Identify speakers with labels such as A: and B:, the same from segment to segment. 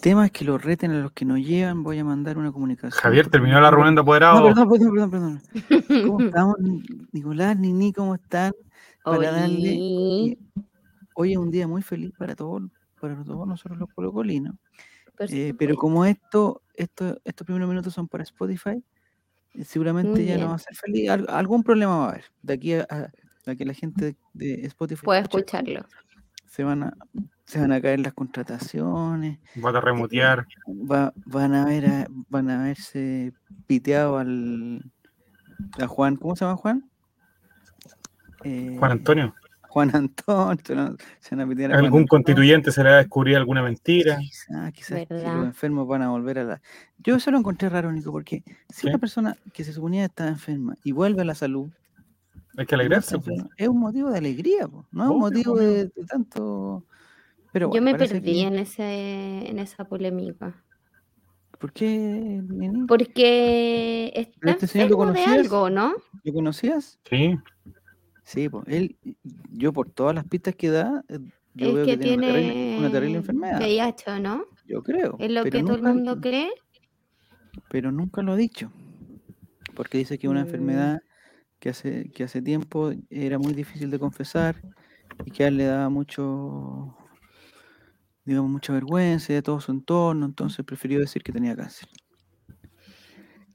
A: tema es que los reten a los que no llevan. Voy a mandar una comunicación.
B: Javier terminó la reunión de
A: No,
B: apoderados.
A: perdón, perdón, perdón, perdón. ¿Cómo estamos, Ni- Nicolás, Nini? ¿Cómo están? Para darle.
C: Oye,
A: Hoy es un día muy feliz para todos, para todos nosotros los colocolinos.
C: por
A: Eh, pero
C: supuesto.
A: como esto, esto, estos primeros minutos son para Spotify, eh, seguramente
C: Muy
A: ya no
C: bien.
A: va a ser feliz. Al- algún problema va a haber. De aquí a, a- a que la gente de Spotify
C: Puedo
A: escuche,
C: escucharlo.
A: se van a se van a caer las contrataciones,
B: Voy a remutear.
A: va- van a ver a- van a verse piteado al a Juan, ¿cómo se llama Juan? Eh,
B: Juan Antonio.
A: Juan Antonio, se van a- se van a pitear a Juan
B: ¿Algún
A: Antonio.
B: constituyente se le va a descubrir alguna mentira?
A: Quizás, quizás que
C: ¿Verdad?
A: los enfermos van a volver a la. Yo eso lo encontré raro, Nico, porque si
B: ¿Qué?
A: una persona que se suponía estaba enferma y vuelve a la salud, y
B: Hay que
A: no está
B: alegrarse. pues.
A: enferma, es un motivo de alegría, po, no es un
B: Obvio,
A: motivo
B: obvio.
A: de, de tanto. Pero
C: Yo
A: bueno,
C: me
A: parece que-
C: perdí en, ese, en esa polémica.
A: ¿Por qué, Nini?
C: Porque está
A: este señor lo
C: enfermo de
A: conocías?
C: algo, ¿no?
A: ¿Lo conocías?
B: Sí.
A: Sí, pues él, yo por todas las pistas que da, eh, yo
C: es
A: veo
C: que,
A: una
C: tiene
A: terrible, una terrible enfermedad.
C: VIH, ¿no?
A: Yo creo.
C: Es lo
A: pero
C: que todo el
A: nunca-
C: mundo cree.
A: pero nunca lo ha dicho. Porque dice que es una
C: Mm.
A: enfermedad que hace, que hace tiempo era muy difícil de confesar y que a él le daba mucho, digamos, mucha vergüenza de todo su entorno, entonces prefirió decir que tenía cáncer.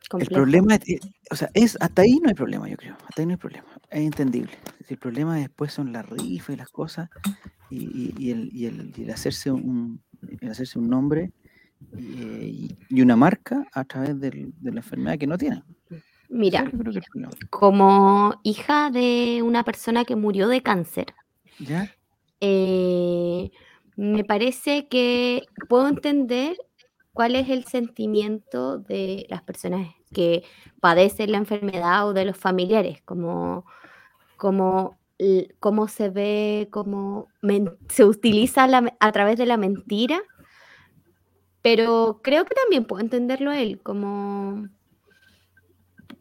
C: complejo.
A: El problema, es, eh, o sea, es, hasta ahí no hay problema, yo creo, hasta ahí no hay problema, es entendible. Si el problema después son las rifas y las cosas y, y- y el, y el- y el hacerse, un, el hacerse un nombre eh, y, y una marca a través del- de la enfermedad que no tiene.
C: Mira,
A: Yo creo que el problema.
C: como hija de una persona que murió de cáncer,
A: ¿Ya?
C: eh, me parece que puedo entender cuál es el sentimiento de las personas que padecen la enfermedad o de los familiares, como, como l- cómo se ve, cómo men- se utiliza la me- a través de la mentira, pero creo que también puedo entenderlo él, como...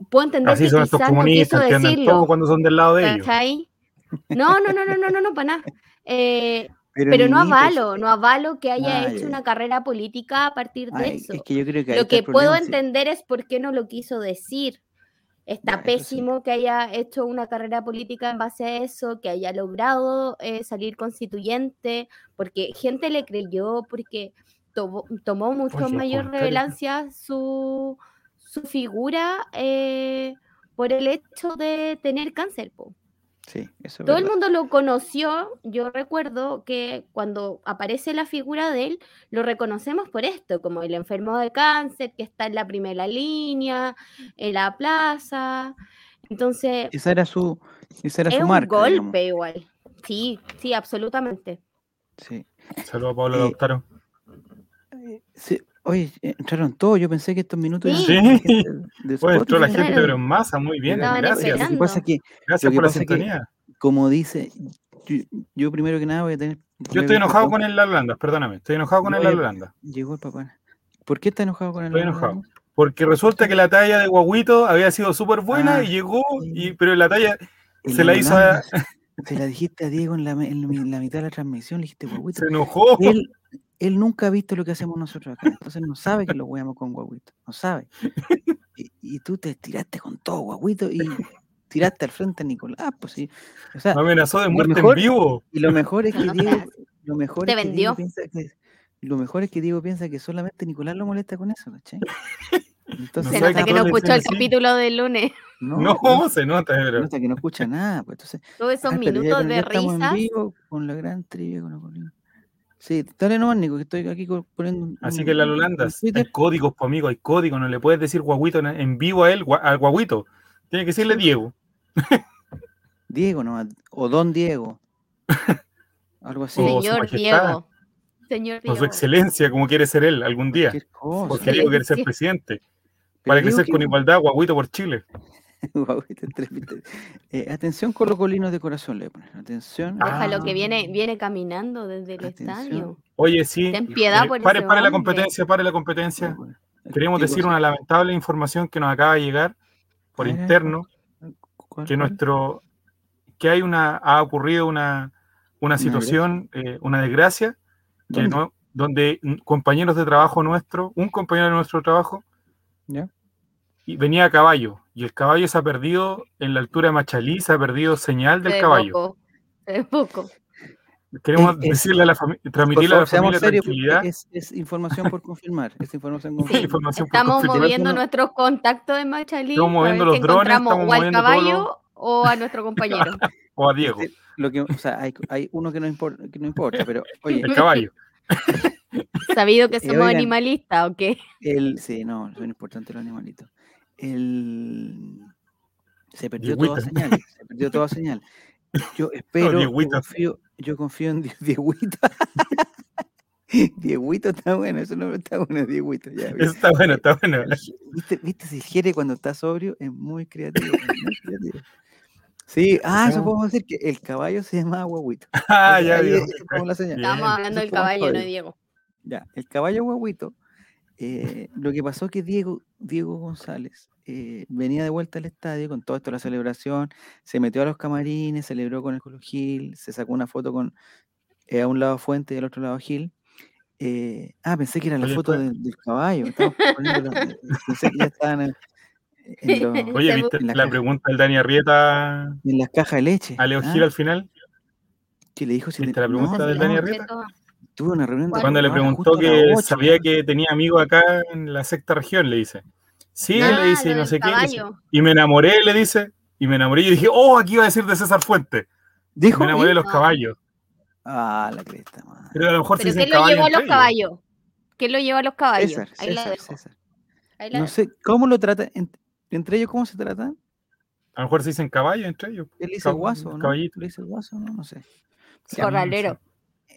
C: Puedo entender
B: Así
C: que
B: son estos
C: quizás no quiso
B: comunistas, entienden
C: decirlo,
B: todo cuando son del lado de ellos.
C: ¿cachai? No, no, no, no, no, no, no, para nada. Eh, pero no
A: Ninito,
C: avalo, no avalo que haya
A: Ah, ya,
C: hecho
A: ya.
C: una carrera política a partir de
A: ay,
C: eso.
A: es que yo creo que ahí
C: lo
A: está el
C: que puedo
A: problema, sí.
C: entender es por qué no lo quiso decir. Está
A: Ya, eso sí.
C: pésimo que haya hecho una carrera política en base a eso, que haya logrado eh, salir constituyente, porque gente le creyó, porque tomó, tomó mucho
B: Oye,
C: mayor
B: comentario.
C: relevancia su, su figura eh, por el hecho de tener cáncer. po.
A: Sí, eso es
C: Todo el
A: verdad.
C: mundo lo conoció. Yo recuerdo que cuando aparece la figura de él, lo reconocemos por esto, como el enfermo de cáncer, que está en la primera línea, en la plaza. Entonces,
A: Esa era su, esa era
C: es
A: su
C: un
A: marca.
C: golpe
A: digamos.
C: igual. Sí, sí, absolutamente.
A: Sí.
B: Saludos a Pablo
A: Eh,
B: Lautaro.
A: Sí, Oye, entraron todos, yo pensé que estos minutos
C: Sí.
A: iban a ser
B: Sí.
A: gente de
B: Pues entró la
A: Spotify.
B: gente,
C: Claro.
B: pero en masa. Muy bien,
C: Estaban
B: gracias.
A: Lo que
C: esperando.
A: pasa es que, Lo
B: Gracias
A: que
B: por la
A: pasa es que-
B: sintonía.
A: como dice, yo, yo primero que nada voy a tener. voy
B: Yo
A: a abrir
B: estoy enojado
A: perdón.
B: con el La La Land, perdóname. Estoy enojado con
A: No,
B: el La
A: yo-
B: La Land.
A: Llegó el papá. ¿Por qué está enojado con el
B: Estoy
A: Lalo
B: enojado.
A: Lalo?
B: Porque resulta que la talla de Guaguito había sido súper buena
A: Ah,
B: y llegó,
A: sí.
B: y, pero la talla
A: El
B: se la
A: Lalo
B: hizo
A: Lalo,
B: a-
A: Se la dijiste a Diego en la, me- en mi- en la mitad de la transmisión, le dijiste, "Guaguito,
B: se enojó.
A: él, él nunca ha visto lo que hacemos nosotros acá, entonces no sabe que lo hueamos con guaguito, no sabe. Y, y tú te tiraste con todo guaguito y tiraste al frente a Nicolás, pues sí. O sea,
B: Me amenazó de
A: lo
B: muerte
A: mejor-
B: en vivo.
A: y lo mejor es que
C: No
A: Diego,
C: seas-
A: lo mejor
C: Te
A: es que Diego
C: vendió.
A: piensa que lo mejor es que Diego piensa que solamente Nicolás lo molesta con eso, ¿cachai? Entonces,
C: Se
B: sabe
C: nota
B: que
C: que
B: todo
C: no
B: le
C: escuchó el
B: dicen así.
C: capítulo del lunes.
A: no,
B: No,
A: no,
B: se nota, pero.
A: nota que no escucha nada, pues entonces
C: Todos esos
A: Ah, espérate, ya,
C: minutos
A: bueno, ya
C: de
A: estamos en
C: risas.
A: vivo con la gran trivia con los colinos. Sí, dale nomás, Nico, que estoy aquí co- poniendo. un-
B: Así
A: un-
B: que la
A: un- un
B: Lolandas, hay
A: Mm, Twitter.
B: códigos, pues amigo, hay códigos. No le puedes decir guaguito en, en vivo a él, gua- al guaguito. Tiene que decirle Diego.
A: Diego nomás, o Don Diego. Algo así.
B: O su
C: Señor
B: majestad.
C: Diego. Señor
B: Con su
C: Diego.
B: excelencia, como quiere ser él algún día.
A: cualquier cosa.
B: Porque Diego quiere ser
C: excelencia.
B: presidente.
A: Pero
B: Para
A: digo
B: crecer
A: que-
B: con igualdad, guaguito por Chile.
A: Guau, este entrevista. Eh, atención con los colinos de corazón, le voy a poner. Atención.
C: Déjalo
B: Ah.
C: que viene, viene caminando desde el
A: Atención.
C: estadio.
B: Oye, sí.
C: Ten piedad
B: eh,
C: por
B: pare,
C: ese
B: pare la
C: hombre.
B: competencia, pare la competencia. Queremos
A: ¿Qué
B: decir
A: cosa?
B: una lamentable información que nos acaba de llegar por
A: A ver, a ver,
B: interno,
A: ¿Cuál,
B: que
A: cuál?
B: nuestro, que hay una, ha ocurrido una, una situación, eh, una desgracia, que
A: ¿Dónde?
B: no, donde compañeros de trabajo nuestro, un compañero de nuestro trabajo,
A: ¿Ya?
B: y venía a caballo, y el caballo se ha perdido en la altura de Machalí, se ha perdido señal del caballo.
C: Poco, de poco. pues.
B: Queremos
A: Es- es-
B: decirle a la fami-
A: Por
B: transmitirle a
A: favor,
B: la
A: seamos
B: familia
A: serios,
B: tranquilidad.
A: porque es, es información por confirmar. Es información
C: Sí,
A: confirmada.
B: información por
C: Estamos
B: confirmar.
C: moviendo
A: Uno-
C: nuestros contactos de Machalí.
B: Estamos
C: a
B: moviendo
C: ver
B: los
C: si
B: drones,
C: encontramos
B: estamos
C: o al
B: moviendo todo
C: caballo
B: lo-
C: o a nuestro compañero.
B: O a Diego,
A: Sí, Este, Lo que, o sea, hay, hay uno que no, importa, que no importa, pero oye,
B: el caballo.
C: Sabido que
A: Eh,
C: somos
A: oigan.
C: animalistas, ¿o qué?
A: el, sí, no, son importantes los animalitos. El, se perdió toda
B: Diegüita.
A: señal, se perdió toda señal. Yo espero, yo
B: Diegüita.
A: confío, yo confío en Dios, Diegüita. Dieguito está bueno, ese nombre está bueno, Dieguito. ya, bien.
B: Eso está bueno, está bueno.
A: ¿Viste, viste si Jere cuando está sobrio es muy creativo, es muy creativo. Sí, ah, eso
B: Estamos-
A: podemos decir que el caballo se llama guaguito.
B: Ah,
A: Entonces,
B: ya,
A: ahí
B: Diego.
A: es- es como la señal.
C: Estábamos
B: Bien.
A: Eso
C: hablando del
A: fue un
C: caballo, no
A: código.
C: Diego.
A: Ya, el caballo guaguito. eh, lo que pasó que Diego, Diego González eh, venía de vuelta al estadio con todo esto, la celebración, se metió a los camarines, celebró con el Colo Gil, se sacó una foto con eh, a un lado Fuente y al otro lado Gil. Eh, ah, pensé que era la
B: Oye,
A: foto
B: fue-
A: del, del caballo. estamos poniendo la- eh, pensé que ya estaban en, en los-
B: Oye,
C: Se
B: ¿viste
A: bu- en la
B: la
A: caja.
B: pregunta del Dani Arrieta
A: en las cajas de leche.
B: a Leo
A: ¿ah?
B: Gil al final?
A: Que le dijo si
B: ¿Viste la pregunta
C: Se
B: del Dani
C: escuché
B: Arrieta?
C: todo.
A: Tuve una reunión de
B: Cuando le
A: trabajo
B: preguntó
A: justo a las
B: que
A: ocho,
B: sabía
A: weón.
B: que tenía amigos acá en la sexta región, le dice. Sí,
C: Ah,
B: le dice, y
C: lo
B: no
C: del
B: sé qué. le dice.
C: caballo.
B: Y me enamoré, le dice. Y me enamoré y dije, oh, aquí iba a decir de César Fuente.
A: Dijo.
B: Me enamoré de
A: ¿eh?
B: los
C: No.
B: caballos.
A: Ah, la cresta, madre.
B: Pero a lo mejor se
C: ¿Pero qué
B: dicen
C: lo
B: caballo
C: llevó a los
B: entre ellos.
C: caballos? ¿Qué lo llevó a los caballos?
A: César,
C: Ahí la
A: César,
C: dejo.
A: César.
C: ahí la
A: No
C: dejo.
A: sé cómo lo tratan. ent- entre ellos, ¿cómo se tratan?
B: A lo mejor se dicen caballos entre ellos.
A: Él dice
B: Cab-
A: guaso, ¿no?
B: caballito.
A: Le dice guaso, no, no sé.
B: Sí,
C: Corralero.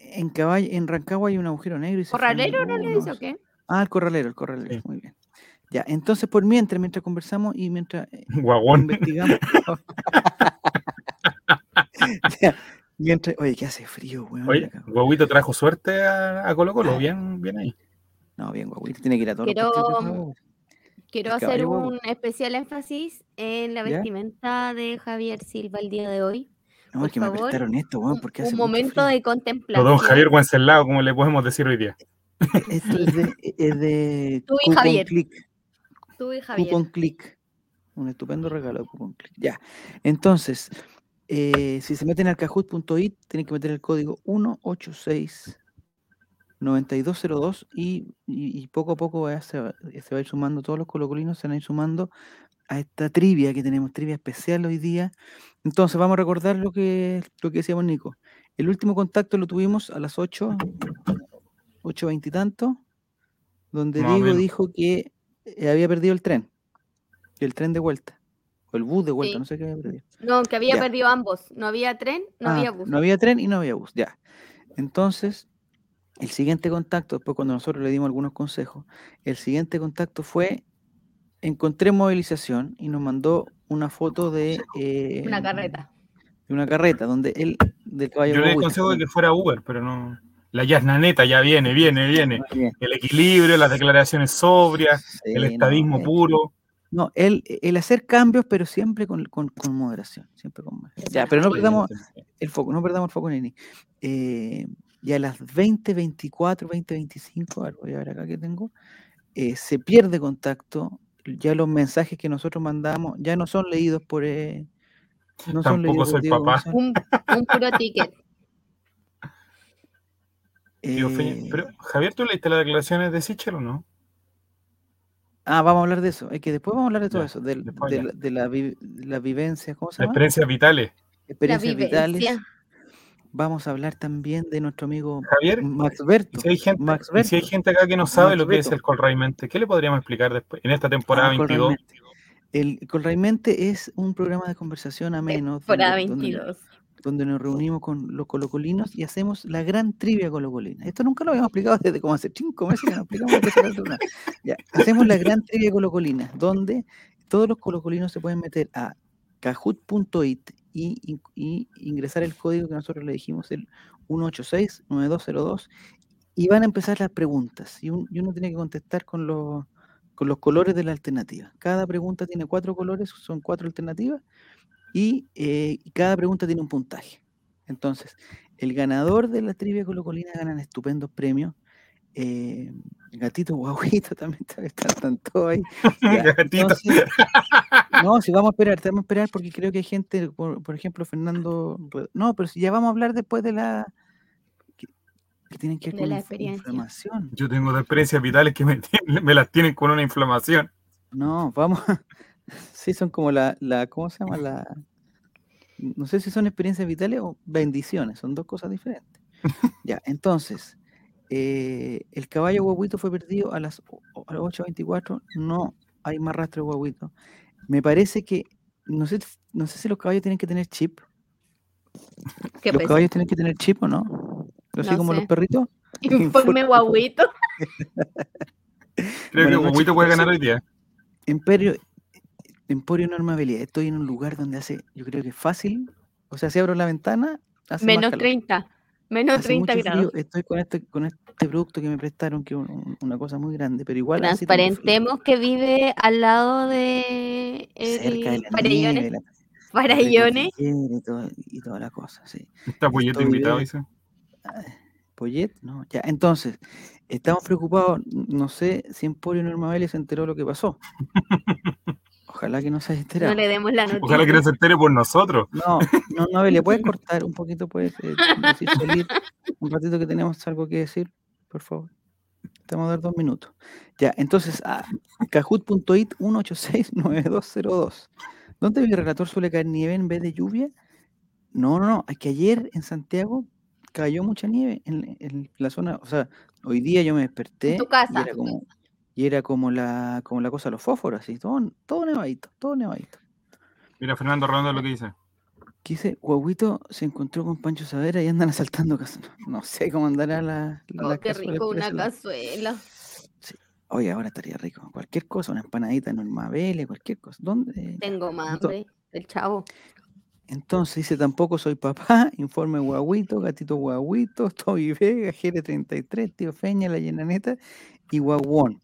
A: En, caballo, en Rancagua hay un agujero negro. Y se fueron,
C: ¿Corralero no
A: uh,
C: le dice o
A: sé.
C: qué?
A: Ah, el corralero, el corralero.
B: Sí.
A: Muy bien. Ya, entonces, por mientras, mientras conversamos y mientras eh,
B: Guagón.
A: investigamos. Ya, mientras, oye, que hace frío, weón.
B: Oye,
A: la cagó.
B: Guaguito trajo suerte a, a Colo
A: Ah.
B: Colo, bien, bien ahí.
A: No, bien, guaguito. Tiene que ir a todos
C: Quiero-
A: los partidos de Rancagua.
C: Quiero
A: El
C: hacer
A: caballo guagua.
C: un especial énfasis en la
A: ¿Ya?
C: vestimenta de Javier Silva el día de hoy.
A: No,
C: por
A: es que me
C: favor,
A: prestaron esto,
C: Un,
A: weón, porque
C: un
A: hace mucho
C: momento
A: frío.
C: de
B: O
C: contemplación.
B: don Javier Guancelao, como le podemos decir hoy día.
A: Esto es de, es de
C: Tú y
A: Coupon
C: Javier.
A: Click.
C: Tú y Javier.
A: Coupon Click. Un estupendo regalo de Coupon Click. Ya. Entonces, eh, si se meten al Kahoot.it, tienen que meter el código 186 9202 y, y- y poco a poco va- se, va, se va a ir sumando, todos los colocolinos se van a ir sumando a esta trivia que tenemos, trivia especial hoy día. Entonces, vamos a recordar lo que, lo que decíamos, Nico. El último contacto lo tuvimos a las 8, 8.20 y tanto, donde
B: Más o
A: Diego
B: menos.
A: dijo que eh, había perdido el tren, el tren de vuelta, o el bus de vuelta,
C: Sí.
A: no sé qué había perdido.
C: No, que había
A: Ya.
C: perdido ambos. No había tren, no
A: Ah,
C: había bus.
A: No había tren y no había bus, ya. Entonces, el siguiente contacto, después cuando nosotros le dimos algunos consejos, el siguiente contacto fue encontré movilización y nos mandó una foto de eh,
C: Una carreta.
A: de una carreta donde él del caballo
B: Yo le
A: Guagüita,
B: aconsejo de
A: perdón.
B: que fuera Uber, pero no. La neta ya viene, viene, viene.
A: Muy bien.
B: El equilibrio, las declaraciones sobrias, el
A: Sí, no,
B: estadismo
A: eh,
B: puro.
A: No, el, el hacer cambios, pero siempre con, con- con moderación. Siempre con moderación. Ya, pero no perdamos el foco, no perdamos el foco, Nini. Eh, y a las 20, 24, 20, 25, a ver, voy a ver acá que tengo, eh, se pierde contacto. Ya los mensajes que nosotros mandamos ya no son leídos por. eh, no son
B: Tampoco
A: leídos por
B: soy
A: Diego
B: papá.
A: González.
C: Un, un puro ticket.
B: Digo, Feña,
A: Eh,
B: pero, Javier, ¿tú leíste las declaraciones de Sichel o no?
A: Ah, vamos a hablar de eso. Es que después vamos a hablar de todo
B: Ya,
A: eso, del-
B: después
A: de,
B: ya.
A: la- de la, vi- la vivencia, ¿cómo se
B: Las
A: llama?
B: experiencias vitales.
C: La
A: Experiencias vitales.
C: vivencia.
A: Vamos a hablar también de nuestro amigo
B: Javier,
A: Max
B: y
A: Berto.
B: si hay gente,
A: Max
B: y si hay
A: Berto.
B: gente acá que no sabe lo que es
A: Maxberto.
B: el Colraimente, ¿qué le podríamos explicar después en esta temporada
A: Ah,
B: 22?
A: Colraimente. El Colraimente es un programa de conversación ameno
C: Temporada
A: donde- donde-
C: 22.
A: donde nos reunimos con los colocolinos y hacemos la gran trivia colocolina. Esto nunca lo habíamos explicado desde como hace cinco meses que nos explicamos lo que es el Barcelona. Ya, hacemos la gran trivia colocolina, donde todos los colocolinos se pueden meter a kahoot.it y, in- y ingresar el código que nosotros le dijimos, el 186-9202, y van a empezar las preguntas. Y, un- y uno tiene que contestar con los, con los colores de la alternativa. Cada pregunta tiene cuatro colores, son cuatro alternativas y eh, y cada pregunta tiene un puntaje. Entonces, el ganador de la trivia colocolina ganan estupendos premios eh, gatito, guaguito, también está- están, están todos ahí. Ya,
B: Gatito.
A: entonces- no, si vamos a esperar, te vamos a esperar porque creo que hay gente, por, por ejemplo, Fernando. Re- No, pero si ya vamos a hablar después de la. que, que tienen que ver
C: De
A: con
C: la
A: inf-
C: experiencia.
A: inflamación.
B: Yo tengo dos experiencias vitales que me, tienen- me las tienen con una inflamación.
A: No, vamos. a- Sí, son como la, la. ¿Cómo se llama? La. No sé si son experiencias vitales o bendiciones, son dos cosas diferentes. Ya, entonces, eh, el caballo guaguito fue perdido a las o- o- a las 8.24, no hay más rastro de guaguito. Me parece que, no sé, no sé si los caballos tienen que tener chip.
C: ¿Qué
A: ¿Los
C: pues?
A: caballos tienen que tener chip o no? No sé,
C: No
A: como los
C: sé.
A: perritos.
C: Informe guaguito.
B: Creo
A: Buenas
B: que
A: noches,
B: Guaguito puede
A: José.
B: ganar hoy día.
A: Emperio, Emporio Norma Belli, Estoy en un lugar donde hace, yo creo que es fácil. O sea, si abro la ventana, hace más
C: Menos
A: calor.
C: 30. Menos
A: Hace
C: 30
A: mucho
C: grados.
A: frío, Estoy con este, con este producto que me prestaron, que es un- un- una cosa muy grande, pero igual. así tengo frío.
C: Transparentemos que vive al lado de
A: Cerca de
C: el
A: la nieve,
C: Farellones.
A: la- la
C: Farellones.
A: cordillera y, todo- y toda la cosa, sí.
B: Está Polleto
A: Estoy
B: invitado,
A: bien.
B: dice.
A: Poyet, no, ya. Entonces, estamos preocupados. No sé si Emporio Norma Belli se enteró lo que pasó. Ojalá que no se haya enterado.
C: No le demos la noticia.
B: Ojalá que no se entere por nosotros.
A: No, no, no, le puedes cortar un poquito, puedes eh, decir salir un ratito que tenemos algo que decir, por favor. Te vamos a dar dos minutos. Ya, entonces, ah, a kahoot.it 1869202. ¿Dónde el relator suele caer nieve en vez de lluvia? No, no, no, es que ayer en Santiago cayó mucha nieve en, en la zona, o sea, hoy día yo me desperté y
C: casa.
A: era como, y era como la, como la cosa de los fósforos, así, todo, todo nevadito, todo nevadito.
B: Mira, Fernando Rondo lo que dice.
A: ¿Qué dice? Guaguito se encontró con Pancho Savera y andan asaltando casas. No, no sé cómo andará
B: Mm.
A: la, la
C: Oh, qué
A: cazuela
C: rico,
A: por
C: una
A: ese lado.
C: cazuela.
A: Oye, ahora estaría rico. Cualquier cosa, una empanadita Norma Vélez, cualquier cosa. ¿Dónde?
C: Tengo más
A: Ento-
C: hambre. El chavo.
A: Entonces dice, tampoco soy papá, informe Guaguito, Gatito Guaguito, Toby Vega, GR33, Tío Feña, La Llenaneta y Guaguón.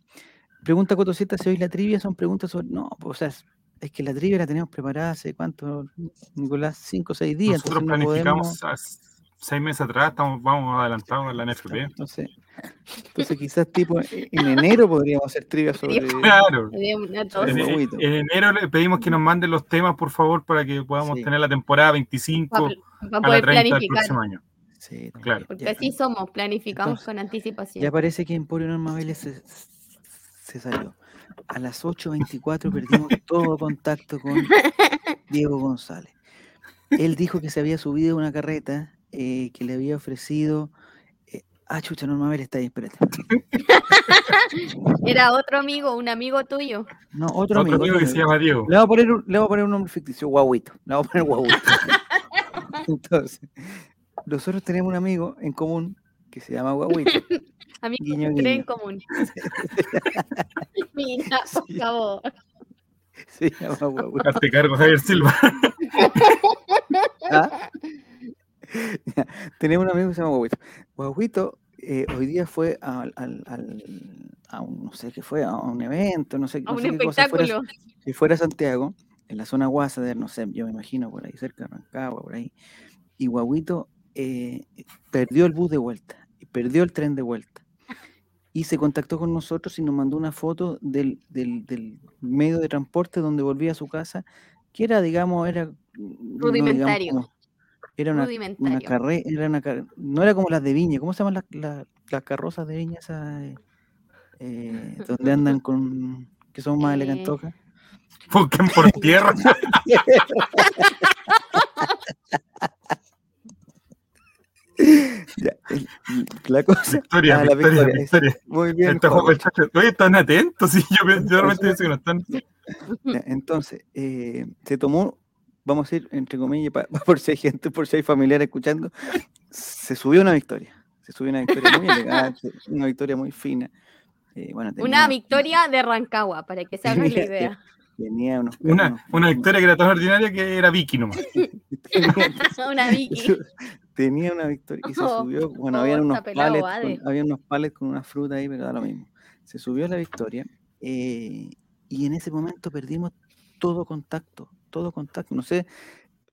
A: Pregunta 400 si hoy la trivia son preguntas sobre... No, pues, o sea, es- es que la trivia la teníamos preparada hace cuánto, Nicolás, cinco o seis días.
B: Nosotros
A: entonces no podemos-
B: planificamos hace seis meses atrás, estamos, vamos adelantados a la
A: Claro,
B: NFP.
A: Entonces, entonces quizás tipo en en enero podríamos hacer trivia sobre.
B: Claro.
C: Había una
A: Entonces,
C: tos.
B: En, en-
A: Guaguito.
B: en enero le pedimos que nos manden los temas, por favor, para que podamos
A: Sí.
B: tener la temporada 25
C: Para
B: a la
C: poder
B: 30 del
C: planificar.
B: próximo año.
A: Sí, también,
B: Claro.
C: Porque
A: ya,
C: así somos, planificamos
A: Entonces,
C: con anticipación.
A: ya parece que Emporio Norma Vélez se, se salió. A las 8.24 perdimos todo contacto con Diego González. Él dijo que se había subido a una carreta eh, que le había ofrecido. eh, ah, chucha, Norma Vélez está ahí, espérate.
C: Era otro amigo, un amigo tuyo.
A: No, otro,
B: Otro amigo,
A: otro
B: que se
A: amigo.
B: llama Diego.
A: Le voy a poner un, le voy a poner un nombre ficticio, Guaguito. Le voy a poner Guaguito. Entonces, nosotros tenemos un amigo en común que se llama Guaguito.
C: Amigo,
A: Guiño,
C: tren
A: guiño.
C: común. Mira, por
A: Sí.
C: favor.
A: Se llama Guaguito.
B: Hazte cargo, Javier Silva.
A: ¿Ah? Ya, Tenemos un amigo que se llama Guaguito. Guaguito eh, hoy día fue al, al- al- a un, no sé qué fue, a un evento, no sé,
C: A
A: no
C: un
A: sé qué cosa. Fuera,
C: espectáculo.
A: si fuera Santiago, en la zona Guasa, de, no sé, yo me imagino por ahí, cerca de Rancagua, por ahí, y Guaguito eh, perdió el bus de vuelta, y perdió el tren de vuelta, y se contactó con nosotros y nos mandó una foto del, del- del medio de transporte donde volvía a su casa, que era, digamos, era... mm, no digamos
C: Rudimentario.
A: como- era una, una
C: rudimentario.
A: carre- era una car- no era como las de Viña, ¿cómo se llaman las, las- las carrozas de Viña esas? eh, eh, donde andan con... que son más
C: Eh,
A: elegantojas.
B: Busquen por tierra.
A: Ya, el- el- la cosa.
B: Victoria,
A: Ah, la
B: Victoria,
A: victoria,
B: Victoria.
A: Muy bien.
B: Estos
A: Juan.
B: muchachos, oye, están atentos. Sí, yo, yo realmente pienso que no están.
A: Ya, Entonces, eh, se tomó, vamos a decir, entre comillas, pa- por si hay gente, por si hay familiares escuchando, se subió una victoria. Se subió una victoria muy elegante, una victoria muy fina. Eh, bueno,
C: Una
A: tenía-
C: victoria de Rancagua, para que se hagan la
A: Tenía-
C: idea.
A: Tenía unos ca- unos-
B: Una, una
A: unos-
B: victoria que era tan ordinaria que era Vicky nomás.
A: tenía-
C: Una Vicky.
A: Eso- Tenía una victoria y se
C: Oh,
A: subió. Bueno,
C: oh,
A: había
C: está
A: unos,
C: pelado,
A: pallets
C: Ade.
A: con, habían unos pallets con una fruta ahí, pero da lo mismo. Se subió la victoria eh, y en ese momento perdimos todo contacto, todo contacto. No sé,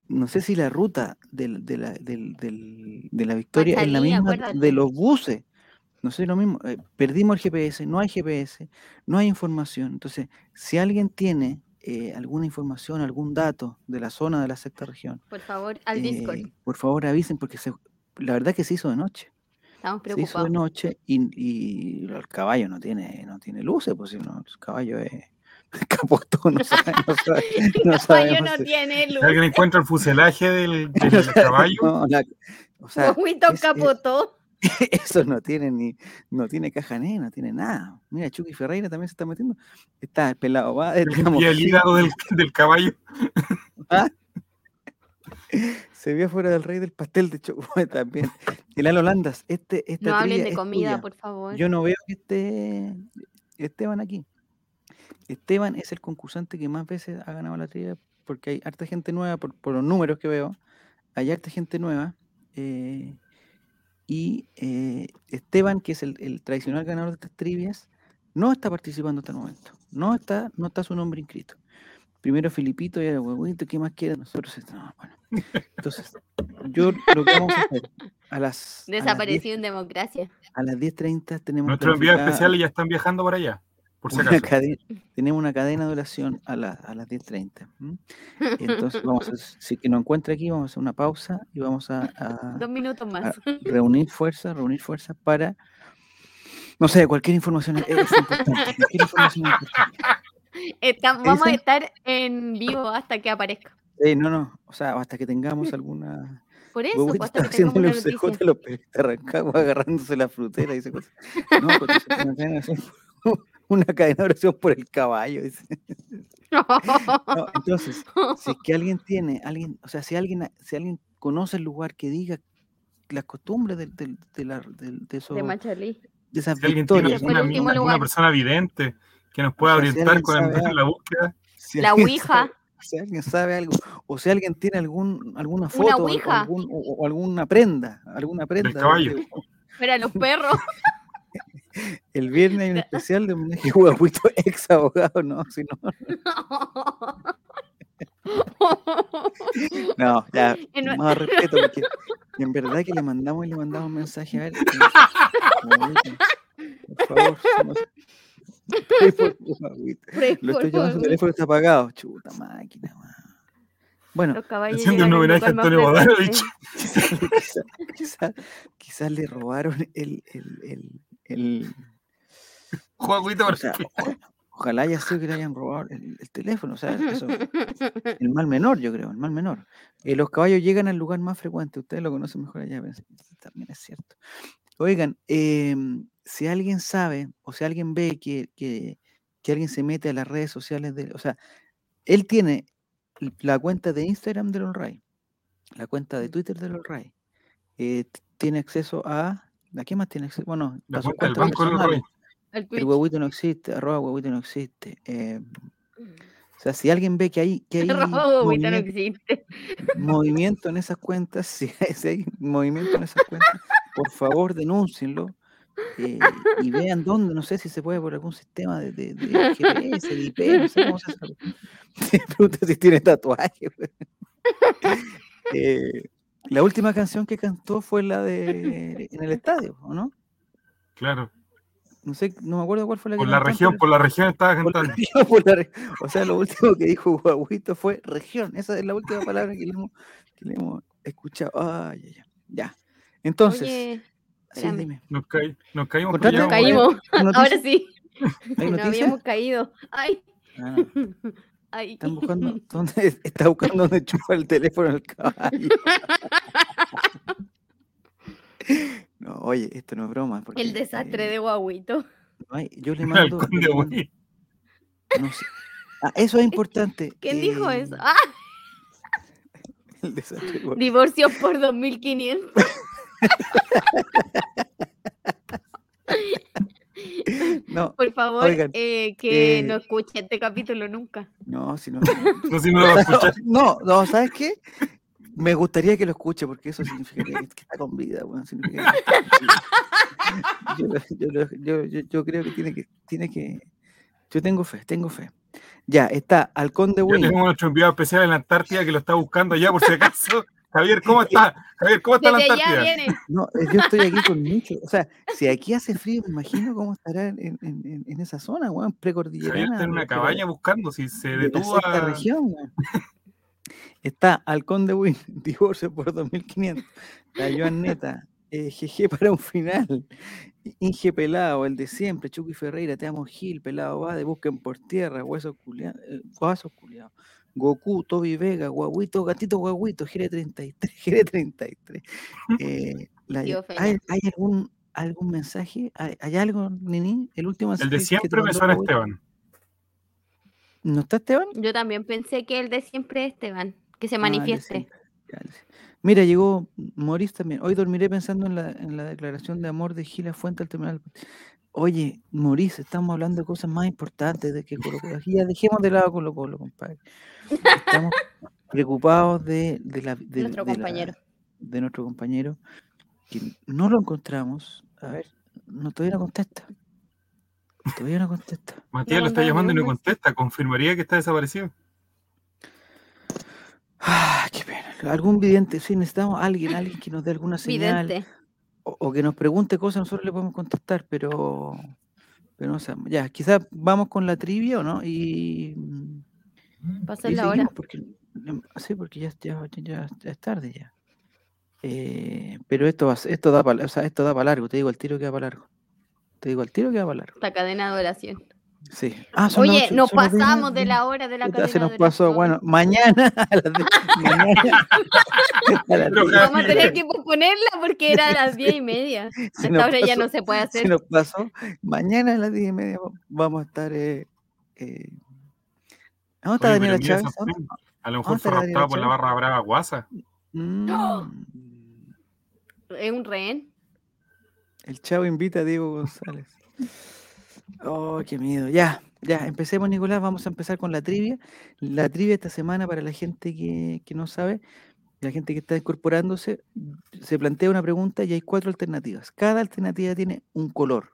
A: no sé si la ruta del- de, la, del- del- de la victoria es la
C: Machalí,
A: misma
C: acuérdate.
A: de los buses. No sé, lo mismo. eh, perdimos el GPS, no hay GPS, no hay información. Entonces, si alguien tiene eh, alguna información, algún dato de la zona de la sexta región,
C: Por favor, al
A: eh,
C: Discord.
A: por favor avisen porque se- la verdad que se hizo de noche.
C: Estamos
A: Se hizo de
C: preocupados.
A: noche y, y el caballo no tiene, no tiene luces, pues si no, el caballo es capotón, no sabe, no sabe- no
C: El caballo
A: sabemos
C: no
A: si-
C: tiene
B: Si
C: luz.
B: alguien encuentra el fuselaje del, del caballo,
A: no, la- o sea,
C: Guaguito
A: es- es-
C: capotó.
A: Eso no tiene ni, no tiene caja negra, no tiene nada. Mira, Chucky Ferreira también se está metiendo. Está pelado, va,
B: y el hígado del, del caballo.
A: se vio fuera del rey del pastel de Chucky también. El Lalo Landas, este, esta
C: No hablen
A: trivia
C: de
A: es
C: comida,
A: tuya.
C: por favor.
A: Yo no veo que esté Esteban aquí. Esteban es el concursante que más veces ha ganado la trivia porque hay harta gente nueva, por, por los números que veo, hay harta gente nueva. eh, y eh, Esteban, que es el, el tradicional ganador de estas trivias, no está participando hasta el momento. No está, no está su nombre inscrito. Primero Filipito y ahora Huehuito, ¿qué más quieren? Nosotros no, bueno. Entonces, yo lo que vamos a hacer a las a las 10
C: Desaparecido en democracia.
A: a las 10.30 tenemos
B: Nuestros enviados
A: planificada
B: especiales ya están viajando para allá, por si
A: una
B: acaso.
A: cadena- tenemos una cadena de oración a, la- a las 10.30. ¿m? Entonces, vamos a, si que nos encuentra aquí, vamos a hacer una pausa y vamos a, a
C: Dos minutos más.
A: Ah. reunir fuerzas, reunir fuerzas para, no sé, cualquier información es, es importante. Cualquier información es importante.
C: Está- vamos a
A: ¿Esa?
C: estar en vivo hasta que aparezca.
A: Eh, no, no, o sea, hasta que tengamos alguna...
C: Por eso,
A: Huehuete
C: pues,
A: está
C: hasta que tengamos
A: haciéndole
C: una
A: un CJ
C: noticia.
A: a los periodistas de Rancagua, agarrándose la frutera y dice cosas. No, pues, porque se tiene una cadena de oración por- una cadena de oración por el caballo, dice. No, entonces, si es que alguien tiene, alguien, o sea, si alguien, ha- si alguien conoce el lugar que diga las costumbres del- del- de, la- del- de esos-
C: de Machalí.
A: de esas
B: Si alguien tiene
A: victorias,
C: Ese fue el
B: alguna,
A: ¿no?
C: último
B: alguna
C: lugar.
B: persona vidente que nos pueda
A: O sea, si
B: orientar
A: alguien
B: con
A: sabe
B: la, la búsqueda,
A: Si
C: La
A: alguien sabe-
C: Ouija.
A: si alguien sabe algo, o si alguien tiene algún, alguna
C: Una
A: foto o- o,
C: ouija.
A: algún- o- o alguna prenda, alguna prenda. de-
B: caballo.
A: de-
C: Para los perros.
A: el viernes hay un especial de homenaje a Guaguito, ex abogado, no, si no, no, ya,
C: En nue-
A: más respeto, porque en verdad que le mandamos y le mandamos un mensaje a ver. eh, Guaguito, Por favor, somos- Pray for Guaguito.
C: Por-
A: Lo
C: por
A: estoy llamando, su
C: favor.
A: teléfono está apagado. Chuta máquina, weón. Bueno,
C: Los caballos
B: haciendo
C: llegan
B: un
C: al
B: homenaje a
C: lugar más
B: Antonio Bodanovich.
C: frecuente.
A: quizás quizá, quizá- quizá le robaron el. el, el, el-
B: Juaguito,
A: o
B: por
A: sea, oja- ojalá haya sido que le hayan robado el, el teléfono. O sea, eso, el mal menor, yo creo, el mal menor. Eh, los caballos llegan al lugar más frecuente. Ustedes lo conocen mejor allá, pero sí, también es cierto. Oigan, em, si alguien sabe o si alguien ve que, que, que alguien se mete a las redes sociales, de, o sea, él tiene l- la cuenta de Instagram del Olray, la cuenta
B: Mm.
A: de Twitter del Olray, eh, t- tiene acceso a... ¿A qué más tiene acceso? Bueno,
B: la
A: a sus
B: cuenta del
A: cuentas
B: Banco del
A: personales,
B: Rey.
C: El
A: El
C: Twitch.
A: huevito no existe, arroba huevito no existe. eh, o sea, si alguien ve que hay, que hay
C: Robo, agüita, no
A: movimiento-
C: existe.
A: movimiento en esas cuentas, si hay, si hay movimiento en esas cuentas, por favor denúncienlo eh, y vean dónde, no sé si se puede por algún sistema de, de- de GPS, de IP, no sé cómo se hace. Se pregunta si tiene tatuaje. weón. Eh, la última canción que cantó fue la de en el estadio, ¿o no?
B: Claro,
A: No sé, no me acuerdo cuál fue la que
B: por la
A: cantó,
B: región,
A: pero-
B: por la región estaba
A: por la
B: cantando.
A: región, por la re- O sea, lo último que dijo Guaguito fue región. Esa es la última palabra que le hemos, que le hemos escuchado. Ay, ay, ay. Ya. Entonces,
C: Oye,
A: sí,
C: espérame.
A: dime.
B: Nos, caí- nos caímos.
A: Contrata-
B: pero
C: nos
B: ya vamos.
C: caímos.
A: ¿Hay
C: Ahora
A: noticias?
C: sí.
A: ¿Hay
C: No
A: noticias?
C: habíamos caído. Ay.
A: Ah, no.
C: Ay.
A: Están buscando dónde está buscando dónde chupa el teléfono el caballo. No, oye, esto no es broma. porque,
C: El desastre
A: eh,
C: de Guaguito.
A: no hay- yo le
B: El
A: mando. yo
B: halcón de
A: le mando-
B: Guay.
A: no sé. Ah, eso es importante.
C: ¿Quién dijo eso?
A: eh,
C: ¡Ah!
A: El desastre de Guaguito.
C: Divorcios por 2500.
A: No,
C: Por favor,
A: Oigan,
C: eh, que
A: eh,
C: no escuche este capítulo nunca.
A: no, si no. no.
B: No sé si me lo va a escuchar.
A: No, no, ¿sabes qué? Me gustaría que lo escuche porque eso significaría que que está con vida, weón, significa que está con vida. Yo, lo- yo lo- yo- yo- yo creo que tiene que, tiene que. Yo tengo fe, tengo fe. Ya, está Halcón de
B: Ya
A: Wynn.
B: tenemos nuestro enviado especial en la Antártida que lo está buscando allá por si acaso. Javier, ¿cómo está? Javier, ¿cómo está la
D: Desde allá
B: Antártida?
D: viene.
A: No, eh, yo estoy aquí con mucho. O sea, si aquí hace frío, me imagino cómo estará en, en- en- en esa zona, weón, precordillerana.
B: Javier está en una
A: pero-
B: cabaña buscando si se
A: de la
B: detuvo
A: sexta
B: a...
A: región. weón. Está Halcón de Win, divorcio por 2.500. La Joan Neta, eh, GG para un final. Inge Pelado, el de siempre. Chucky Ferreira, te amo Gil, Pelado va, de busquen por tierra, huesos culiados. Huesos culiados. Goku, Toby Vega, Guaguito, Gatito Guaguito, Gire 33, Gire 33. Eh, la-
D: Tío
A: ¿hay,
D: Fena.
A: hay algún, algún mensaje? ¿Hay, hay algo, Nini? El último
B: El
A: mensaje
B: de
A: que te
B: siempre me
A: mandó
B: suena
A: Guaguito.
B: Esteban.
A: ¿No está Esteban?
C: Yo también pensé que el de siempre es Esteban, que se
A: Ah, le
C: manifieste.
A: siento, ya, le siento. Mira, llegó Moris también. Hoy dormiré pensando en la, en la declaración de amor de Gila Fuente al terminal. Oye, Moris, estamos hablando de cosas más importantes de que Colo Colo. Aquí Ya dejemos de lado Colo Colo, compadre. Estamos preocupados de, de la- de-
D: Nuestro
A: de la-
D: compañero.
A: de nuestro compañero, que no lo encontramos. A ver, no, todavía no contesta. Todavía no contesta.
B: Matías
C: No
B: lo está
C: mandaba
B: llamando y no
C: ningún
B: contesta. Confirmaría que está desaparecido.
A: Ah, qué pena. Algún vidente, sí, necesitamos alguien, alguien que nos dé alguna señal.
C: Vidente.
A: o, o que nos pregunte cosas, nosotros le podemos contestar, pero, pero no sabemos. Ya, quizás vamos con la trivia o no. Y, mm,
C: Pasa
A: y
C: la hora.
A: seguimos, porque, mm, sí, porque ya, ya, ya- ya es tarde ya. Eh, pero esto, va a ser- esto da para esto da pa largo, te digo al tiro que da para largo. Te digo al tiro que da para largo.
C: Esta cadena de oración.
A: Sí. Ah, son las
D: Oye,
A: ocho-
D: nos
A: son las diez y media,
D: pasamos de
A: ya.
D: la hora de la
A: Puta,
D: cadena
A: se nos
D: de la
A: pasó.
D: flor.
A: Bueno, mañana a las diez- mañana a las diez,
B: Pero cada-
D: Vamos a tener que posponerla porque era a las diez y media.
A: se
D: A
A: nos
D: esta hora ya
A: pasó.
D: no se puede
A: se
D: hacer.
A: nos pasó. Mañana a las 10 y media va- vamos a estar. Eh, eh, ¿Dónde está
B: Oye, pero
A: Daniela
B: mira
A: Chávez?
B: esa
A: ¿Dónde-
B: opción. A lo
A: ¿Dónde
B: mejor
A: está
B: fue
A: la
B: raptado por la
A: dirección?
B: barra brava guasa.
A: Mm,
D: Es un rehén.
A: el chavo invita a Diego González. Oh, qué miedo. Ya, ya, empecemos, Nicolás. Vamos a empezar con la trivia. La trivia esta semana, para la gente que, que no sabe, la gente que está incorporándose, se plantea una pregunta y hay cuatro alternativas. Cada alternativa tiene un color.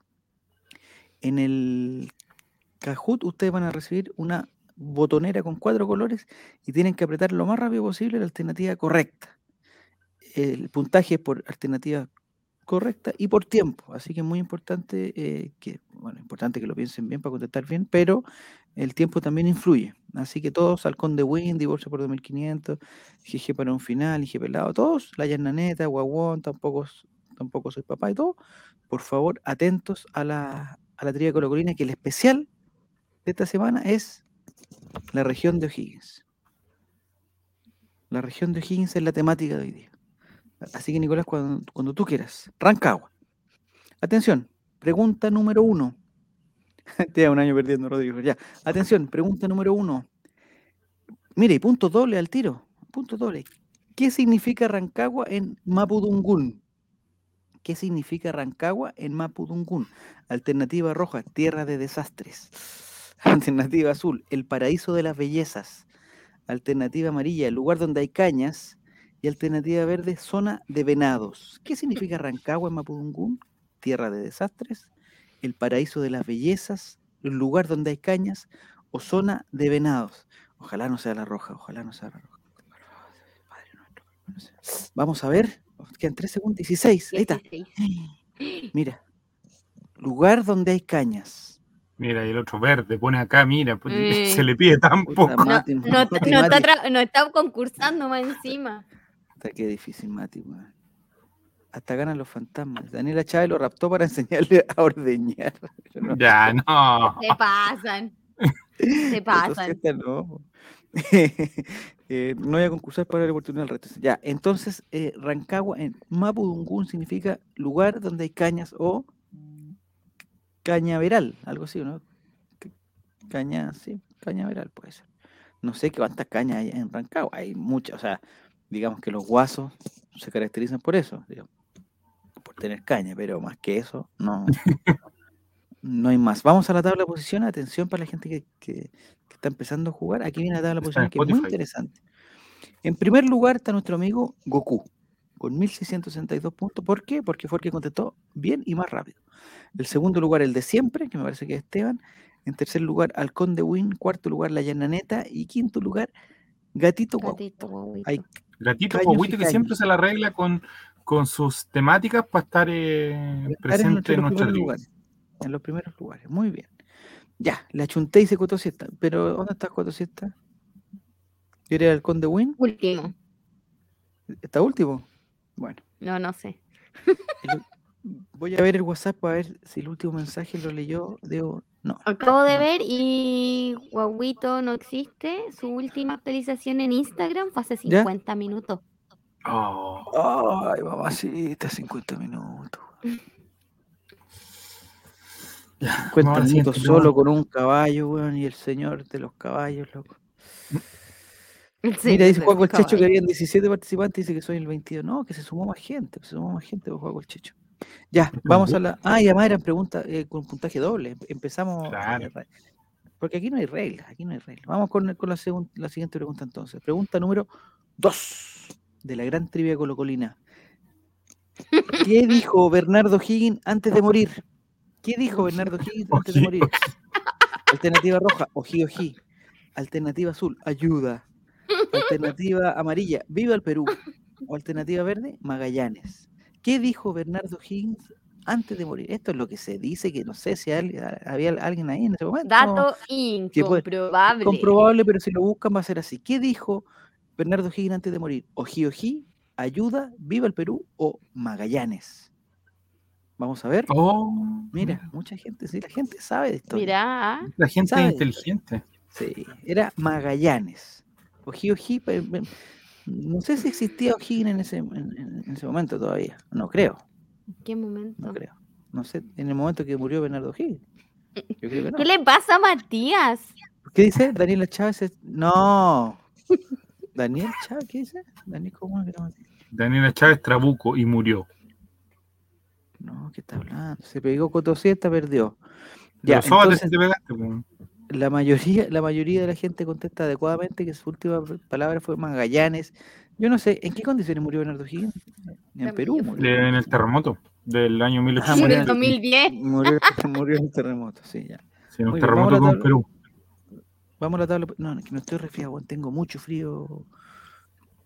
A: En el Kahoot ustedes van a recibir una botonera con cuatro colores y tienen que apretar lo más rápido posible la alternativa correcta. El puntaje es por alternativa correcta y por tiempo, así que es muy importante eh, que, bueno, importante que lo piensen bien para contestar bien, pero el tiempo también influye, así que todos, Halcón de Win, Divorcio por 2500, GG para un final, IG Pelado, todos, La Yananeta, Guaguón, tampoco, s- tampoco soy papá y todo, por favor, atentos a la, a la trivia colocolina, que el especial de esta semana es la región de O'Higgins. La región de O'Higgins es la temática de hoy día. A- Así que Nicolás, cuando, cuando tú quieras, Rancagua. Atención, pregunta número uno. Te da un año perdiendo, Rodrigo. Ya. Atención, pregunta número uno. Mire, y punto doble al tiro. Punto doble. ¿Qué significa Rancagua en Mapudungún? ¿Qué significa Rancagua en Mapudungún? Alternativa roja, tierra de desastres. Alternativa azul, el paraíso de las bellezas. Alternativa amarilla, el lugar donde hay cañas. Y alternativa verde, zona de venados. ¿Qué significa Rancagua en Mapudungún? Tierra de desastres, el paraíso de las bellezas, el lugar donde hay cañas o zona de venados. Ojalá no sea la roja, ojalá no sea la roja. Padre nuestro, no sea. Vamos a ver, quedan 3 segundos, 16, ahí está.
C: 16.
A: Mira, lugar donde hay cañas.
B: Mira, y el otro verde, pone acá, mira, pues,
C: Mm.
B: se le pide tan
A: Puta,
B: poco.
D: No,
A: Ah, Mati,
D: no-
A: Mati,
D: no está
A: Mati.
D: tra- no está concursando más encima.
A: Puta, qué difícil, Mati, weón. Hasta ganan los fantasmas. Daniela Chávez lo raptó para enseñarle a ordeñar. Yo no-
B: Ya, no.
D: Se pasan. Se
A: entonces
D: pasan.
A: esta no, po. Eh, no voy a concursar para la oportunidad al resto. Ya, entonces, eh, Rancagua en Mapudungún significa lugar donde hay cañas o cañaveral, algo así, ¿no? Ca- Caña, sí, cañaveral puede ser. No sé qué cuántas cañas hay en Rancagua, hay muchas, o sea, digamos que los guasos se caracterizan por eso, digamos, por tener caña, pero más que eso, no, no hay más. Vamos a la tabla de posiciones, atención para la gente que, que- que está empezando a jugar, aquí viene la tabla de
B: Está
A: posiciones
B: en
A: que es muy
B: Spotify.
A: interesante. En primer lugar está nuestro amigo Goku, con 1662 puntos, ¿por qué? Porque fue el que contestó bien y más rápido. El segundo lugar, el de siempre, que me parece que es Esteban. En tercer lugar, Halcón de Win. Cuarto lugar, La Llananeta. Y quinto lugar, Gatito guau.
C: Gatito, guaguito.
A: Ay,
B: Gatito
A: Caños y
B: Guaguito que
A: caños.
B: siempre se la arregla con, con sus temáticas para estar eh,
A: Estar en
B: presente en
A: los
B: nuestra
A: primeros
B: tribu.
A: lugares. En los primeros lugares. Muy bien. Ya, la chunté y hice Coto Siesta. Pero ¿dónde está Coto Siesta? Yo era el Conde Win.
D: Último.
A: Está último. Bueno,
D: No, no sé.
A: voy a ver el WhatsApp para ver si el último mensaje lo leyó. Debo. No.
C: Acabo de ver y Guaguito no existe. Su última actualización en Instagram fue hace
A: ¿Ya?
C: 50 minutos.
B: Oh,
A: Ay, mamacita, 50 minutos. 50
B: ya, vamos a la siguiente
A: minutos solo
B: pregunta.
A: con un caballo, weón, y el señor de los caballos, loco.
D: El
A: Mira,
D: señor
A: dice
D: del
A: Juan Colchecho que
D: caballo.
A: habían 17 participantes, dice que soy el 22. No, que se sumó más gente, se sumó más gente, pues, Juan Colchecho. Ya, vamos a la. Ah, y además eran preguntas eh, con puntaje doble. em- Empezamos. eh,
B: Claro.
A: re- Porque aquí no hay reglas, aquí no hay reglas. Vamos con, con la, segun- la siguiente pregunta entonces. Pregunta número 2 de la gran trivia colocolina. ¿Qué dijo Bernardo Higgins antes de morir? ¿Qué dijo Bernardo Higgins antes de
B: Oji,
A: morir? Alternativa roja, oh, oji, oji. Alternativa azul, ayuda. Alternativa amarilla, viva el Perú. O alternativa verde, Magallanes. ¿Qué dijo Bernardo Higgins antes de morir? Esto es lo que se dice, que no sé si al- a- había alguien ahí en ese momento.
D: Dato
A: que puede-
D: incomprobable.
A: Comprobable, pero si lo buscan va a ser así. ¿Qué dijo Bernardo Higgins antes de morir? Oji, oji, ayuda, viva el Perú o Magallanes. Vamos a ver.
B: Oh,
A: Mira, mucha gente, sí, la gente sabe de esto.
D: Mirá, ah,
B: la gente
A: ¿Sabe?
B: es inteligente.
A: Sí, era Magallanes. Oji Oji, pe- pe- no sé si existía O'Higgins en ese, en, en- en ese momento todavía. No creo,
C: ¿Qué momento?
A: no creo. No sé, en el momento que murió Bernardo O'Higgins. Yo creo que no.
D: ¿qué le pasa a Matías?
A: ¿Qué dice? Daniela Chávez. es- No. ¿Daniel Chávez? ¿Qué dice? ¿Daniel cómo es que no?
B: Daniela Chávez Trabuco y murió.
A: No, ¿qué está hablando? Se pegó Coto Siesta, perdió. Ya,
B: Ya, sábados
A: entonces-
B: te pegaste, po.
A: La mayoría, la mayoría de la gente contesta adecuadamente que su última pr- palabra fue Magallanes. Yo no sé, ¿en qué condiciones murió Bernardo Higgins? En
D: También
A: Perú.
D: yo
A: Murió,
B: en el terremoto del año
A: Ah,
D: En el
B: 1890.
A: murió.
D: 2010.
A: murió, murió en el terremoto, sí, ya.
B: Sí, en
A: Muy
B: un
A: bien, vamos a
B: terremoto
A: la
B: con
A: tabla.
B: Perú.
A: Vamos a la tabla. No, no, que no estoy resfriado, weón, tengo mucho frío.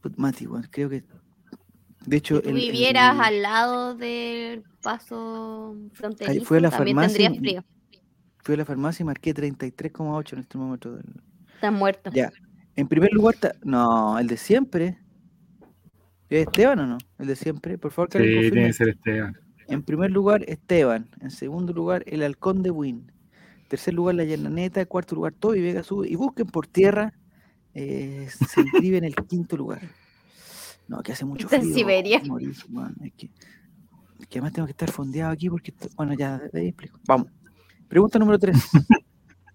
A: Put- Mati, weón, creo que. De hecho,
C: Tú
A: el- el-
C: vivieras
A: el-
C: al lado del paso fronterizo,
A: fui a la
C: también
A: farmacia y me-
C: tendría frío.
A: fui a la farmacia y marqué 33,8 en este momento. del-
C: Estás muerto.
A: Ya. En primer lugar, ta- no, el de siempre. ¿Es Esteban o no? El de siempre. Por favor, que
B: Sí,
A: alguien confirme.
B: tiene que ser este Esteban.
A: En primer lugar, Esteban. En segundo lugar, el Halcón de Win. Tercer lugar, la Llananeta. Cuarto lugar, Toby Vega sube. Y busquen por tierra. eh, se inscribe en el quinto lugar. No, que hace mucho
D: Está en
A: frío.
D: Siberia.
A: morir, weón, es que, es que además tengo que estar fondeado aquí porque, esto- bueno, ya de ahí explico. Vamos. Pregunta número 3.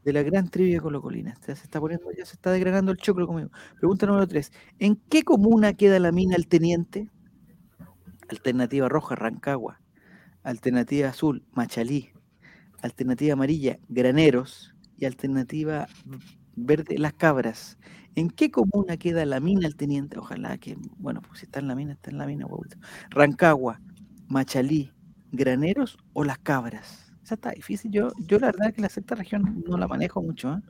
A: De la gran trivia colocolina. Ya se está poniendo, ya se está degradando el choclo conmigo. Pregunta número 3. ¿En qué comuna queda la mina El Teniente? Alternativa roja, Rancagua. Alternativa azul, Machalí. Alternativa amarilla, Graneros. Y alternativa verde, Las Cabras. ¿En qué comuna queda la mina El Teniente? Ojalá que, bueno, pues si está en la mina, está en la mina, huevito. Rancagua, Machalí, Graneros o Las Cabras. Esa está difícil. Yo, yo la verdad que la sexta región no la manejo mucho. ¿ah?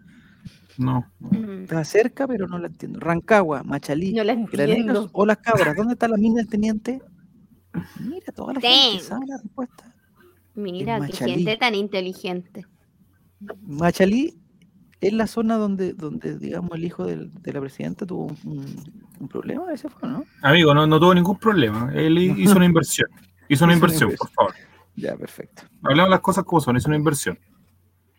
B: No,
D: Mm,
A: Está cerca, pero no la entiendo. Rancagua, Machalí,
D: No la
A: Graneros
D: entiendo.
A: o las cabras. ¿Dónde está la mina del teniente? Mira, toda la gente
C: Thanks.
A: sabe la respuesta.
C: Mira, qué
A: Machalí.
C: gente tan inteligente.
A: Machalí es la zona donde, donde digamos, el hijo del- de la presidenta tuvo un, un- un problema. Ese fue, ¿no?
B: amigo, no, no tuvo ningún problema. Él hi- hizo una inversión. Hizo
A: Hizo una
B: una inversión, por favor.
A: Ya, perfecto.
B: Hablamos las cosas como son, hizo una inversión.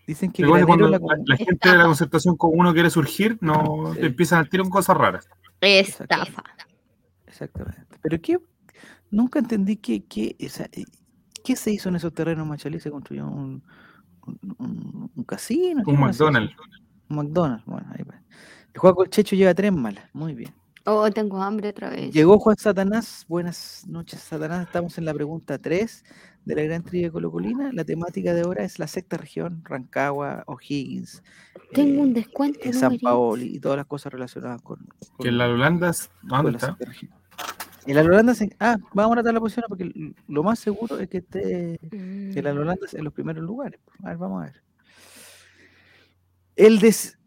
A: Dicen que
B: Igual que cuando
A: Graneros
B: la,
A: la comu-
B: la gente de la concertación con uno quiere surgir, no
A: Sí.
B: te empiezan a tirar con cosas raras.
C: Estafa.
A: Exactamente. Pero qué, nunca entendí qué, qué, esa- eh, qué se hizo en esos terrenos Machalí. Se construyó un, un- un- un casino. ¿qué
B: Un
A: más se hizo?
B: McDonald's.
A: Un McDonald's. Bueno, ahí va. El Juan Colchecho lleva tres malas. Muy bien.
C: Oh, tengo hambre otra vez.
A: Llegó Juan Satanás. Buenas noches, Satanás. Estamos en la pregunta 3 de la gran trivia colocolina. La temática de ahora es la sexta región, Rancagua, O'Higgins,
C: Tengo un
A: eh,
C: descuento. en
A: eh, San
C: Uber Eats.
A: Paoli y todas las cosas relacionadas con,
B: Que
A: con-
B: en la Holanda, Ah, ¿dónde
A: con la
B: está?
A: sexta región. El Holanda se... Ah, vamos a tratar la posición porque l- lo más seguro es que esté
C: Mm.
A: el Holanda en los primeros pues. lugares. A ver, vamos a ver. El des...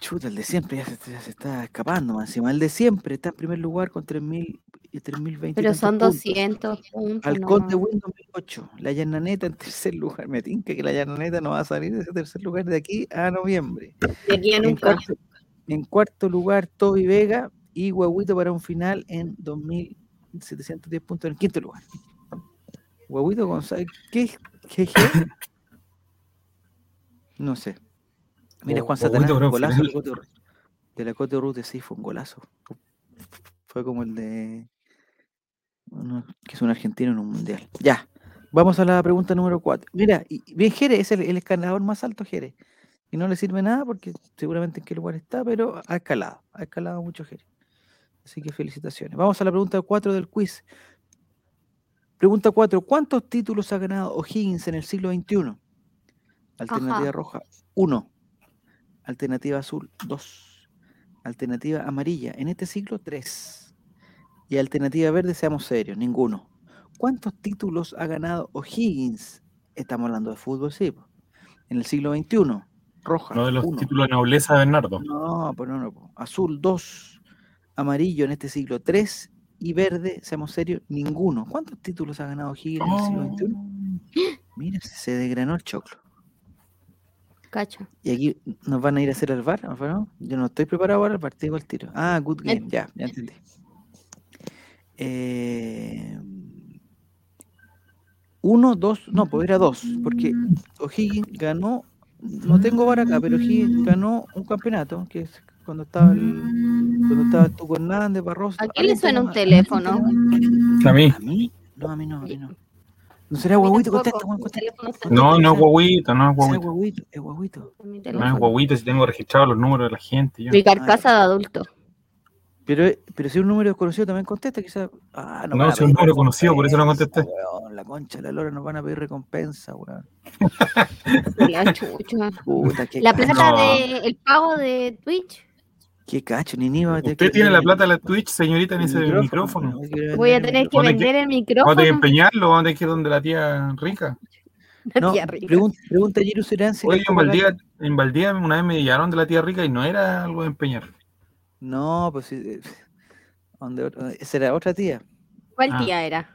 A: Chuta, el de siempre ya se, ya se está escapando, más encima. El de siempre está en primer lugar con 3.000 y 3.020. y
C: Pero
A: tantos
C: son
A: puntos.
C: 200 puntos.
A: Halcón de
C: no.
A: Win 2008. La Llananeta en tercer lugar. Me tinca que la Llananeta no va a salir de ese tercer lugar de aquí a noviembre.
C: De aquí a
A: En
C: nunca.
A: cuarto, en cuarto lugar, Toby Vega y Guaguito para un final en 2.710 puntos en el quinto lugar. Guaguito González. ¿Qué? ¿Qué? qué? No sé. Mira,
B: Gua-
A: Juan
B: Guaguito
A: Satanás,
B: para un
A: golazo de la
B: final.
A: Cote Ruth. De la Cote Ruth, sí, fue un golazo. Fue como el de. uno que es un argentino en un mundial. Ya. Vamos a la pregunta número 4. Mira, y y bien, Jerez es el, el escalador más alto, Jerez. Y no le sirve nada porque seguramente en qué lugar está, pero ha escalado. Ha escalado mucho Jerez. Así que felicitaciones. Vamos a la pregunta 4 del quiz. Pregunta 4. ¿Cuántos títulos ha ganado O'Higgins en el siglo XXI? Alternativa
D: Ajá.
A: roja, 1. Alternativa azul, 2. Alternativa amarilla, en este siglo, 3. Y alternativa verde, seamos serios, ninguno. ¿Cuántos títulos ha ganado O'Higgins? Estamos hablando de fútbol, sí. po. En el siglo XXI, roja,
B: Uno de los
A: uno.
B: títulos de nobleza, Bernardo.
A: No, pues no, no. po. Azul 2, amarillo en este siglo 3 y verde, seamos serios, ninguno. ¿Cuántos títulos ha ganado Higgins en el siglo XXI? Mira, se desgranó el choclo.
C: Cacho.
A: Y aquí nos van a ir a hacer al bar, Alfaro. Yo no estoy preparado para el partido al tiro. Ah, good
C: Eh.
A: game, ya, ya entendí. Eh, uno, dos, no, pues era dos, porque O'Higgins ganó, no tengo vara acá, pero O'Higgins ganó un campeonato, que es cuando estaba el, cuando estaba tú con Hernández, Barroso.
C: ¿A quién
A: alguien
C: le suena
A: tenía
C: un
A: más-
C: teléfono?
B: A mí.
A: ¿A mí? No, a mí no, a mí
C: Sí.
A: no. ¿No será
C: A mí
A: Guaguito?
C: tampoco,
A: Contesta, Juan,
C: mi
A: contesta.
C: teléfono está-
B: Oh. No, no es
A: Contesta,
B: guaguito, no
A: será
B: es guaguito.
A: Guaguito, es Guaguito.
C: mi
B: No es
C: teléfono.
B: guaguito si tengo registrados los números de la gente. yo.
C: Mi carcasa de adulto.
A: Pero, pero si un número desconocido también contesta, quizás. Ah,
B: No,
A: van a
B: si un
A: pedir
B: número conocido, por eso no
A: recompensa,
B: contesté.
A: weón, la concha, de la lora nos van a pedir recompensa, weón.
C: La chucha.
A: Puta, qué
C: La
A: cacho,
C: plata
B: No.
C: de el pago de Twitch.
A: Qué cacho, ni ni va a tener
B: Usted
A: que
B: tiene la
A: vender el-
B: plata de la Twitch, señorita, en ese
A: el
B: micrófono.
A: weón, hay que vender
C: Voy a
A: el
C: tener que
B: Vamos a tener Vamos
C: vender el
B: a tener que
C: micrófono.
B: empeñarlo, vamos a tener que ir donde la tía rica.
A: No,
C: Tía rica.
A: pregunta, pregunta a Jiru Serán si le
B: Oye,
A: está
B: en
A: pagando-
B: Valdía, en Valdía una vez me llevaron de la tía rica y no era algo de empeñar.
A: No, pues sí, eh, ¿dónde otro? Esa era otra tía.
C: ¿Cuál
B: Ah.
C: tía era?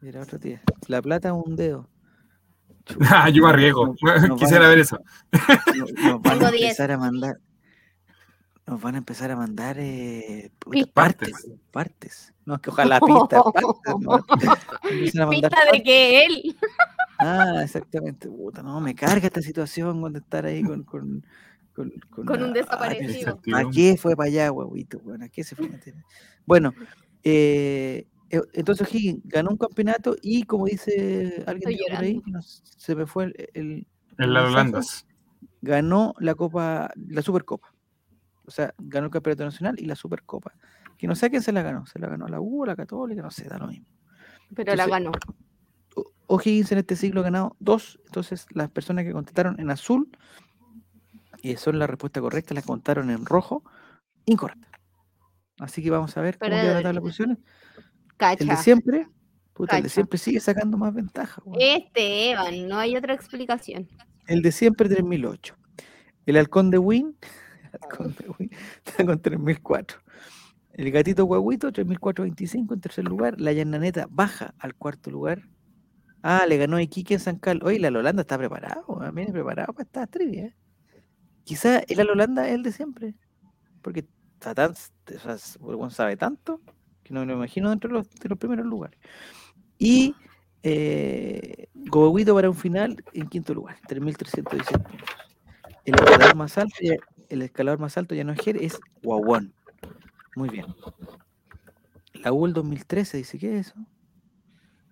A: Era otra tía. La plata es un dedo.
B: Ah, yo me arriesgo.
A: Nos- nos van
B: Quisiera
A: a-
B: ver eso.
A: no- Nos van a
C: Tengo diez.
A: empezar a mandar. Nos van a empezar a mandar eh, puta,
C: Pistas.
A: partes. Partes. No, que ojalá pistas. Partes, no. Empiezan a mandar
C: Pista de
A: partes.
C: que él.
A: Ah, exactamente. Puta, no, me carga esta situación cuando estar ahí con. con con,
C: Con un
A: la- ay, pero
C: desaparecido.
A: esa- ¿A
B: Incertidumbre.
A: qué fue para allá, guaguito? Bueno, ¿a qué se fue a meter? Bueno, eh, e- entonces Higgins ganó un campeonato y como dice alguien
C: Estoy
A: dijo por ahí, que no s- se me fue el, el-
B: En las holandas.
A: ganó la Copa, la Supercopa. O sea, ganó el campeonato nacional y la Supercopa. Que no sé a quién se la ganó, se la ganó a la U, a la Católica, no sé, da lo mismo.
C: Pero la
A: Entonces-
C: ganó.
A: O- O'Higgins en este siglo ha ganado dos. Entonces, las personas que contestaron en azul eh, son la respuesta correcta, las contaron en rojo, incorrecta. Así que vamos a ver cómo queda la tabla de
C: Perdedores.
A: posiciones. El de
C: Cacha.
A: siempre, puta, el de
C: Cacha.
A: siempre sigue sacando más ventaja. weón.
C: Este, Evan, no hay otra explicación.
A: El de siempre, 3008. El halcón de Win, halcón de Win, está con 3004. El gatito guaguito, 3425 en tercer lugar. La llananeta baja al cuarto lugar. Ah, le ganó Iquique en San Carlos. Oye, la Lolanda está preparado, ah, viene preparado para esta trivia. ¿eh? Quizá el la Lolanda es el de siempre. Porque está tan, o sea, s- el weón sabe tanto que no me lo imagino dentro de los, de los primeros lugares. Y eh, Guaguito para un final en quinto lugar, 3.316 puntos. El escalador más alto, ya- el escalador más alto ya no es Jer, es Guaguán. Muy bien. La UL 2013 dice, ¿qué es eso?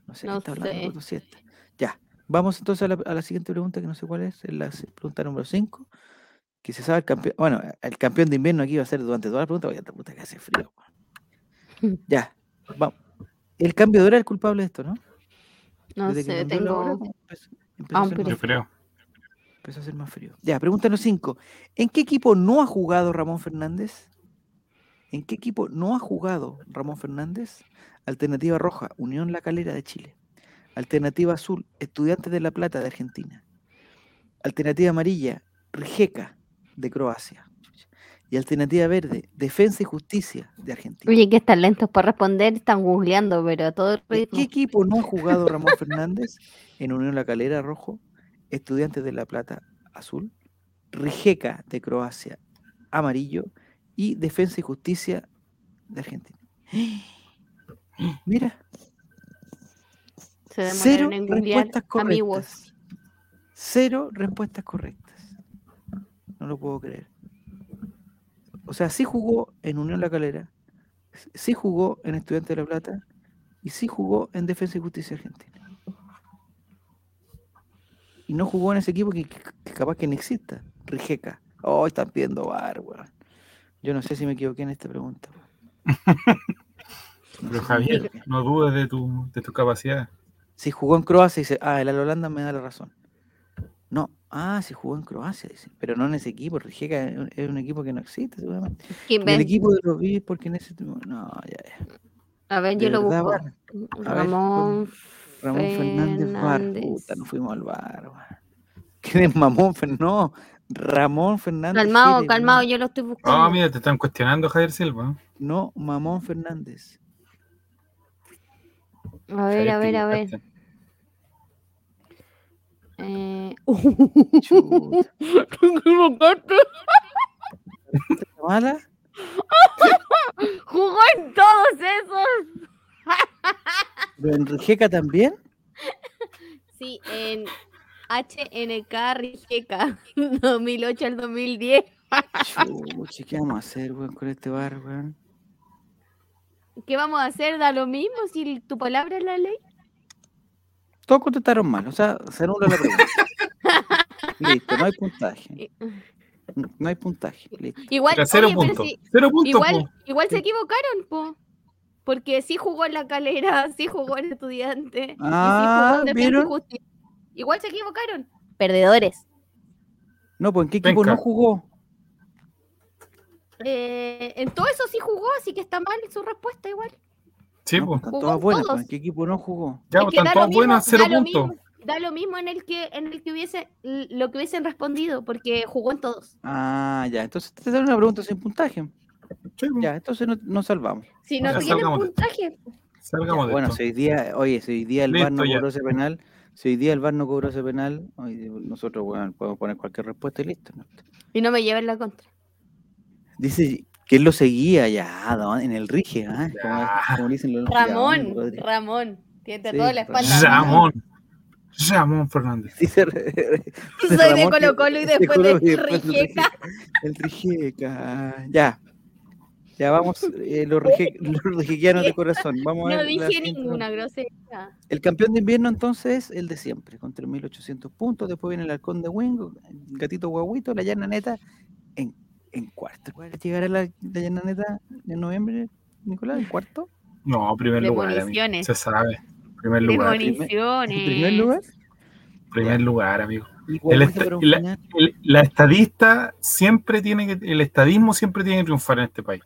A: No sé
C: No
A: qué está hablando.
C: sé.
A: Gordo Siesta. Ya. Vamos entonces a la, a la siguiente pregunta, que no sé cuál es, es la se- pregunta número 5. Que se sabe el campeón. Bueno, el campeón de invierno aquí va a ser durante toda la pregunta, porque esta puta que hace frío. weón. Ya. Vamos. El cambio de hora es el culpable de esto, ¿no?
C: No
A: Desde que
C: sé,
A: cambió la hora,
C: tengo.
A: como empezó- empezó a hacer
C: hambre.
B: Yo
A: más-
B: creo.
A: empezó a hacer más frío. Ah, Ya, pregunta número 5. ¿En qué equipo no ha jugado Ramón Fernández? ¿En qué equipo no ha jugado Ramón Fernández? Alternativa roja, Unión La Calera de Chile. Alternativa azul, Estudiantes de La Plata de Argentina. Alternativa amarilla, Rijeka de Croacia. y Alternativa Verde, Defensa y Justicia de Argentina.
C: Oye, que están lentos para responder, están googleando, pero a todo el
A: ¿De
C: ritmo.
A: qué equipo no ha jugado Ramón Fernández? En Unión La Calera Rojo, Estudiantes de La Plata Azul, Rijeka de Croacia Amarillo y Defensa y Justicia de Argentina. Mira,
D: Se
A: cero
D: demoraron en googlear
A: respuestas
D: amigos.
A: correctas. Cero respuestas correctas. No lo puedo creer. O sea, sí jugó en Unión La Calera, sí jugó en Estudiantes de La Plata y sí jugó en Defensa y Justicia Argentina. Y no jugó en ese equipo que, que capaz que ni exista. Rijeca. Oh, están pidiendo bar, weón. Yo no sé si me equivoqué en esta pregunta. weón. No sé si
B: Pero
A: me
B: Javier,
A: equivoqué.
B: no dudes de tu, de tu capacidad.
A: Si jugó en Croacia, dice, ah, el Al Holanda me da la razón. No, ah, si jugó en Croacia, dice, pero no en ese equipo. Rijeka es un- es un equipo que no existe, seguramente.
C: Que
A: Y
C: ven-
A: El equipo de los Vives, porque en ese. No, ya, ya.
C: a ver,
A: de
C: yo lo
A: verdad,
C: busco.
A: Barra. A ver,
C: Ramón,
A: Ramón Fernández Bar. Puta,
C: Fernández.
A: nos fuimos al bar, weón. ¿Quién es Mamón Fer- No, Ramón Fernández.
C: calmado,
A: Gire, weón.
C: calmado, yo lo estoy
B: Ah,
C: buscando.
B: mira, te están cuestionando, Javier Silva.
A: No, Mamón Fernández.
C: a ver, a ver, a ver. Eh,
A: Chuta,
C: eh,
A: ¿está ¿Mala?
D: Jugó en todos esos.
A: ¿Pero en Rijeka también?
C: sí, en HNK Rijeka, 2008 al 2010.
A: Chucha, ¿qué vamos a hacer, weón, con este bar, weón?
C: ¿Qué vamos a hacer? ¿Da lo mismo si tu palabra es la ley?
A: Todos contestaron mal, o sea, se anula la pregunta. listo, no hay puntaje. N- No hay puntaje, listo.
C: Igual,
B: Cero
C: oye, pero
B: puntos.
C: si-
B: Cero puntos,
C: igual,
B: po.
C: igual se equivocaron, po. Porque sí jugó en la calera, sí jugó en estudiante.
A: Ah,
C: y sí jugó en Defensa y
A: ¿vieron?
C: Justicia. Igual se equivocaron. Perdedores.
A: No, pues ¿en qué equipo no
B: Venga.
A: jugó?
C: Eh, en todo eso sí jugó, así que está mal su respuesta igual.
B: Sí,
A: No, pues,
B: pues.
A: están
C: Jugó
A: todas
C: en
A: buenas, pues,
C: todos.
A: ¿en qué equipo no jugó?
B: Ya,
C: Es
B: pues,
C: que da
B: están
C: lo
B: todas
C: mismo-
B: buenas, cero
C: da lo
B: puntos.
C: mismo- Da lo mismo en el que, en el que hubiese lo que hubiesen respondido, porque jugó en todos.
A: Ah, ya, entonces te dan una pregunta sin puntaje.
B: Sí, pues.
A: Ya, entonces no- nos salvamos.
C: Si no
B: Ya,
C: tienen
B: salgamos de-
C: puntaje,
A: Ya,
B: Salgamos de
A: bueno,
B: esto.
A: si hoy día, oye, si hoy día el bar no
B: Listo, ya.
A: cobró ese penal, si hoy día el bar no cobró ese penal, hoy día nosotros weón, podemos poner cualquier respuesta y listo. ¿no?
C: y no me lleven la contra.
A: Dice que él lo seguía ya, don- en el rige, ¿ah?
B: Ya.
A: como, como dicen los
D: Ramón,
A: los Rodríguez.
D: Ramón. Tiene
A: Sí,
D: toda la
A: Ramón.
D: espalda.
B: Ramón. Ramón Fernández.
A: Dice, Soy
D: Pues de Colo Colo y después de Rijeka.
A: El Rijeka. Ya. Ya vamos, eh, los, rije, los rijequianos de corazón. Vamos a ver
C: No
A: la
C: dije
A: siguiente
C: ninguna
A: pregunta.
C: grosería.
A: El campeón de invierno entonces es el de siempre, con 3.800 puntos. Después viene el halcón de Wingo, Gatito Guaguito, la llana neta en, en cuarto. ¿Cuál ¿Llegará la, la llana neta en noviembre, Nicolás? ¿En cuarto?
B: No, primer lugar. Amigo.
D: Premoniciones.
B: Se sabe. Primer lugar.
D: Premoniciones.
A: ¿En primer lugar?
B: Primer lugar, amigo.
A: Y Guaguito
B: esta-
A: para un
B: la-
A: final.
B: El- la estadista siempre tiene que, el estadismo siempre tiene que triunfar en este país.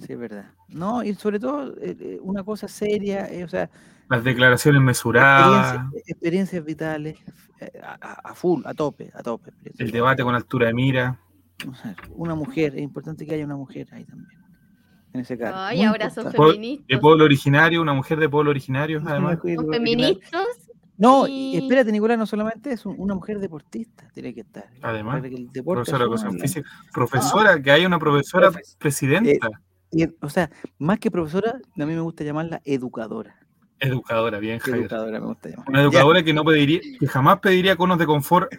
A: Sí, es verdad. No, y sobre todo eh, eh, una cosa seria, eh, o sea,
B: Las declaraciones mesuradas,
A: experiencias, experiencias vitales eh, a, a- a full, a tope, a tope. experiencias
B: el debate con
A: vitales.
B: altura de mira.
A: Una mujer, es importante que haya una mujer ahí también. En ese cargo.
D: Ay,
A: muy
D: ahora son
A: importante.
B: Puedo-
D: feministas.
B: De pueblo originario, una mujer de pueblo originario,
A: Una
B: además.
A: mujer
C: Son
A: original.
C: feministas.
A: No, y
C: y-
A: espérate, Nicolás, no solamente eso, una mujer deportista tiene que estar.
B: Además,
A: para que el deporte
B: Profesora
A: asuma
B: de educación
A: la-
B: física. Profesora, que haya una profesora
A: Profes- Eh,
B: presidenta,
A: y- O sea, más que profesora, a mí me gusta llamarla educadora.
B: educadora, bien, Javier.
A: Educadora me gusta llamarla.
B: Una educadora que no pediría, que jamás pediría conos de confort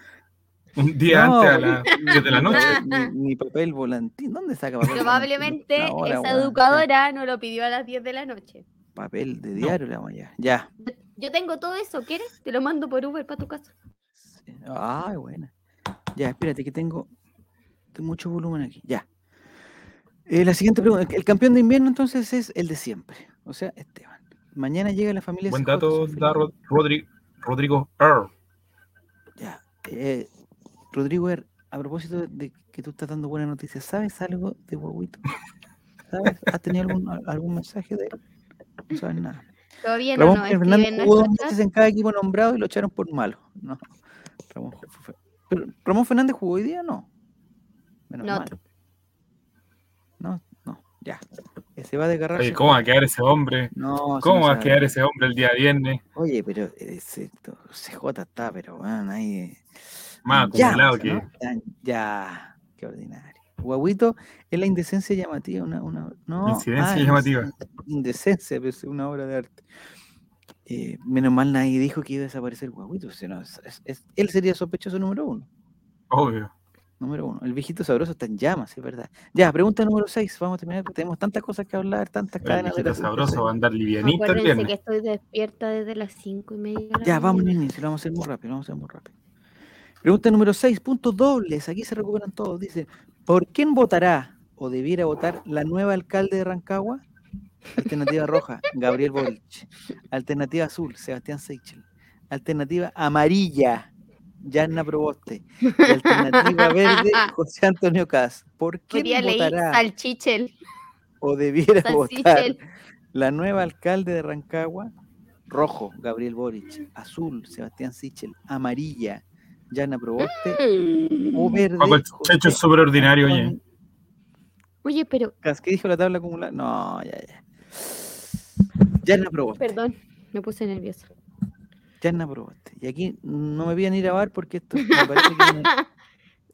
B: un día
A: No,
B: antes a las 10 de la
A: ni
B: noche.
A: papel- Ni, ni papel volantín. ¿Dónde saca papel?
D: Probablemente
A: volantín? Ahora,
D: esa
A: weón, ya,
D: educadora no lo pidió a las 10 de la noche.
A: Papel de diario la vamos Ya.
C: Yo tengo todo eso, ¿quieres? Te lo mando por Uber para tu casa.
A: Sí. Ay, buena. Ya, espérate que tengo, tengo mucho volumen aquí. Ya. Eh, la siguiente pregunta. El campeón de invierno entonces es el de siempre. O sea, Esteban. Mañana llega la familia.
B: Buen
A: CJ,
B: dato,
A: soy feliz.
B: da Rod- Rodri- Rodrigo Earl.
A: Ya. eh, Rodrigo, Er, a propósito de- de que tú estás dando buenas noticias, ¿sabes algo de Guaguito? ¿Sabes? ¿Has tenido algún, al- algún mensaje de él? No sabes nada.
D: Todavía no
A: Ramón
D: nos
A: Fernández
D: escriben
A: jugó
D: nuestro
A: dos
D: chat.
A: veces en cada equipo nombrado y lo echaron por malo. No. Ramón, Ju- Fe- pero, ¿Ramón Fernández jugó hoy día? No. Menos
D: No.
A: mal. No, no, ya. Que se va a desgarrar.
B: Oye,
A: se
B: ¿cómo va
A: fue.
B: a quedar ese hombre?
A: No, si
B: ¿Cómo
A: no
B: va a
A: se
B: quedar ese hombre el día viernes?
A: Oye, pero eh, ese to- CJ está, pero bueno, ahí. eh,
B: Más
A: ya,
B: acumulado
A: o sea,
B: que.
A: ¿no? Tan- Ya, qué ordinario. Guaguito es la indecencia llamativa, una, una no,
B: Incidencia llamativa.
A: inc- Indecencia, pero es una obra de arte. Eh, menos mal nadie dijo que iba a desaparecer Guaguito, sino es- es- es- él sería sospechoso número uno.
B: Obvio.
A: Número uno. El viejito sabroso está en llamas, es verdad. Ya, pregunta número seis. Vamos a terminar. porque Tenemos tantas cosas que hablar, tantas
B: El
A: cadenas de
B: viejito
A: razón que
B: sabroso va a
A: hacer.
B: andar livianito el
C: Acuérdense
B: viernes.
C: que estoy despierta desde las 5 y media. de la
A: Ya, vamos,
C: mañana.
A: Nini, se lo vamos a hacer muy rápido, lo vamos a hacer muy rápido. Pregunta número 6, puntos dobles, aquí se recuperan todos. Dice, ¿por quién votará o debiera votar la nueva alcalde de Rancagua? Alternativa roja, Gabriel Boric. Alternativa azul, Sebastián Seichel. Alternativa amarilla, Yanna Proboste. Y alternativa verde, José Antonio Caz. ¿Por
D: Hoy día
A: quién
D: leí
A: votará
D: salchichel,
A: o debiera votar
D: salsichel.
A: la nueva alcalde de Rancagua, rojo, Gabriel Boric, azul, Sebastián Sichel, amarilla, Yana Proboste, o verde.
B: Paco, el
A: José
B: chacho es súper ordinario, oye.
A: Antonio
C: Oye, pero,
A: Cas- ¿Qué dijo la tabla acumulada? No, ya, ya. Yana Proboste,
C: perdón, me puse nerviosa.
A: Yana Proboste. Y aquí no me pidan ir a bar porque esto me parece que es una,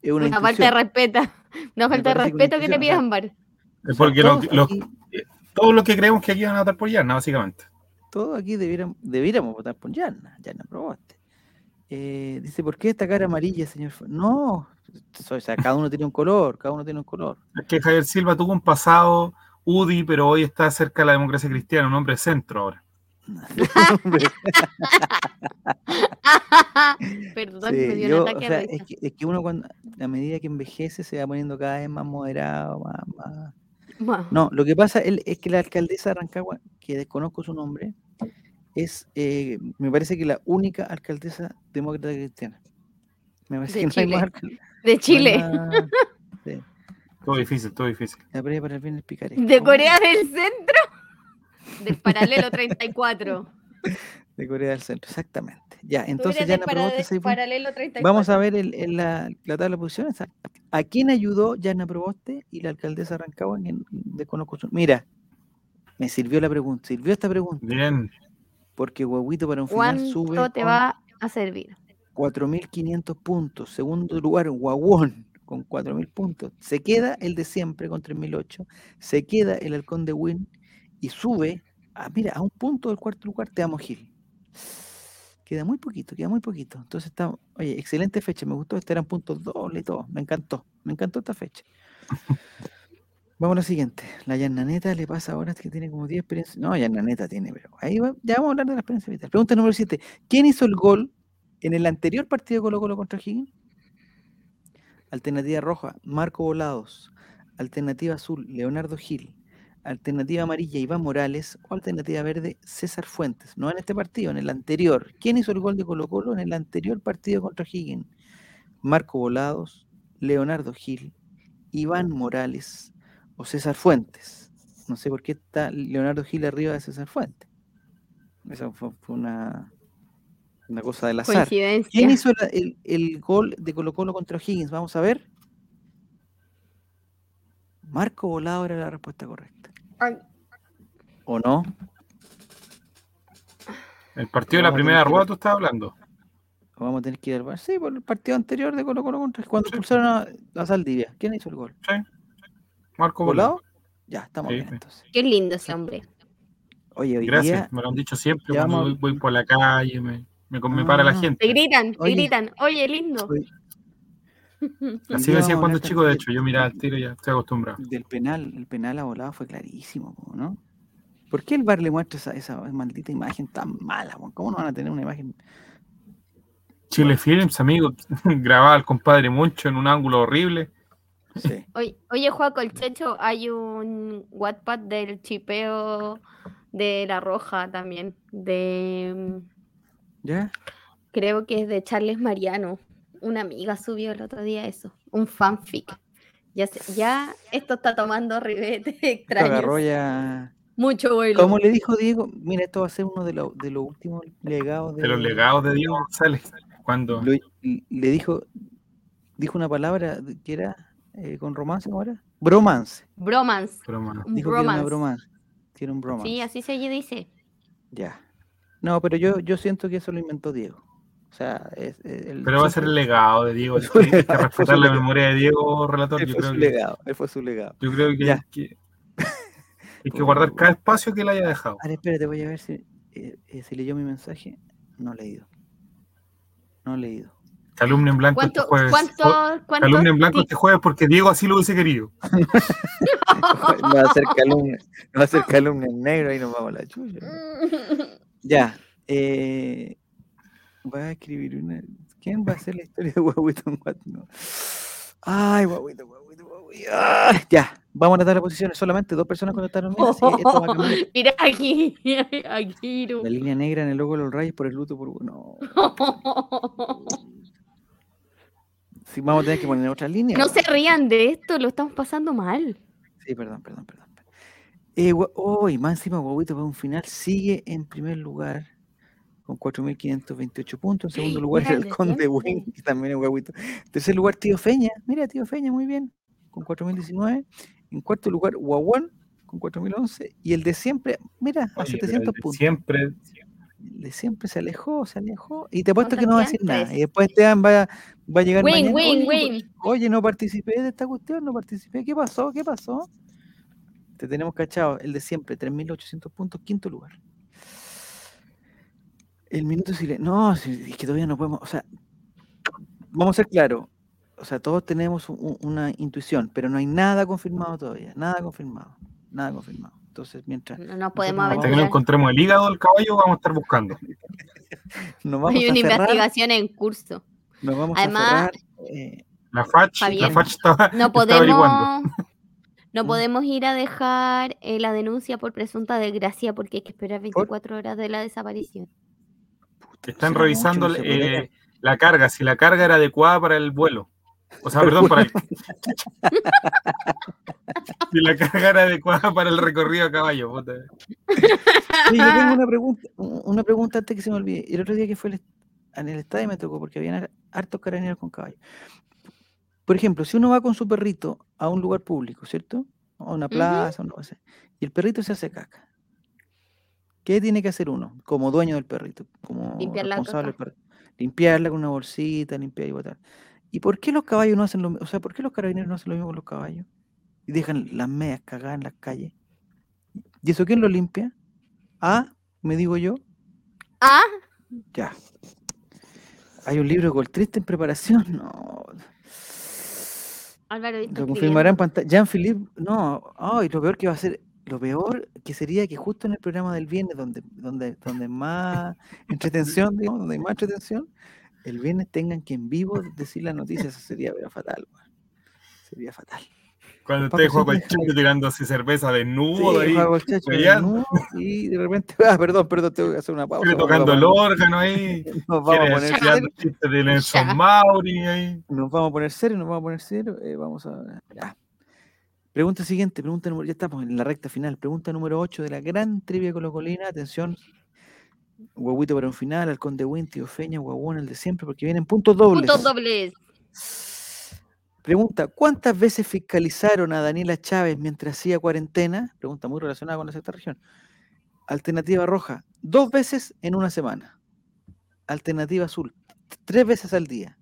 A: es una
C: Una falta de
A: intrusión.
C: respeto. Una falta de
A: parece que una
C: respeto que te
A: intuición,
C: pidas
A: ajá.
C: ambar.
B: Es porque
A: Todos
B: los- los-
A: aquí-
B: todos los que creemos que aquí van a votar por Yarna, básicamente.
A: todos aquí debieran- debiéramos votar por Yarna, Yarna Proboste. Eh, dice, ¿por qué esta cara amarilla, señor? Fa-?" No, o sea, cada uno tiene un color, cada uno tiene un color.
B: Es que Javier Silva tuvo un pasado UDI, pero hoy está cerca de la democracia cristiana, un hombre de centro ahora.
A: Hombre,
D: Perdón,
A: sí,
D: me dio
A: yo,
D: un
A: o
D: ataque
A: sea,
D: de
A: es,
D: risa.
A: que, es que uno cuando, a medida que envejece se va poniendo cada vez más moderado, más- más-
C: Bueno,
A: No, lo que pasa el- es que la alcaldesa de Rancagua, que desconozco su nombre, es, eh, me parece que la única alcaldesa demócrata cristiana. Me parece que
C: De
A: no hay más
C: Chile.
A: alcal- no
C: de
A: hay
C: Chile,
A: más-
B: Todo difícil, todo difícil.
A: La pelea para el bien del picaresco.
D: De Corea del Centro. Del paralelo 34.
A: De Corea del Centro, exactamente. Ya,
D: Tú
A: entonces
D: eres
A: ya
D: del
A: la
D: parade-
A: pregunta
D: paralelo 34.
A: Vamos a ver el, el- la, la tabla de posiciones. ¿A- ¿A quién ayudó Yana Proboste y la alcaldesa de Rancagua? en el- desconozco su- Mira, me sirvió la pregunta, sirvió esta pregunta,
B: Bien.
A: porque Guaguito para un final sube
C: ¿cuánto te
A: con
C: va a servir?
A: 4.500 puntos. Segundo lugar, Guaguón con 4.000 puntos. Se queda el de siempre con 3.008. Se queda el halcón de Win y sube, a, mira, a un punto del cuarto lugar, te amo Gil. Queda muy poquito, queda muy poquito. Entonces está, oye, excelente fecha, me gustó, este eran puntos doble y todo, me encantó, me encantó esta fecha. Vamos a lo siguiente, la Yarnaneta le pasa ahora que tiene como 10 experiencias. No, Yarnaneta tiene, pero ahí va, ya vamos a hablar de la experiencia vital. Pregunta número 7, ¿quién hizo el gol en el anterior partido de Colo Colo contra Higgins? Alternativa roja, Marco Volados. Alternativa azul, Leonardo Gil. Alternativa amarilla, Iván Morales. O alternativa verde, César Fuentes. No en este partido, en el anterior. ¿Quién hizo el gol de Colo Colo en el anterior partido contra Higgins? Marco Volados, Leonardo Gil, Iván Morales o César Fuentes. No sé por qué está Leonardo Gil arriba de César Fuentes. Esa fue, fue una, una cosa del azar.
C: Coincidencia.
A: ¿Quién hizo la- el, el gol de Colo Colo contra Higgins? Vamos a ver. Marco Volado era la respuesta correcta.
D: Ay.
A: ¿O no?
B: El partido de la
A: Vamos a
B: primera
A: tener que-
B: rueda, tú estabas hablando.
A: ¿O vamos a tener que ir al bar? Sí, por el partido anterior de Colo Colo contra cuando expulsaron a, a Saldivia. ¿Quién hizo el gol?
B: Marco Volado.
A: ¿Volado? Ya, estamos
B: Sí,
A: bien
B: sí.
A: entonces.
C: Qué lindo ese hombre.
A: Oye, hoy día,
B: Gracias, me lo han dicho siempre.
A: ya
B: Cuando
A: vamos-
B: voy, voy por la calle, me, me, me para la
A: Ah.
B: gente.
D: Te gritan, te
A: Oye.
D: gritan. Oye, lindo.
A: Oye. hoy
B: Así
A: día
B: me decía
A: vamos a
B: cuando
A: hablar
B: chico, de
A: también
B: hecho. Yo miraba el tiro y ya estoy acostumbrado.
A: Del penal, el penal a Volado fue clarísimo, po, ¿no? ¿Por qué el bar le muestra esa, esa maldita imagen tan mala? po? ¿Cómo no van a tener una imagen
B: Chile Films, amigo, grababa al compadre Moncho en un ángulo horrible.
A: Sí.
C: Oye, oye Juaco, el Checho, hay un Wattpad del chipeo de La Roja también, de mm,
A: ¿Ya?
C: creo que es de Charles Mariano. Una amiga subió el otro día eso, un fanfic. Ya, se- ya esto está tomando ribete
A: Esto agarró
C: extraño.
A: ya...
C: Mucho vuelo.
A: Como le dijo Diego, mira, esto va a ser uno de, lo- de los últimos legados de,
B: De los legados de Diego González. Cuando
A: lo- le dijo, dijo una palabra de- que era eh, con romance, ¿cómo era? Bromance.
C: Bromance.
B: Broma.
A: Dijo que era una bromance. Que era un bromance.
C: Sí, así se dice.
A: Ya. No, pero yo, yo siento que eso lo inventó Diego. O sea, es, es- el-
B: Pero va a ser el legado de Diego.
A: Él fue su
B: Tienes que
A: legado, fue su
B: respetar la
A: legado.
B: memoria de Diego, relator.
A: él
B: Yo
A: fue
B: creo
A: su
B: que,
A: legado. Él fue su legado.
B: yo creo que,
A: Ya.
B: que- hay que guardar cada espacio que le haya dejado.
A: Ahora espérate, voy a ver si, eh, eh, si leyó mi mensaje. No leído. No leído.
B: Calumnia en blanco
C: ¿Cuánto,
B: este jueves.
C: cuánto, cuánto
B: Calumnia en blanco
C: tic-
B: este jueves porque Diego así lo hubiese querido.
A: Ah, No va a ser calumnia. No va a ser calumnia en negro. Ahí nos vamos a la chucha. Ya. Eh, voy a escribir una. ¿Quién va a hacer la historia de Guaguito en Guat- no. Ay, Guaguito, Guaguito, Guaguito. Ah, ya. Vamos a tratar las posiciones. Solamente dos personas contestaron. bien, así que esto va a cambiar.
C: Mira aquí, aquí.
A: La línea negra en el logo de los rayos por el luto por. No. Sí, vamos a tener que poner otra línea.
C: No
A: weón.
C: se rían de esto, lo estamos pasando mal.
A: Sí, perdón, perdón, perdón. Eh, gua- oh, y más encima, Guaguito para un final sigue en primer lugar con 4.528 puntos. En segundo lugar,
C: Mira el
A: el Conde Wing,
C: desciende.
A: que también es Guaguito. En tercer lugar, Tío Feña. Mira, Tío Feña, muy bien, con 4.019. En cuarto lugar, Guaguán, con 4.011. Y el de siempre, mira, a
B: Oye, pero
A: 700
B: el de
A: puntos.
B: Siempre.
A: El de siempre se alejó, se alejó. Y te apuesto
C: ¿Cuántas
A: que no va a decir
C: quedan?
A: nada.
C: Tres.
A: Y después Esteban va, va a llegar
C: Win,
A: mañana.
C: win,
A: "Oye,
C: win.
A: Oye, no participé de esta cuestión, no participé. ¿Qué pasó? ¿Qué pasó? Te tenemos cachado, el de siempre, 3.800 puntos, quinto lugar. El minuto silencio. No, si- es que todavía no podemos. O sea, vamos a ser claros. O sea, todos tenemos un- un- una intuición, pero no hay nada confirmado todavía. Nada confirmado. Nada confirmado. Entonces, mientras
C: No nos podemos
A: Nosotros
B: Hasta que no
C: aventurar.
B: encontremos el hígado del caballo, vamos a estar buscando.
A: nos vamos
C: Hay
A: a
C: una
A: cerrar,
C: investigación en curso.
A: nos vamos
C: Además,
A: a cerrar. eh,
B: La Fach, la
C: Fabián.
B: Fach está,
C: No
B: está averiguando.
C: podemos, no
A: Mm.
C: podemos ir a dejar eh, la denuncia por presunta desgracia porque hay que esperar 24 horas de la desaparición.
A: puta,
B: Están
A: será mucho, no
B: revisando
A: se podrá.
B: eh, la carga, si la carga era adecuada para el vuelo. O sea, perdón, para el... Si la carga era adecuada para el recorrido a caballo. puta.
A: Oye, yo tengo una pregunta, u- una pregunta antes que se me olvide. El otro día que fue al est- en el estadio me tocó porque habían har- hartos carabineros con caballo. Por ejemplo, si uno va con su perrito a un lugar público, ¿cierto? A una
C: Ujú.
A: plaza, una cosa, y el perrito se hace caca. ¿Qué tiene que hacer uno como dueño del perrito? Como
C: Limpiar la
A: responsable del
C: caca.
A: perrito. Limpiarla con una bolsita, limpiar y botar. ¿Y por qué los caballos no hacen lo mismo? O sea, ¿por qué los carabineros no hacen lo mismo con los caballos? Y dejan las medias cagadas en las calles. ¿Y eso quién lo limpia? Ah, me digo yo,
C: Ah,
A: ya. Hay un libro con triste en preparación. No.
C: Álvaro, ¿viste
A: Lo confirmará
C: escribiendo?
A: en pantalla. Jean-Philippe, no. Ay, lo peor que va a ser, lo peor que sería que justo en el programa del viernes, donde, donde, donde más entretención, digamos, donde hay más entretención, el viernes tengan que en vivo decir la noticia. Eso sería pero fatal. weón. Sería fatal.
B: Cuando
A: Paco
B: esté Juan
A: siempre deja
B: Colchete tirándose cerveza desnudo
A: Sí,
B: ahí,
A: Juan Colchacho,
B: peleando.
A: desnudo, y de repente, ah, perdón, perdón, tengo que hacer una pausa. vamos a
B: tocando el
A: poner-
B: órgano ahí,
A: Nos vamos a
B: quiere
A: poner
B: tirando chistes de Nelson Mauri ahí.
A: Nos vamos a poner cero, nos vamos a poner cero. eh, vamos a. ya. Pregunta siguiente, pregunta número. Ya estamos en la recta final. Pregunta número 8 de la gran trivia colocolina. Atención. Guaguito para un final, al conde Win, tío Feña, Guaguón, el de siempre, porque vienen puntos dobles.
C: Puntos dobles.
A: Pregunta: ¿Cuántas veces fiscalizaron a Daniela Chávez mientras hacía cuarentena? Pregunta muy relacionada con la sexta región. Alternativa roja: dos veces en una semana. Alternativa azul: t- tres veces al día.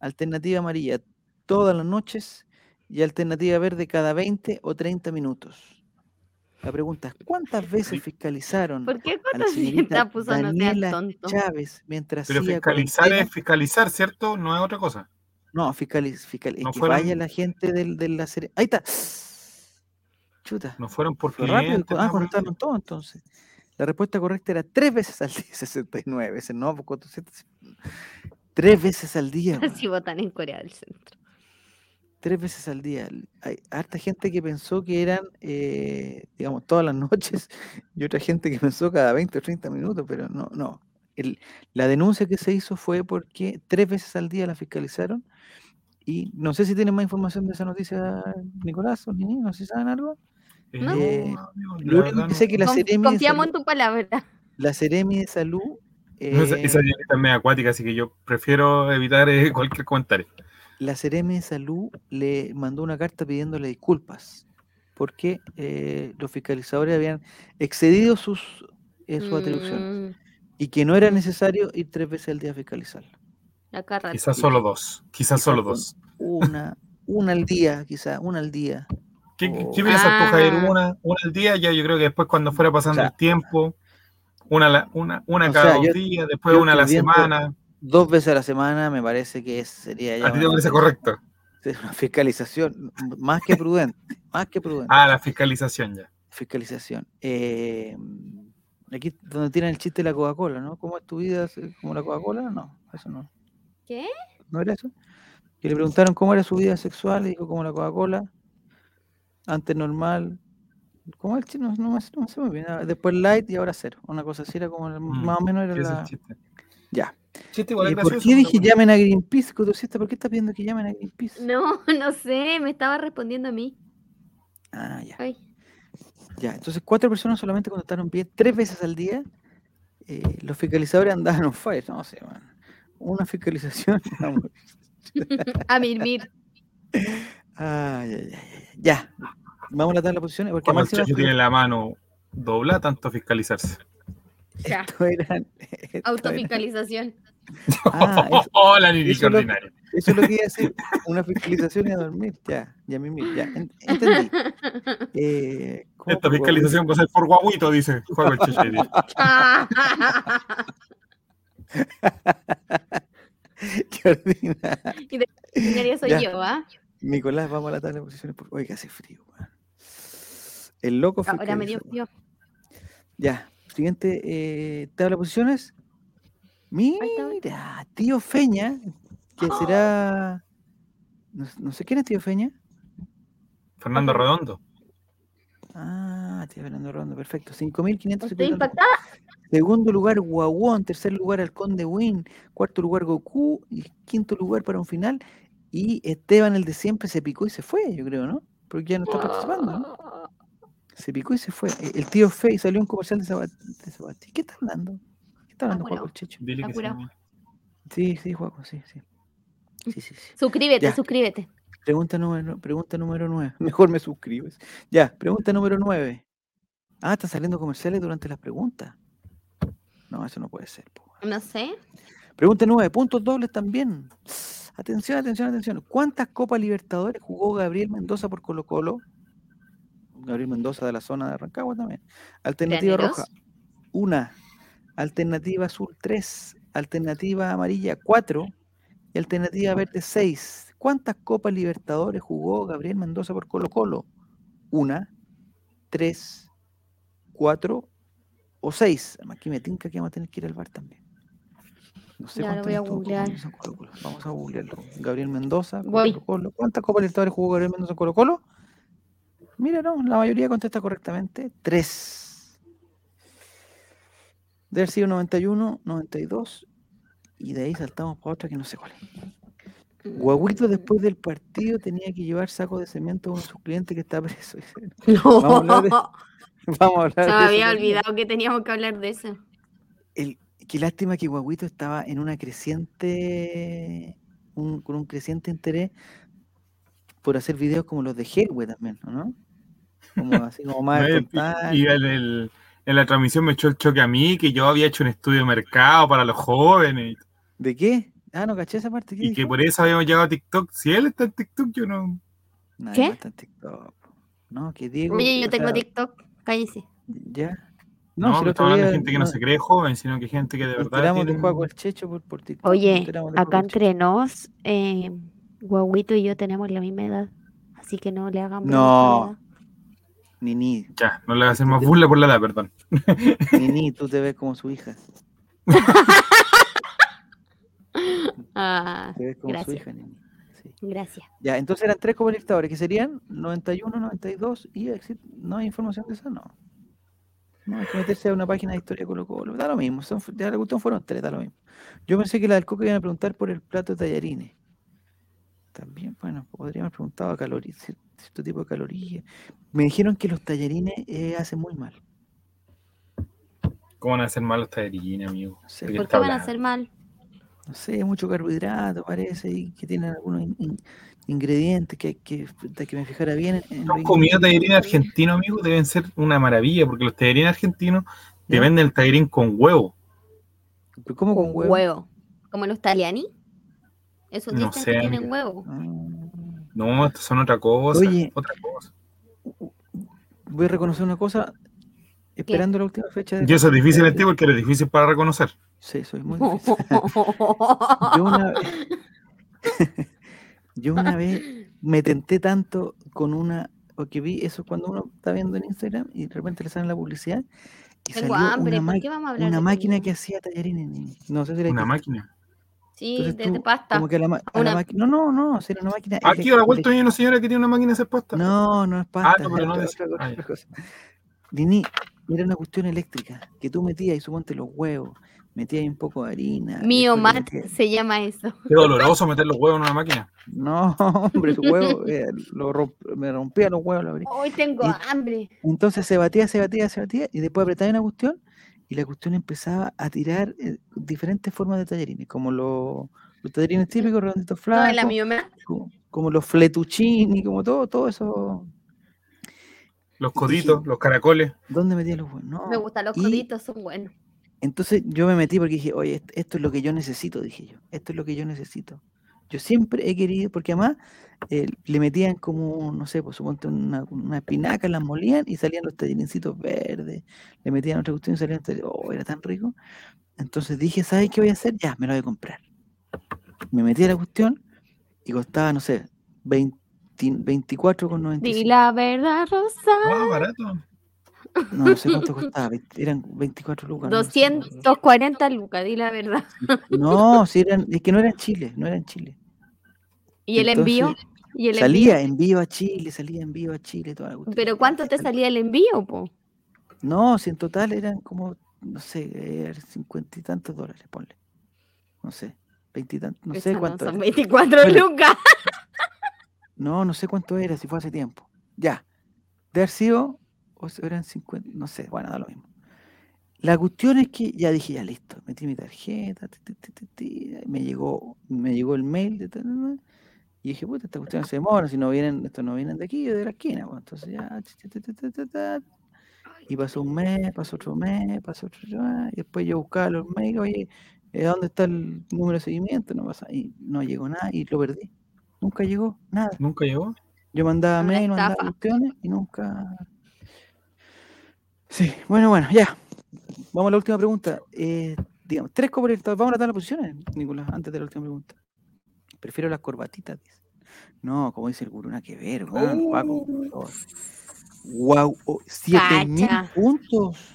A: Alternativa amarilla: todas las noches. Y alternativa verde: cada 20 o 30 minutos. La pregunta es: ¿cuántas veces fiscalizaron
C: ¿Por qué
A: a la
C: cuando
A: señorita
C: se puso no seas
A: Daniela
C: tonto?
A: Chávez mientras
B: Pero
A: hacía
B: fiscalizar
A: cuarentena?
B: es fiscalizar, ¿cierto? No es otra cosa.
A: No, fiscaliz, fiscal, es
B: No
A: que
B: fueron-
A: vaya la gente del, de la serie. Ahí está. Chuta.
B: No fueron por
A: fue rápido.
B: clientes.
A: ah,
B: no,
A: contaron todo entonces. La respuesta correcta era tres veces al día, 69 veces, no, pues, 400, tres veces al día, weón,
C: Si votan en Corea del Centro.
A: tres veces al día. Hay harta gente que pensó que eran, eh, digamos, todas las noches y otra gente que pensó cada 20 o 30 minutos, pero no, no. El- la denuncia que se hizo fue porque tres veces al día la fiscalizaron y no sé si tienen más información de esa noticia, Nicolás o Nini, no sé si saben algo.
C: No.
B: eh, la
A: Lo único
B: verdad
A: que sé es
B: no.
A: que la
C: Conf-
A: Seremi de
C: Confiamos en
A: Salud,
C: tu palabra.
A: la Seremi de Salud
B: No, Esa,
A: eh,
B: esa dieta es medio acuática, así que yo prefiero evitar eh, cualquier comentario.
A: la Seremi de Salud le mandó una carta pidiéndole disculpas porque eh, los fiscalizadores habían excedido sus, eh, sus atribuciones
C: Mm,
A: y que no era necesario ir tres veces al día a fiscalizar.
C: acá rato.
B: Quizás solo dos. Quizás solo dos.
A: Una, una al día, quizá, una al día.
B: ¿Qué,
A: Oh.
B: qué piensas tú,
C: Ah.
B: Javier? Una, una al día, ya yo creo que después cuando fuera pasando
A: O sea,
B: el tiempo, una, a la- una, una
A: o
B: cada
A: sea,
B: dos
A: yo-
B: días, después
A: yo
B: una a la
A: estoy viendo-
B: semana.
A: Dos veces a la semana me parece que es- sería ya
B: ¿A ti te
A: una-
B: parece correcto?
A: es una fiscalización m- más que prudente, más que prudente.
B: Ah, la fiscalización ya.
A: Fiscalización. Eh, aquí donde tienen el chiste de la Coca-Cola, ¿no? ¿Cómo es tu vida así como la Coca-Cola? No, eso no.
C: ¿Qué?
A: ¿No era eso? Que le preguntaron cómo era su vida sexual y dijo como la Coca-Cola, antes normal. ¿Cómo es el chino? No, me- no me sé muy bien. ah, Después light y ahora cero. Una cosa así era como el-
B: Mm,
A: más o menos era
B: Ese es el
A: la...
B: chiste.
A: Ya.
B: Chiste igual
A: Eh,
B: es
A: ¿Por
B: gracioso,
A: qué
B: pero
A: dije
B: bueno.
A: llamen a Greenpeace, Cotucista? ¿Por qué estás pidiendo que llamen a Greenpeace?
C: No, no sé, me estaba respondiendo a mí.
A: Ah, ya.
C: Ay,
A: Ya, entonces cuatro personas solamente contestaron bien tres veces al día. eh, los fiscalizadores andaban on fire, no sé, man. Una fiscalización. vamos.
D: A Mirmir.
A: Ay, ay, ay, ay, ay. Ya, vamos a la tabla de posiciones, porque
B: Cuando el
A: máxima
B: chacho tiene la mano doblada, tanto fiscalizarse.
D: Ya.
A: esto eran- esto era-
D: Autofiscalización.
A: Ah, eso,
B: ¡Oh, la niña
A: eso lo-
B: ordinaria!
A: eso es lo que iba a decir. Una fiscalización y a dormir, ya, ya, mi, mi, ya, en- entendí. Eh, ¿cómo
B: Esta
A: puedo volver?
B: fiscalización va a ser por guaguito, dice Juego el Chiche.
A: Qué ordinaria.
D: Ordinaria soy
A: Ya.
D: yo, ¿ah?
A: Nicolás, vamos a la tabla de posiciones. Porque... Oye, que hace frío, man. El loco
C: ahora me dio
A: fiscalizador.
C: frío.
A: Ya, siguiente eh, tabla de posiciones.
C: está Oh. bien.
A: Mira, tío Feña, que será. No, s- no sé quién es tío Feña.
B: Fernando Redondo.
A: Ah, tío Fernando Rondo, perfecto.
C: Estoy
A: 5.500.
C: impactada.
A: Segundo lugar, Guaguón. Tercer lugar, Halcón de Win. Cuarto lugar, Goku. Y quinto lugar para un final. Y Esteban, el de siempre, se picó y se fue, yo creo, ¿no? Porque ya no está participando, ¿no?
C: Ah.
A: Se picó y se fue. E- El tío Fey salió en un comercial de Zabat- de Sabati. ¿Qué está hablando? ¿Qué está hablando, Juan
C: curado.
A: Checho?
B: Dile
C: Está
B: que se
C: curado.
B: llame.
A: Sí, sí, Juaco, sí, sí. Sí, sí, sí.
C: Suscríbete,
A: Ya.
C: suscríbete.
A: Pregunta número, pregunta número 9. Mejor me suscribes. Ya, pregunta número 9. Ah, están saliendo comerciales durante las preguntas. No, eso no puede ser. po.
C: No sé.
A: Pregunta 9. Puntos dobles también. Atención, atención, atención. ¿Cuántas Copas Libertadores jugó Gabriel Mendoza por Colo Colo? Gabriel Mendoza de la zona de Rancagua también. Alternativa
D: Graneros.
A: roja, una. Alternativa azul, tres. Alternativa amarilla, cuatro. Y alternativa verde, seis. ¿Cuántas Copas Libertadores jugó Gabriel Mendoza por Colo Colo? Una, tres, cuatro o seis. Además que me tinca que vamos a tener que ir al bar también. No sé
C: Ya lo
A: cuántas
C: voy
A: le
C: a
A: estuvo
C: googlear.
A: jugando a Colo Colo. Vamos a googlearlo. Gabriel Mendoza,
D: Voy.
A: Colo Colo. ¿Cuántas Copas Libertadores jugó Gabriel Mendoza en Colo Colo? Mira, no, la mayoría contesta correctamente. Tres. Debe haber sido 91, 92. Y de ahí saltamos para otra que no sé cuál es. Guaguito después del partido tenía que llevar saco de cemento a uno de sus clientes que está preso. a hablar de-
D: No.
A: Vamos a hablar de
C: Se me
A: eso
C: había
A: también.
C: olvidado que teníamos que hablar de eso.
A: El- qué lástima que Guaguito estaba en una creciente, un- con un creciente interés por hacer videos como los de Helwe también, ¿o ¿no? Como así como más
B: No, y-
A: espontáneo.
B: Y en, el- en la transmisión me echó el choque a mí, que yo había hecho un estudio de mercado para los jóvenes
A: ¿De qué? Ah, no caché esa parte. ¿qué
B: y que
A: dijo?
B: por eso habíamos llegado a TikTok. Si él está en TikTok, yo no.
A: Nada,
C: ¿Qué?
A: no está en TikTok. No, que Diego.
C: Oye, yo
A: o
C: tengo
A: sea,
C: TikTok. Cállense.
A: Ya. si el
B: No, pero
A: otro
B: estamos hablando de
A: día
B: gente que no,
A: no-
B: se cree joven, sino que gente que de
A: nos
B: verdad.
A: enteramos de
B: tiene un-
A: Juaco el Checho por, por TikTok. nos
C: Oye,
A: enteramos de Juaco
C: acá
A: el Checho.
C: entre nos, eh, Guaguito y yo tenemos la misma edad. Así que no le hagan bullying
A: No.
C: por la edad.
A: Ni ni,
B: Ya, no le hacen más burla por la edad, perdón.
A: ni ni, tú te ves como su hija.
C: Ah,
A: Te ves como su
C: Gracias.
A: hija, Nini. Sí.
C: gracias.
A: Ya, entonces eran tres colectadores, que serían 91, 92 y exit. ¿No hay información de eso? No. No, hay que meterse a una página de historia Colo Colo. Da lo mismo. Son, ya la cuestión fueron tres, da lo mismo. Yo pensé que la del Coco iban a preguntar por el plato de tallarines. También, bueno, podrían haber preguntado a calorías, cier- cierto tipo de calorías. Me dijeron que los tallarines eh, hacen muy mal.
B: ¿Cómo van a hacer mal los tallerines, amigo?
A: No sé,
B: Porque
C: ¿Por
B: está
C: qué van a
B: hablando.
C: hacer mal?
A: no sé, mucho carbohidrato, parece, y que tienen algunos in- in- ingredientes que hay que, puta, que me fijara bien. en- en los
B: Los comidos
A: ingredientes.
B: tallarín argentino, amigo, deben ser una maravilla, porque los tallarines argentinos te
A: Ya.
B: venden el tallarín con huevo.
A: Pero ¿Cómo con huevo?
C: Como los taliani. Esos
B: No
C: dicen
B: sé,
C: que tienen
B: amiga.
C: huevo.
A: Ah.
B: No, estos son otra cosa.
A: Oye.
B: otra cosa.
A: voy a reconocer una cosa, esperando la última fecha. de-
B: Y eso es difícil
A: de-
B: en ti porque eres difícil para reconocer.
A: Sí, soy muy difícil. Yo una vez, yo una vez me tenté tanto con una, porque vi eso cuando uno está viendo en Instagram y de repente le sale la publicidad y salió
C: Tengo hambre.
A: una,
C: ¿Por
A: ma-
C: qué vamos a hablar
A: una
C: de
A: máquina
C: comida?
A: que hacía tallarines. nene. No sé si era
B: Una máquina.
C: Sí, de, de
A: tú,
C: pasta.
A: Como que a la, ma- a la
C: Una-
A: máquina- No, no, no, si era una máquina.
B: Ah, Aquí a la vuelta hay una señora que tiene una máquina de hacer pasta.
A: No, no es pasta.
B: no, pero no
A: otra-
B: decía-
A: otra-
B: ah, ya.
A: otra cosa. Nini, era una cuestión eléctrica que tú metías y suponte los huevos, metías ahí un poco de harina. y
C: Mío,
A: después le
C: Matt,
A: metías-
C: se llama eso.
B: Qué doloroso meter los huevos en una máquina.
A: No, hombre, los huevos, eh, lo romp- me rompía los huevos. lo abrí.
C: Hoy tengo
A: Y-
C: hambre.
A: Entonces se batía, se batía, se batía y después apretaba una cuestión y la cuestión empezaba a tirar eh, diferentes formas de tallarines, como los, los tallarines típicos, redonditos
C: No,
A: flacos,
C: el amigo me-
A: como, como los fletuccini, como todo, todo eso.
B: Los coditos, los caracoles.
A: ¿Dónde metías los huevos? No.
C: me gustan los
A: Ah, y-
C: coditos, son buenos.
A: Entonces yo me metí porque dije, oye, est- esto es lo que yo necesito, dije yo, esto es lo que yo necesito. Yo siempre he querido, porque además eh, le metían como, no sé, por supuesto, una, una espinaca, las molían y salían los tallerincitos verdes, le metían otra cuestión y salían, tallar- oh, era tan rico. Entonces dije, ¿sabes qué voy a hacer? Ya, me lo voy a comprar. Me metí a la cuestión y costaba, no sé, 20, 24,95.
C: Di la verdad, Rosa.
B: Ah, barato.
A: No, no sé cuánto costaba, veinte- eran 24 lucas. no, no sé cuánto.
C: 240 lucas, di la verdad.
A: No, si eran, es que no eran Chile, no eran Chile.
C: ¿Y el envío?
A: Entonces,
C: ¿Y el
A: salía en vivo a Chile, salía en vivo a Chile, toda la
C: envío?
A: cuestión.
C: ¿Pero cuánto te salía el envío, po?
A: No, si en total eran como, no sé, cincuenta y tantos dólares, ponle. No sé, veintitantos, no sé
C: Esa
A: cuánto
C: son
A: era.
C: 24
A: Bueno.
C: lucas.
A: No, no sé cuánto era, si fue hace tiempo. Ya. De haber sido, o si eran 50, no sé, bueno, da lo mismo. La cuestión es que ya dije, ya listo, metí mi tarjeta, ti, ti, ti, ti, ti, me llegó, me llegó el mail de tal, tal, tal, y dije, puta, esta cuestión se demora, si no vienen, estos no vienen de aquí o de la esquina, pues, entonces ya, chi, chi, ti, ti, ti, ti, ta. y pasó un mes, pasó otro mes, pasó otro mes, y después yo buscaba los mails, oye, eh, ¿dónde está el número de seguimiento? No pasa, y no llegó nada, y lo perdí, nunca llegó, nada.
B: Nunca llegó.
A: Yo mandaba
C: Una
A: mail, mandaba
C: estafa.
A: cuestiones y nunca. Sí, bueno, bueno, ya. Vamos a la última pregunta. Eh, digamos, tres corbatas. Vamos a tratar las posiciones, Nicolás, antes de la última pregunta. Prefiero las corbatitas, dice. No, como dice el gurú, nada que ver, weón, Paco, por favor. Guau, oh, siete mil
C: Cacha.
A: puntos.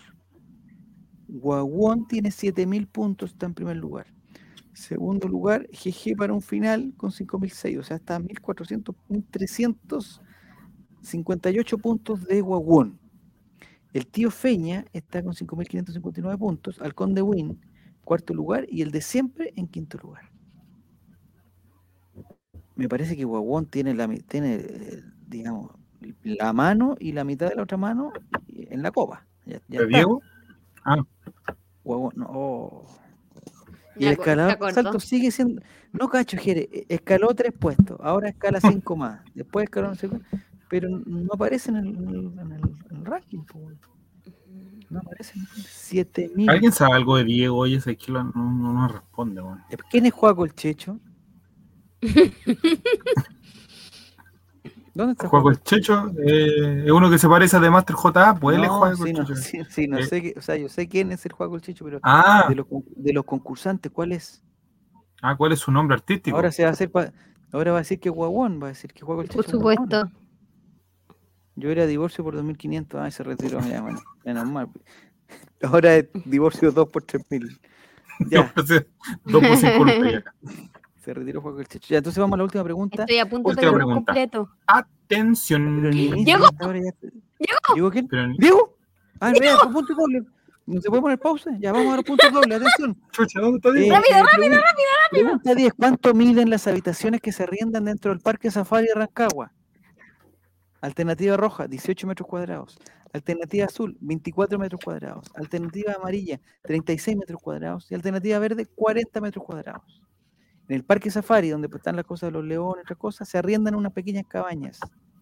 A: Guaguón tiene 7000 puntos, está en primer lugar. Segundo lugar, GG para un final con 5006, o sea, está a 1400, 1358 puntos de Guaguón. El tío Feña está con 5559 puntos, Halcón de Win, cuarto lugar, y el de siempre en quinto lugar. Me parece que Guaguón tiene, la, mi- tiene eh, digamos, la mano y la mitad de la otra mano eh, en la copa. Ya, ya
B: ¿De
A: está.
B: Diego?
A: Guagua- no, oh. Y
C: Ya
A: el
C: co- ya
A: escalador por
C: cortó.
A: salto sigue siendo. No, cacho, Jere, e- escaló tres puestos, ahora escala cinco más, después escaló no sé cuánto, pero n- no aparece en el, en el- en el- en el ranking. po, weón. No aparece. 7000.
B: ¿Alguien sabe algo de Diego? Oye, ese que lo- no, no nos responde, weón.
A: ¿Quién es Juaco el Checho? ¿Dónde está
B: Juego el Checho eh, es uno que se parece a de Master JA, pues él es
A: No,
B: Juego
A: sí,
B: el
A: no,
B: Checho.
A: sí, sí, no
B: Eh.
A: sé, qué- o sea, yo sé quién es el Juaco el Checho, pero
B: Ah,
A: de los, con- de los concursantes, ¿cuál es?
B: ah, ¿cuál es su nombre artístico?
A: Ahora se va a hacer pa- ahora va a decir que Guaguón, va a decir que Juaco el Checho.
C: Por
A: es Guaguón.
C: supuesto.
A: Yo era divorcio por 2.500, ah, se retiró, ya, bueno, menos mal. Ahora es divorcio 2 por 3.000. Ya,
B: Dos por cinco lucas ya.
A: se retiró Juaco el Checho. Ya, entonces vamos a la última pregunta.
C: Estoy a punto de
B: Última
C: tener un
B: pregunta.
C: completo.
A: Pero ni
B: Atención.
A: inicio,
C: ¡Llegó!
A: hasta ahora ya- ¿Llegó quién?
B: Pero ni-
A: ¿Diego? Ah, vea, con punto doble. ¿No se puede poner pausa? Ya, vamos a los puntos dobles, atención.
B: chucha, ¿dónde está Diego?
A: rápido, rápido, rápido, Pregunta 10, ¿cuánto miden las habitaciones que se arriendan dentro del Parque Safari de Rancagua? Alternativa roja, 18 metros cuadrados. Alternativa azul, 24 metros cuadrados. Alternativa amarilla, 36 metros cuadrados. Y alternativa verde, 40 metros cuadrados. En el parque safari, donde están las cosas de los leones, otras cosas, se arriendan unas pequeñas cabañas.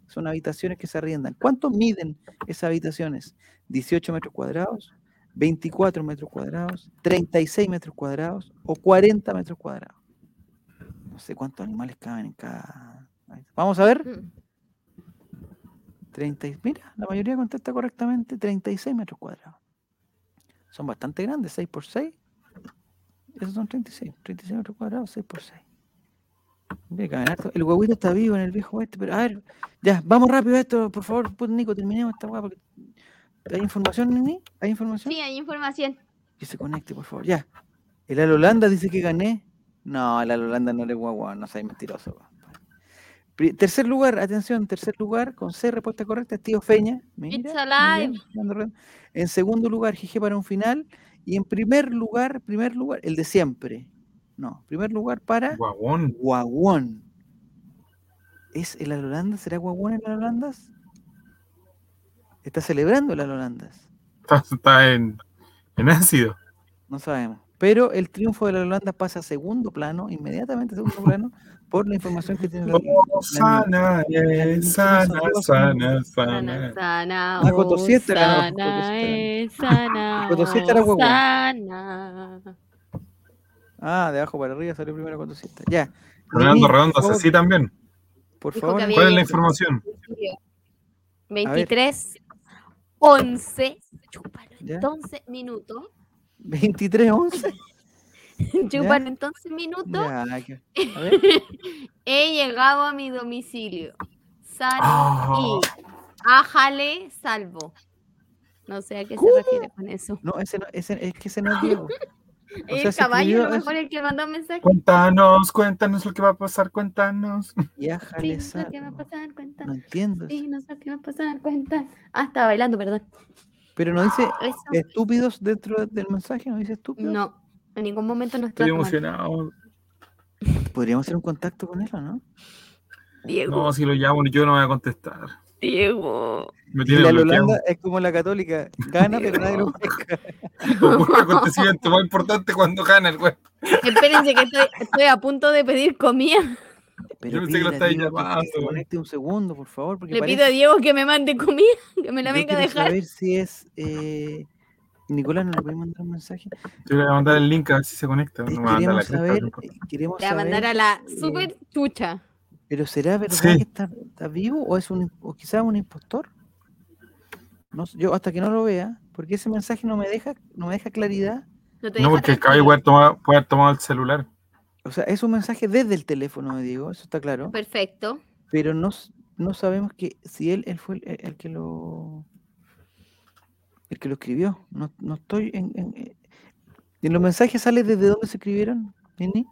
A: Son habitaciones que se arriendan. ¿Cuánto miden esas habitaciones? 18 metros cuadrados, 24 metros cuadrados, 36 metros cuadrados o 40 metros cuadrados. No sé cuántos animales caben en cada. Vamos a ver.
C: Mm.
A: 30, y- mira, la mayoría contesta correctamente 36 metros cuadrados. Son bastante grandes, 6 por 6. Esos son 36, 36 metros cuadrados, 6 por 6. Mira, caben harto. El huevito está vivo en el viejo oeste, pero a ver, ya, vamos rápido a esto, por favor, put- Nico, terminemos esta hueá porque ¿Hay información, Nini? ¿Hay información?
C: Sí, hay información.
A: Que se conecte, por favor. Ya. El Al Holanda dice que gané. No, el Al Holanda no le guagua, no soy mentiroso. weón. Pri- Tercer lugar, atención, tercer lugar, con seis respuestas correctas, tío Feña. Mira,
C: It's
A: muy
C: alive.
A: bien, dando re- En segundo lugar, Jeje para un final. Y en primer lugar, primer lugar, el de siempre. No, primer lugar para
B: Guagón.
A: Guaguón. ¿Es el Al Holanda? ¿Será Guaguón el Al Holanda? Está celebrando el Al Holanda.
B: Está, está en, en ácido.
A: No sabemos. Pero el triunfo de la Holanda pasa a segundo plano, inmediatamente a segundo plano, por la información que tiene la
B: Oh, sana, eh, sana, sana,
C: Sana,
B: sana.
C: sana,
A: Ah, Coto
C: oh,
A: Siesta ganó, Coto
C: sana,
A: Siesta.
C: eh, sana,
A: Coto Siesta era
C: oh,
A: huevón.
C: sana.
A: Ah, de abajo para arriba salió primero cuando sienta. Ya.
B: Fernando
A: Nini,
B: Redondo
A: por
B: hace
A: favor,
B: así también.
A: Por
C: Dijo
A: favor.
C: que había-
B: ¿Cuál es la información?
C: 23, 11, chúpalo
A: Ya.
C: entonces minutos,
A: 23, 11.
C: chúpalo entonces minutos,
A: Ya, que- a ver.
C: he llegado a mi domicilio, sano
B: Ah.
C: y ájale salvo. No sé a qué
A: ¿Cómo?
C: se refiere con eso.
A: No, ese no, ese, es que ese no es Diego. sea,
C: el
A: se
C: caballo, a
A: escribió
C: lo
A: eso.
C: mejor el que mandó mensaje.
B: Cuéntanos, cuéntanos lo que va a pasar, cuéntanos.
A: Ya,
C: Sí,
A: jale,
C: no sé
A: sal-
C: qué va a pasar, cuenta.
A: No entiendo.
C: Sí, no sé qué va a pasar, cuenta. Ah, estaba bailando, perdón.
A: Pero no dice
C: Eso,
A: estúpidos dentro del mensaje, no dice estúpidos.
C: Ah, no, en ningún momento no
B: Estoy
C: estoy
B: emocionado.
A: Podríamos hacer un contacto con él, ¿o no?
C: Diego,
B: No, si lo llamo, yo no voy a contestar.
C: Diego.
B: Me
A: Y
B: tiene
A: la
B: bloqueado.
A: Holanda es como la católica. Gana, pero nadie lo pesca.
B: Un acontecimiento más importante cuando gana el güey.
C: Espérense que estoy, estoy a punto de pedir comida.
A: Pero
B: pensé que
A: pídele a
B: lo
A: Diego
B: estabas
A: que- que se
B: llamando, güey.
A: conecte un segundo, por favor, porque
C: Le
A: parece-
C: pido a Diego que me mande comida, que me la
A: yo
C: venga a
A: quiero
C: dejar.
A: saber si es eh, Nicolás, ¿no le puede mandar un mensaje?
B: Yo le voy a mandar el link a ver si se conecta.
A: Eh,
B: No me va a mandar la
A: queremos
B: cresta,
A: saber,
B: no importa.
A: eh, queremos
C: Le va a
A: saber,
C: mandar a la
A: eh,
C: super chucha.
A: pero será verdad
B: Sí.
A: que está, está vivo o es un, o quizás un impostor. No, sé, yo hasta que no lo vea, porque ese mensaje no me deja, no me deja claridad.
C: No, te
B: No,
C: deja
B: porque el caballo
C: tranquilo.
B: puede haber tomado, puede haber tomado el celular.
A: O sea, es un mensaje desde el teléfono, digo, eso está claro.
C: Perfecto.
A: pero no, s- no sabemos que si él, él fue el, el- el que lo el que lo escribió. No, no estoy en, en, eh, en los mensajes sale desde dónde se escribieron, Nini.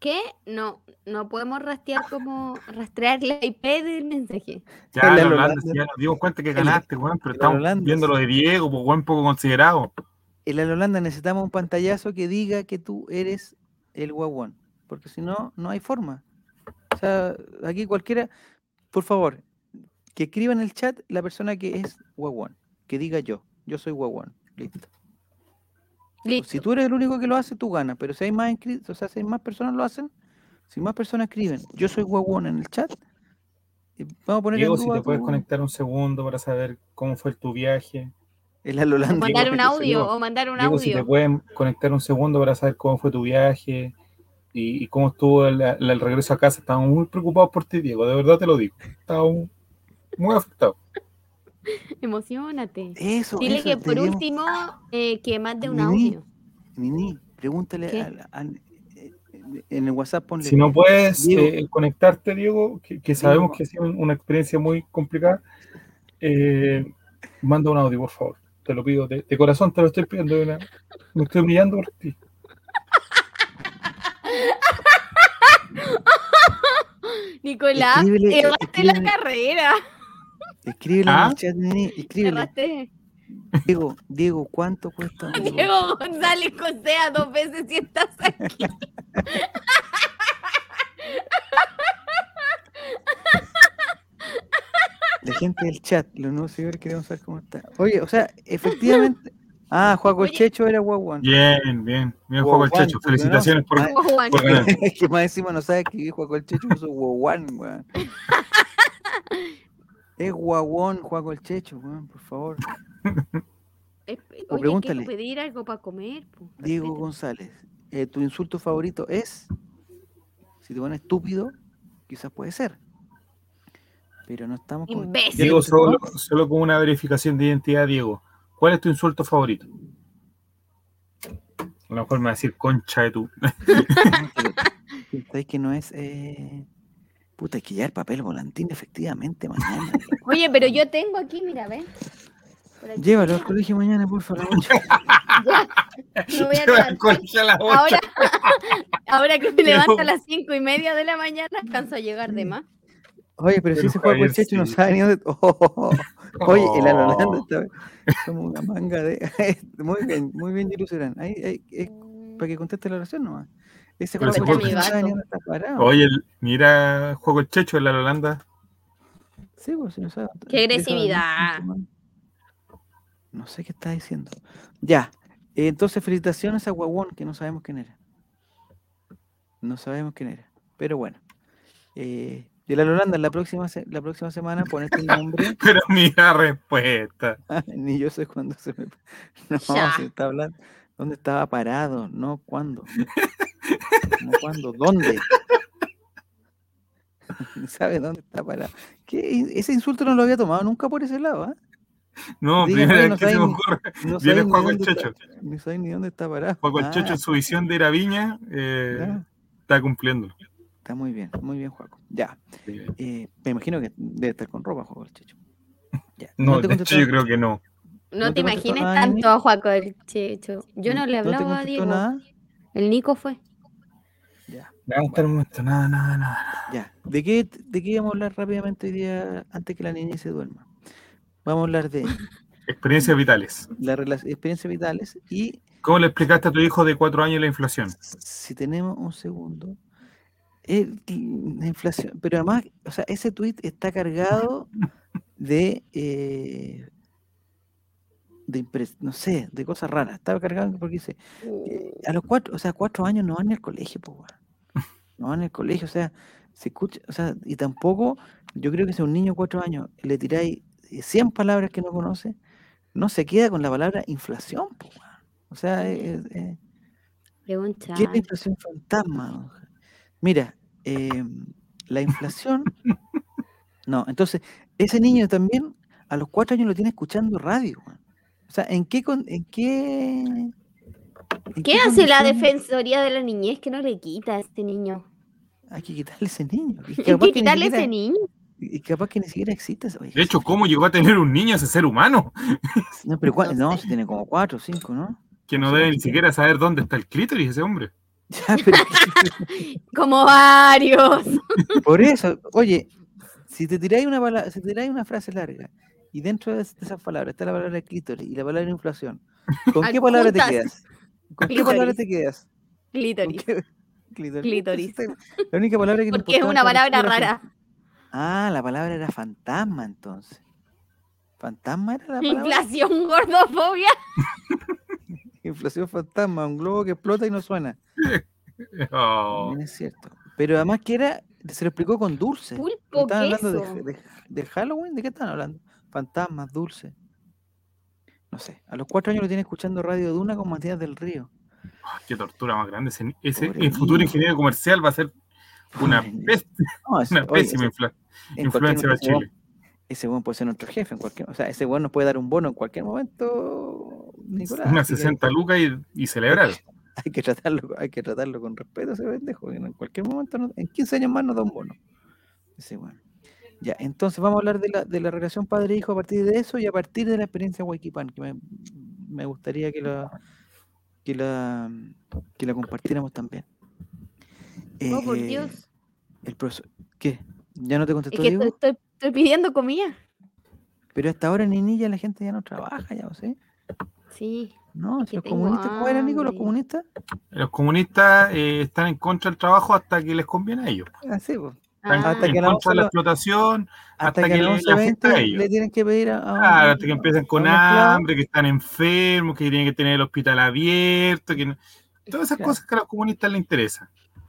C: ¿Qué? No, no podemos rastrear como rastrear la IP del mensaje.
B: Ya,
A: El
B: la
A: Lalo
B: Holanda,
A: Lando.
B: si ya nos dimos cuenta que
A: El-
B: ganaste, weón, pero
A: el
B: estamos
A: Lalo
B: viendo lo de Diego, pues weón, poco considerado.
A: El Al Holanda necesitamos un pantallazo que diga que tú eres el guaguón, porque si no, no hay forma. O sea, aquí cualquiera, por favor, que escriba en el chat la persona que es guaguón, que diga yo, yo soy guaguón. Listo.
C: Listo.
A: Pues, Si tú eres el único que lo hace, tú ganas. Pero si hay más inscritos, o sea, si hay más personas lo hacen, si más personas escriben, yo soy guaguón en el chat, y vamos a poner
B: Diego,
A: en
B: si
A: duda
B: te puedes
A: tu-
B: conectar un segundo para saber cómo fue tu viaje.
A: el Al Holanda.
C: O mandar
B: Diego,
C: un
B: que se
C: audio,
B: iba.
C: o mandar un
B: Diego, si te
C: audio.
B: pueden conectar un segundo para saber cómo fue tu viaje y, y cómo estuvo el, el- el regreso a casa. Estamos muy preocupados por ti, Diego, de verdad te lo digo. Estamos muy afectados.
C: Emocionate.
A: Eso,
C: Dile
A: eso,
C: que por
A: deberíamos-
C: último eh, que mande un
A: Nini.
C: audio.
A: Nini, pregúntale
C: ¿Qué?
A: al- al- eh, eh, en el WhatsApp, ponle.
B: Si no puedes
A: Diego.
B: eh, conectarte, Diego, que, que sabemos
A: Diego.
B: que ha sido un- una experiencia muy complicada, eh, manda un audio, por favor. Te lo pido, de, de corazón te lo estoy pidiendo. de verdad. Me estoy humillando por ti.
C: Nicolás,
A: Escríbele,
C: erraste la
A: escríbele.
C: carrera.
A: Escríbele en
B: ¿Ah?
A: el chat, Nini, escríbele.
C: Erraste.
A: Diego, Diego, ¿cuánto cuesta un guaguón?
C: Diego González Cosea dos veces si estás aquí.
A: La gente del chat, los nuevos seguidores queremos saber cómo está. Oye, o sea, efectivamente. Ah, Juaco
D: Oye.
A: Checho era guaguán.
B: Bien, bien. Bien,
A: Guau,
B: Juego
A: Oh,
B: el
A: Juan,
B: Checho.
A: ¿tú
B: Felicitaciones por,
A: conoces?
D: Juan.
B: por ganar.
A: Es que más encima no sabe que Juaco el Checho pues, es guaguán, weón. Es guaguón, Juaco el Checho, weón, por favor.
D: Eh, Oye,
A: O pregúntale.
D: quiero pedir algo para comer. po.
A: Diego González, eh, ¿tu insulto favorito es? Si te pones estúpido, quizás puede ser. Pero no estamos con-
D: Imbécil.
A: Ya
B: Diego,
A: te-
B: solo, solo con una verificación de identidad, Diego. ¿Cuál es tu insulto favorito? A lo mejor me va a decir concha de tu.
A: Sabes que no es. eh, Puta, hay que llevar papel volantín, efectivamente, mañana.
D: Oye, pero yo tengo aquí, mira, ven. Por aquí.
A: Llévalo al colegio mañana, por favor.
D: Ya. No voy a
B: Lleva
D: alcanzar.
B: concha a la otra.
D: Ahora, ahora que me levanto a
B: No.
D: las cinco y media de la mañana, alcanzo a llegar de más.
A: Oye, pero si
B: Pero
A: ese juego el
B: Javier,
A: checho no
B: sí.
A: sabe ni dónde. Oh, oh, oh. Oye, el Alorando
B: Oh,
A: está como una manga de. muy bien, muy bien, Jerusalén. Ahí, ahí, es para eh, que conteste la oración nomás. Ese
B: Pero
A: juego
B: si
A: el
B: juego
A: checho no
D: el
A: sabe ni
D: gato.
A: dónde está parado.
B: Oye, el- mira, Juego el Checho en la Holanda. Oh.
A: Sí, pues, si no sabe.
D: ¡Qué
A: empieza a dormir
D: agresividad!
A: con tu mano. No sé qué está diciendo. Ya. eh, Entonces, felicitaciones a Guaguón, que no sabemos quién era. No sabemos quién era. Pero bueno. Eh, de la Lolanda, la próxima, se- la próxima semana ponete el nombre.
B: Pero mira respuesta.
A: Ni yo sé cuándo se me. No,
D: Ya.
A: se está hablando. ¿Dónde estaba parado? No, ¿cuándo? No, ¿cuándo? ¿Dónde? Ni sabe dónde está parado. ¿Qué? Ese insulto no lo había tomado nunca por ese lado, ¿ah?
B: No,
A: Diga,
B: primera
A: oye,
B: vez
A: no
B: que se me
A: saben ni-
B: ocurre.
A: No
B: Viene
A: sabéis ni
B: Juaco el
A: dónde está-
B: Checho.
A: No sabéis ni dónde está parado.
B: Juego el
A: Ah,
B: Checho en su visión de ir a Viña eh,
A: ya.
B: está cumpliendo.
A: Está muy bien, muy bien, Juaco. Ya. eh, me imagino que debe estar con ropa, Juaco el Checho. Ya.
B: No,
A: te
B: de hecho
A: contestó-
B: yo creo que no.
D: No,
A: ¿No
D: te
A: te contestó
D: imagines
A: nada, Nini?
D: tanto a Juaco el Checho. Yo no le
A: te
D: hablaba a
A: contestó
D: Diego.
A: nada?
D: El Nico fue.
A: Ya.
B: No, hasta el momento, nada, nada, nada.
A: Ya, ¿de qué, ¿de qué íbamos a hablar rápidamente hoy día antes que la niña se duerma? Vamos a hablar de
B: Experiencias vitales.
A: las rela- experiencias vitales y
B: ¿Cómo le explicaste a tu hijo de cuatro años la inflación?
A: si tenemos un segundo, el- la inflación, pero además, o sea, ese tweet está cargado de, eh, de impres- no sé, de cosas raras. Estaba cargado porque dice, eh, a los cuatro, o sea, cuatro años no van ni al colegio, pues, No van al colegio, o sea, se escucha, o sea, y tampoco, yo creo que si a un niño de cuatro años le tiráis eh, 100 palabras que no conoce, no se queda con la palabra inflación, po, weón. O sea, eh, eh, eh,
D: Pregunta.
A: ¿qué es la inflación fantasma? don Ja- Mira, eh, la inflación. No, entonces, ese niño también a los cuatro años lo tiene escuchando radio, weón. O sea, ¿en qué. con- ¿En qué, en
D: ¿Qué hace la
A: condiciones?
D: Defensoría de la Niñez que no le quita a este niño?
A: Hay que quitarle ese niño. Y
D: Hay que
A: capaz que, ni
D: quitarle
A: siquiera,
D: ese niño.
A: y capaz que ni siquiera existe. esa- oye,
B: De hecho, ¿cómo llegó a tener un niño ese ser humano?
A: No, pero cua-
D: no
A: no, si tiene como cuatro o cinco, ¿no?
B: Que no debe ni siquiera saber dónde está el clítoris ese hombre.
A: Ya, pero
D: Como varios.
A: por eso, oye, si te tiráis una pala- si te tiráis una frase larga y dentro de es- de esas palabras está la palabra clítoris y la palabra inflación, ¿con qué palabra te
D: Adjuntas.
A: quedas? ¿Con qué palabra
D: Clítoris.
A: te quedas? ¿Con
D: Clítoris.
A: qué- Clítoris.
D: Clítoris.
A: Esta- La única palabra que le
D: Porque es
A: importaba
D: una
A: estaba
D: palabra
A: escrita en la
D: rara.
A: Ah, la palabra era fantasma entonces. ¿Fantasma era la palabra?
D: Inflación, gordofobia.
A: Inflación fantasma, un globo que explota y no suena.
B: Oh,
A: También es cierto. Pero además que era, se lo explicó con dulce. No
D: Pulpo,
A: estaban hablando de,
D: queso.
A: de- de Halloween, ¿de qué estaban hablando? Fantasmas, dulce. No sé. A los cuatro años lo tiene escuchando Radio Duna con Matías del Río.
B: qué tortura más grande. Ese, ese-
A: Pobre
B: el futuro
A: niño.
B: ingeniero comercial va a ser una,
A: Pobre niño.
B: peste-
A: No, ese-
B: una
A: oye,
B: pésima
A: ese-
B: infla-
A: en cualquier
B: influencia para
A: momento ese
B: Chile.
A: weón- Ese buen puede ser nuestro jefe en cualquier, o sea, ese buen nos puede dar un bono en cualquier momento, Nicolás.
B: Unas
A: así que
B: 60 lucas y, y celebrar.
A: Hay que tratarlo, hay que tratarlo con respeto, ese pendejo. que En cualquier momento, nos- en 15 años más nos da un bono. Ese weón. Ya, entonces vamos a hablar de la, de la relación padre-hijo a partir de eso y a partir de la experiencia Huayquipán, que me, me gustaría que la, que la que la compartiéramos también.
D: Oh, por
A: Eh,
D: Dios.
A: El profesor, ¿Qué? ¿Ya no te
D: Es
A: contestó
D: que
A: Diego?
D: estoy, estoy- estoy pidiendo comida.
A: Pero hasta ahora ni niña la gente ya no trabaja, ya, ¿o sí?
D: Sí.
A: No, si
D: que
A: los
D: tengo
A: comunistas, ¿cómo eran, Nico, los
D: hambre.
A: comunistas?
B: Los comunistas eh, están en contra del trabajo hasta que les conviene a ellos.
A: Así, pues.
D: Ah,
B: Están
A: Hasta
B: en
A: que a la
B: contra de la
A: once-
B: explotación,
A: Hasta,
B: hasta
A: que,
B: que
A: a
B: le
A: las 11.20
B: afecta a ellos.
A: le tienen que pedir a, a un-
B: claro, hasta que empiezan
A: a
B: con
A: un esclavo.
B: hambre, que están enfermos, que tienen que tener el hospital abierto, que no- todas esas
A: Claro.
B: cosas que a los comunistas les interesan.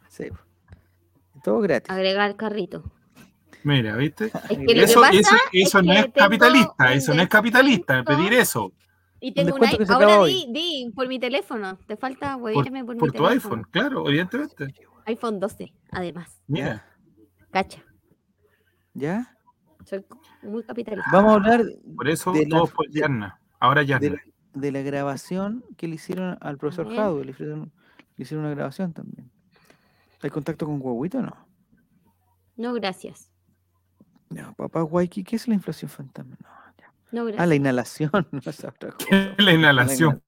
A: Sí. Todo gratis.
D: Agregar carrito.
B: Mira, ¿viste?
D: Es que
A: Y
D: lo
B: Eso,
D: que pasa
B: eso, eso
D: es
B: no
D: que
B: es
D: tengo
B: capitalista,
D: un
B: eso no es capitalista,
D: descuento.
B: pedir eso
D: y tengo un
A: descuento que
D: iPhone.
A: se
D: Ahora
A: acaba
D: di, di por mi teléfono. Te falta huevearme por,
B: por
D: mi
B: tu
D: teléfono.
B: iPhone, claro, evidentemente.
D: iPhone 12, además.
B: Mira,
D: Cacha.
A: ¿Ya?
D: Soy muy capitalista.
A: Vamos a hablar
B: por eso
A: De la-
B: todos por
A: de-
B: Yarna. Ahora
A: de
B: Yarna.
A: la, de la grabación que le hicieron al profesor
D: ver.
A: Jadwe. Le hicieron, le hicieron una grabación también. ¿Hay contacto con Huahuito o no?
D: No, gracias.
A: No, papá Waiki, ¿qué es la inflación fantasma? No, ya.
D: No,
A: Ah, la
D: gracias.
A: inhalación, no es otra cosa.
B: La inhalación.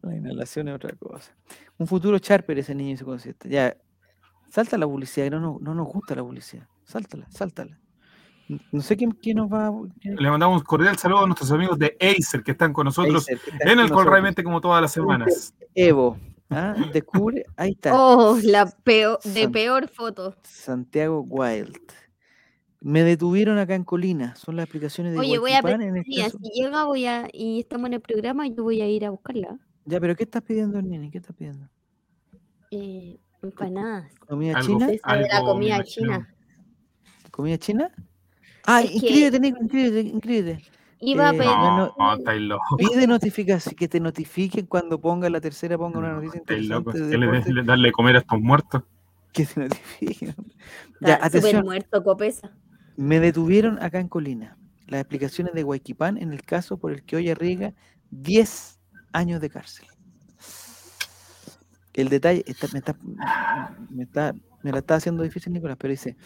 A: La inhalación es otra cosa. Un futuro charper ese niño y su concierto. Ya, salta la publicidad, que no, nos- no nos gusta la publicidad. Sáltala, sáltala. N- No sé quién, quién nos va a... quién-
B: Le mandamos un cordial saludo a nuestros amigos de Acer que están con nosotros
A: Acer, que está
B: en
A: con
B: el Call
A: nosotros.
B: Realmente como todas las semanas.
A: Evo, ¿ah? descubre, ahí está.
D: Oh, la peor, de
A: San-
D: peor foto.
A: Santiago Wild. Me detuvieron acá en Colina. Son las aplicaciones de
D: Oye, voy a
A: Huayquipán en este
D: Mira,
A: caso.
D: si llega voy a, y estamos en el programa, yo voy a ir a buscarla.
A: Ya, pero ¿qué estás pidiendo, Nini? ¿Qué estás pidiendo?
D: Eh, empanadas.
A: ¿Comida
B: Algo
A: china?
D: Sí, sabe la
B: algo, me
D: comida
B: imagino.
D: china.
A: ¿Comida china? Ah,
D: Es que-
A: inscríbete, negro, inscríbete, inscríbete.
D: Iba a
A: Eh,
D: pedir.
B: No,
A: Bueno,
B: no, estáis locos.
A: Pide notificación, que te notifiquen cuando ponga la tercera, ponga una
B: no,
A: noticia
B: estáis
A: interesante
B: locos.
A: de
B: ¿Qué le-
A: deporte,
B: le- darle de comer a estos muertos?
A: que te notifiquen. Ya,
D: Está súper
A: atención.
D: muerto, Copesa.
A: Me detuvieron acá en Colina. Las explicaciones de Huayquipán en el caso por el que hoy arriesga 10 años de cárcel. El detalle está- me, está, me, está- me la está haciendo difícil, Nicolás, pero dice.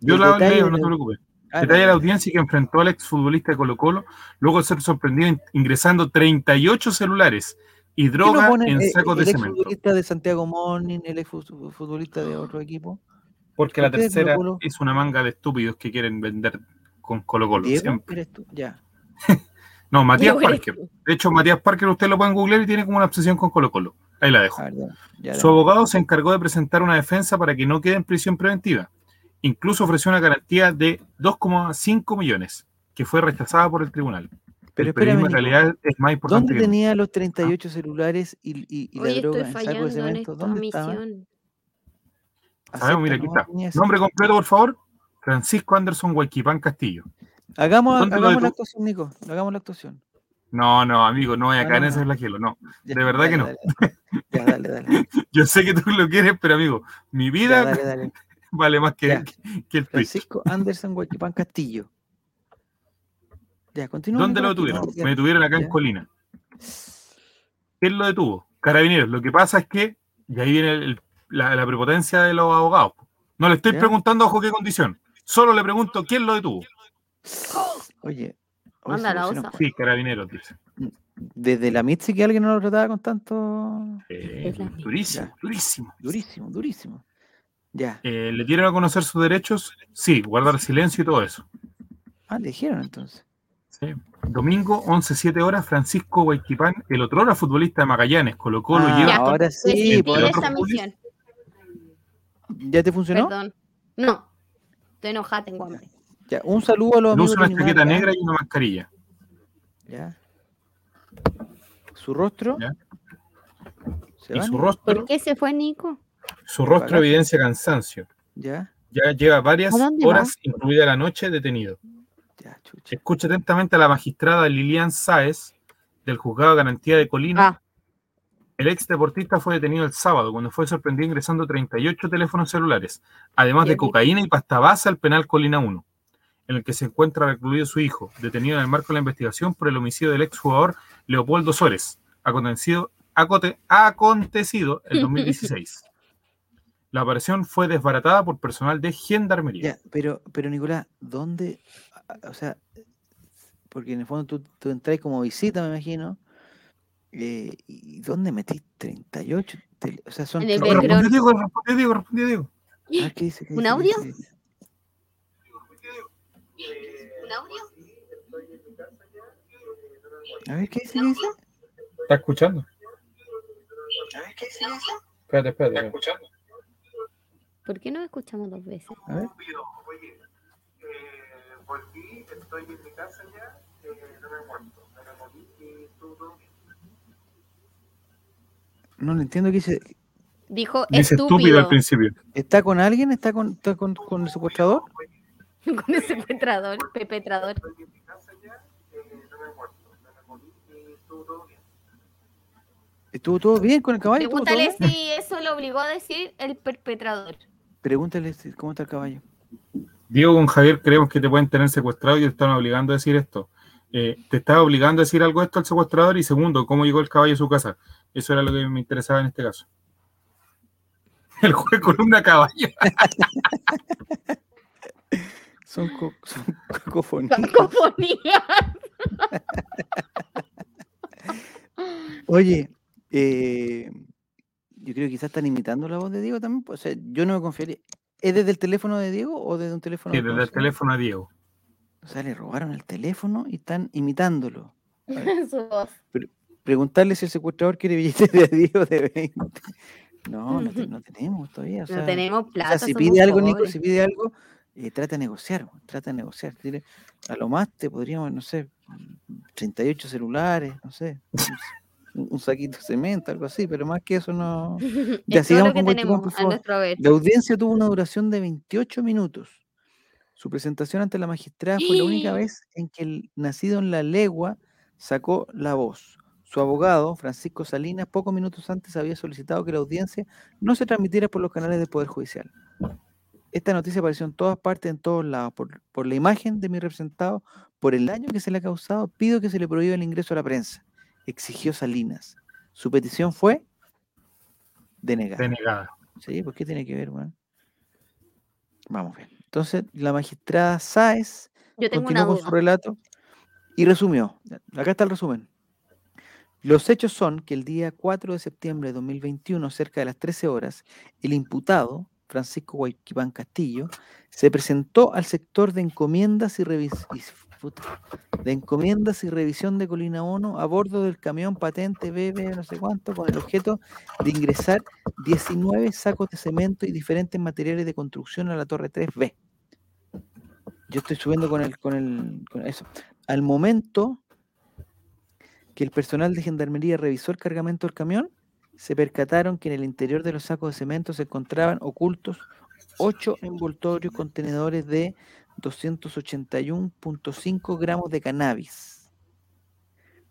B: Yo
A: el
B: la
A: detalle
B: leo, no
A: de-
B: te preocupes.
A: ah,
B: Detalle a la
A: bueno,
B: audiencia que enfrentó al exfutbolista de Colo Colo, luego de ser sorprendido in- ingresando 38 celulares y
A: ¿por qué no
B: droga
A: ponen,
B: en
A: eh,
B: sacos de
A: el
B: cemento.
A: exfutbolista de Santiago Morning, el exfutbolista de otro equipo.
B: Porque la
A: ¿Por qué de Colo
B: tercera
A: Colo?
B: es una manga de estúpidos que quieren vender con Colo Colo.
A: Diego,
B: siempre.
A: eres tú. Ya.
B: No, Matías
D: Diego, eres
B: Parker.
D: tú.
B: De hecho, Matías Parker usted lo pueden googlear y tiene como una obsesión con Colo Colo. Ahí la dejo.
A: a ver, ya, ya,
B: Su
A: ya.
B: abogado se encargó de presentar una defensa para que no quede en prisión preventiva. Incluso ofreció una garantía de 2,5 millones, que fue rechazada por el tribunal.
A: Pero
B: el periodismo en
A: espérame, Nico,
B: realidad es más importante
A: ¿Dónde
B: que Ah. nunca.
A: tenía los 38 celulares y, y- y
D: Oye,
A: la
D: estoy
A: droga en saco
D: fallando
A: de
D: en
A: cemento?
D: esta
A: ¿Dónde estaba?
D: misión.
B: Sabemos, mira, aquí
A: Acepta
B: está.
A: nomás, niña,
B: Nombre completo, por favor. Francisco Anderson Huayquipán Castillo.
A: Hagamos,
B: ¿Dónde lo
A: hagamos la
B: detuvo?
A: actuación, Nico. Hagamos la actuación.
B: No, no, amigo, no voy a
A: No,
B: caer
A: no,
B: en ese
A: no.
B: flagelo, no.
A: Ya,
B: De verdad que no.
A: dale, dale. Ya, dale, dale.
B: Yo sé que tú lo quieres, pero amigo, mi
A: Ya,
B: vida
A: dale, dale.
B: vale más que,
A: Ya.
B: que el tweet.
A: Francisco Anderson Huayquipán Castillo. Ya, continúa.
B: ¿Dónde lo
A: Nicolás,
B: detuvieron?
A: continúa,
B: Me detuvieron acá en
A: Ya.
B: Colina. ¿Quién lo detuvo? Carabineros. Lo que pasa es que, y ahí viene el- el- la, la prepotencia de los abogados. No le estoy
A: ¿Ya?
B: preguntando bajo qué condición. Solo le pregunto quién lo detuvo.
A: ya. Oye. hoy
D: Anda
A: se
D: la
A: pusieron-
D: osa.
B: Sí, carabineros, dice.
A: Desde la Mitzi que alguien no lo trataba con tanto.
B: Eh,
D: Es la misma.
B: durísimo, durísimo.
A: Durísimo, durísimo. Ya.
B: Eh, ¿Le dieron a conocer sus derechos? Sí, guardar silencio y todo eso.
A: Ah, le dijeron entonces.
B: Sí. Domingo, 11.07 horas, Francisco Huayquipán, el otro era futbolista de Magallanes, Colo Colo,
A: Ah,
B: lleva
D: Ya,
A: ahora sí,
D: Desistí
B: por
A: pues,
D: de
B: otro
D: esa
B: público.
D: misión.
A: ¿ya te funcionó?
D: Perdón. No. Estoy enojada, tengo hambre.
A: Ya, un saludo a los amigos
B: luce
A: de
B: una chaqueta
A: Unimarca,
B: negra y una mascarilla.
A: Ya. Su rostro.
B: Ya.
A: ¿Se
B: Y
A: van?
B: su rostro,
D: ¿Por qué se fue Nico?
B: su rostro
A: Apagaste.
B: evidencia cansancio.
A: Ya,
B: Ya lleva varias
D: ¿A dónde
B: horas, incluida la noche, detenido.
A: ya, chucha.
B: Escucha atentamente a la magistrada Lilian Sáez del juzgado de garantía de Colina.
D: Ah.
B: El ex deportista fue detenido el sábado cuando fue sorprendido ingresando 38 teléfonos celulares, además de
D: Dios mío.
B: cocaína y pasta base al penal Colina 1, en el que se encuentra recluido su hijo, detenido en el marco de la investigación por el homicidio del exjugador Leopoldo Sores, acontecido, acote- acontecido en 2016. La operación fue desbaratada por personal de gendarmería.
A: Ya, pero, pero Nicolás, ¿dónde? a- a- O sea, porque en el fondo tú, tú entras como visita, me imagino. eh, ¿Y dónde metís 38? tele- o sea, son.
D: En el
A: treinta y ocho-
D: background.
B: Respondió Diego, respondió Diego, respondió Diego.
A: A ver, ¿qué dice? ¿Qué
D: ¿Un
A: dice? ¿Qué
D: audio?
A: dice? A ver, ¿qué dice? ¿Qué dice?
B: ¿Está escuchando? Espérate, espérate.
D: ¿Por qué no escuchamos dos veces?
A: A ver.
B: eh, estoy en mi casa ya, eh, no me he muerto, no me morí y todo, todo bien.
A: No le entiendo que dice.
D: Dijo
B: Dice
D: estúpido.
B: estúpido al principio.
A: ¿Está con alguien? ¿Está con, está con, con el secuestrador?
D: Con el secuestrador, pepetrador.
A: ¿Estuvo todo bien con el caballo? ¿Estuvo todo
D: Pregúntale
A: bien?
D: si eso lo obligó a decir el perpetrador.
A: Pregúntale si- cómo está el caballo.
B: Diego con Javier creemos que te pueden tener secuestrado y te están obligando a decir esto. Eh, ¿Te está obligando a decir algo esto al secuestrador? Y segundo, ¿cómo llegó el caballo a su casa? Eso era lo que me interesaba en este caso. El juez columna caballo.
A: Son, co son cacofonías.
D: Francofonía.
A: Oye, eh, yo creo que quizás están imitando la voz de Diego también. pues, o sea, yo no me confiaría. ¿Es desde el teléfono de Diego o desde un teléfono?
B: Sí, desde el
A: desconocido?
B: teléfono a Diego.
A: O sea, le robaron el teléfono y están imitándolo.
D: Su voz.
A: Preguntarle si el secuestrador quiere billetes de Diego de 20. No, no, te- no tenemos todavía. o
C: No
A: sea,
C: tenemos
A: o sea,
C: plata.
A: si
C: somos
A: pide algo, Nico,
C: pobres.
A: si pide algo, eh, trata de negociar, weón, trata de negociar. Dile, a lo más te podríamos, no sé, 38 celulares, no sé, un, un saquito de cemento, algo así, pero más que eso no. Ya
D: Es todo
A: sigamos
D: lo que
A: con Guachupán, por
D: tenemos a
A: favor.
D: nuestro ver.
A: La audiencia tuvo una duración de 28 minutos. Su presentación ante la magistrada fue la única vez en que el nacido en la legua sacó la voz. Su abogado, Francisco Salinas, pocos minutos antes había solicitado que la audiencia no se transmitiera por los canales del Poder Judicial. Esta noticia apareció en todas partes, en todos lados. Por, por la imagen de mi representado, por el daño que se le ha causado, pido que se le prohíba el ingreso a la prensa. Exigió Salinas. Su petición fue denegada.
B: Denegada.
A: Sí, pues qué tiene que ver, weón. Vamos bien. Entonces, la magistrada Sáez
D: Yo tengo una
A: continuó con su
D: duda.
A: relato y resumió. Acá está el resumen. Los hechos son que el día 4 de septiembre de 2021, cerca de las 13 horas, el imputado, Francisco Guayquipán Castillo, se presentó al sector de encomiendas y, revis- y s- puta, de encomiendas y revisión de Colina 1 a bordo del camión patente BB no sé cuánto con el objeto de ingresar 19 sacos de cemento y diferentes materiales de construcción a la torre 3B. Yo estoy subiendo con el, con el, con eso. Al momento que el personal de gendarmería revisó el cargamento del camión, se percataron que en el interior de los sacos de cemento se encontraban ocultos ocho envoltorios contenedores de 281.5 gramos de cannabis,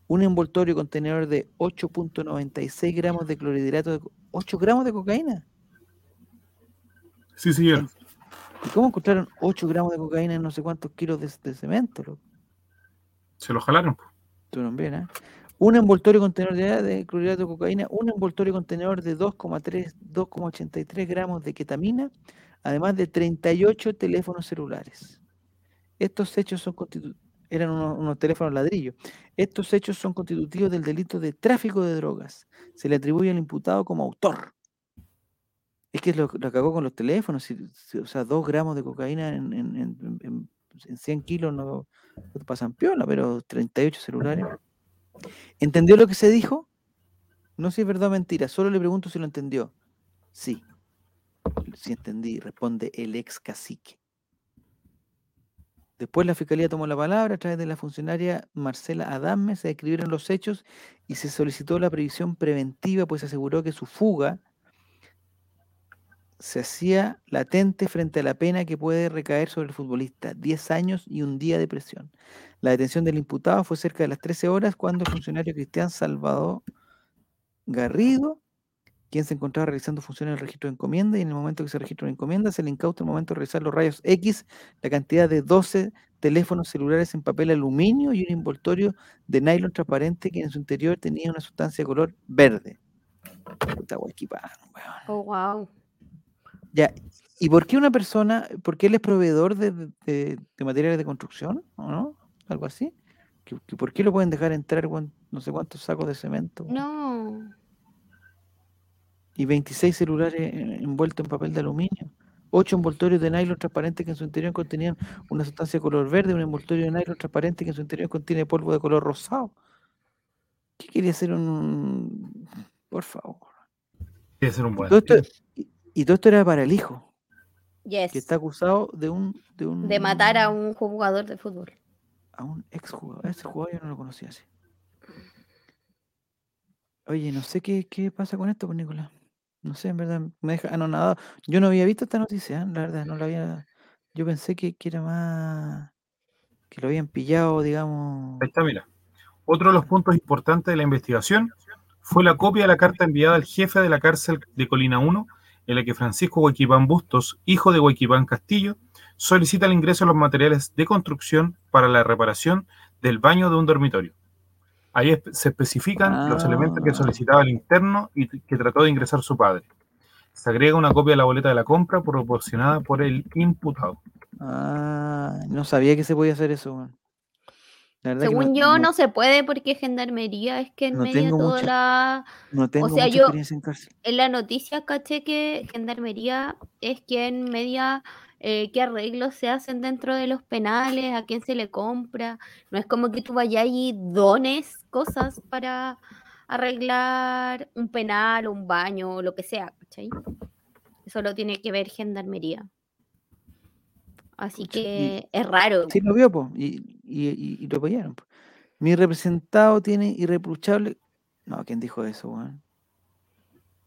A: un envoltorio contenedor de 8.96 gramos de clorhidrato de co- 8 gramos de cocaína.
B: Sí, señor.
A: ¿Y cómo encontraron 8 gramos de cocaína en no sé cuántos kilos de, de cemento? loco?
B: Se lo jalaron. po.
A: Tú también, ¿ah? Un envoltorio contenedor de, de clorhidrato de cocaína, un envoltorio contenedor de 2,3 2,83 gramos de ketamina, además de 38 teléfonos celulares. Estos hechos son constitu- eran unos, unos teléfonos ladrillo. Estos hechos son constitutivos del delito de tráfico de drogas. Se le atribuye al imputado como autor. Es que lo, lo cagó con los teléfonos, si- si- o sea, 2 gramos de cocaína en, en, en- en- en 100 kilos no, no te pasan piola, pero 38 celulares. ¿Entendió lo que se dijo? No sé si es verdad o mentira, solo le pregunto si lo entendió. Sí, sí entendí, responde el ex cacique. Después la fiscalía tomó la palabra a través de la funcionaria Marcela Adame, se describieron los hechos y se solicitó la previsión preventiva, pues aseguró que su fuga se hacía latente frente a la pena que puede recaer sobre el futbolista, 10 años y un día de prisión. La detención del imputado fue cerca de las 13 horas cuando el funcionario Cristian Salvador Garrido, quien se encontraba realizando funciones del registro de encomienda, y en el momento que se registra una encomienda, se le incauta el momento de realizar los rayos X, la cantidad de 12 teléfonos celulares en papel aluminio y un envoltorio de nylon transparente que en su interior tenía una sustancia de color verde. Puta Hualquipán, weón.
D: Oh, wow.
A: Ya, ¿y por qué una persona, por qué él es proveedor de, de- de- de materiales de construcción, o no? Algo así. ¿Que, que por qué lo pueden dejar entrar con no sé cuántos sacos de cemento weón?
D: No.
A: y 26 celulares eh, envueltos en papel de aluminio? Ocho envoltorios de nylon transparente que en su interior contenían una sustancia de color verde, un envoltorio de nylon transparente que en su interior contiene polvo de color rosado. ¿Qué quería hacer un... Por favor.
B: Debe ser un buen.
A: Todo esto- y, y todo esto era para el hijo,
D: Yes.
A: que está acusado de un... De, un,
D: De matar a un jugador de fútbol.
A: a un exjugador. A ese jugador yo no lo conocía así. Oye, no sé qué, qué pasa con esto, pues, Nicolás. No sé, en verdad, me deja anonadado. Yo no había visto esta noticia, ¿eh? la verdad, no la había. Yo pensé que, que era más. que lo habían pillado, digamos.
B: Ahí está, mira. Otro de los puntos importantes de la investigación fue la copia de la carta enviada al jefe de la cárcel de Colina 1, en la que Francisco Huequipán Bustos, hijo de Huequipán Castillo, solicita el ingreso de los materiales de construcción para la reparación del baño de un dormitorio. Ahí espe- se especifican
A: Ah.
B: los elementos que solicitaba el interno y t- que trató de ingresar su padre. Se agrega una copia de la boleta de la compra proporcionada por el imputado.
A: Ah, no sabía que se podía hacer eso, weón. La verdad que
C: Según
A: no,
C: yo,
A: no-
C: no se puede porque gendarmería es que en
A: No
C: medio de
A: tengo
C: toda
A: mucha-
C: la.
A: no tengo
C: sea,
A: mucha
C: yo-
A: experiencia en cárcel.
C: En la noticia caché que gendarmería es quien media eh, qué arreglos se hacen dentro de los penales, a quién se le compra. No es como que tú vayas y dones cosas para arreglar un penal, un baño, lo que sea, ¿cachai? Eso lo tiene que ver gendarmería. Así
A: Pucha, y-
C: que es raro.
A: Sí, lo vio, po, y, y- y- y lo apoyaron. po. Mi representado tiene irreprochable. No, ¿quién dijo eso, weón?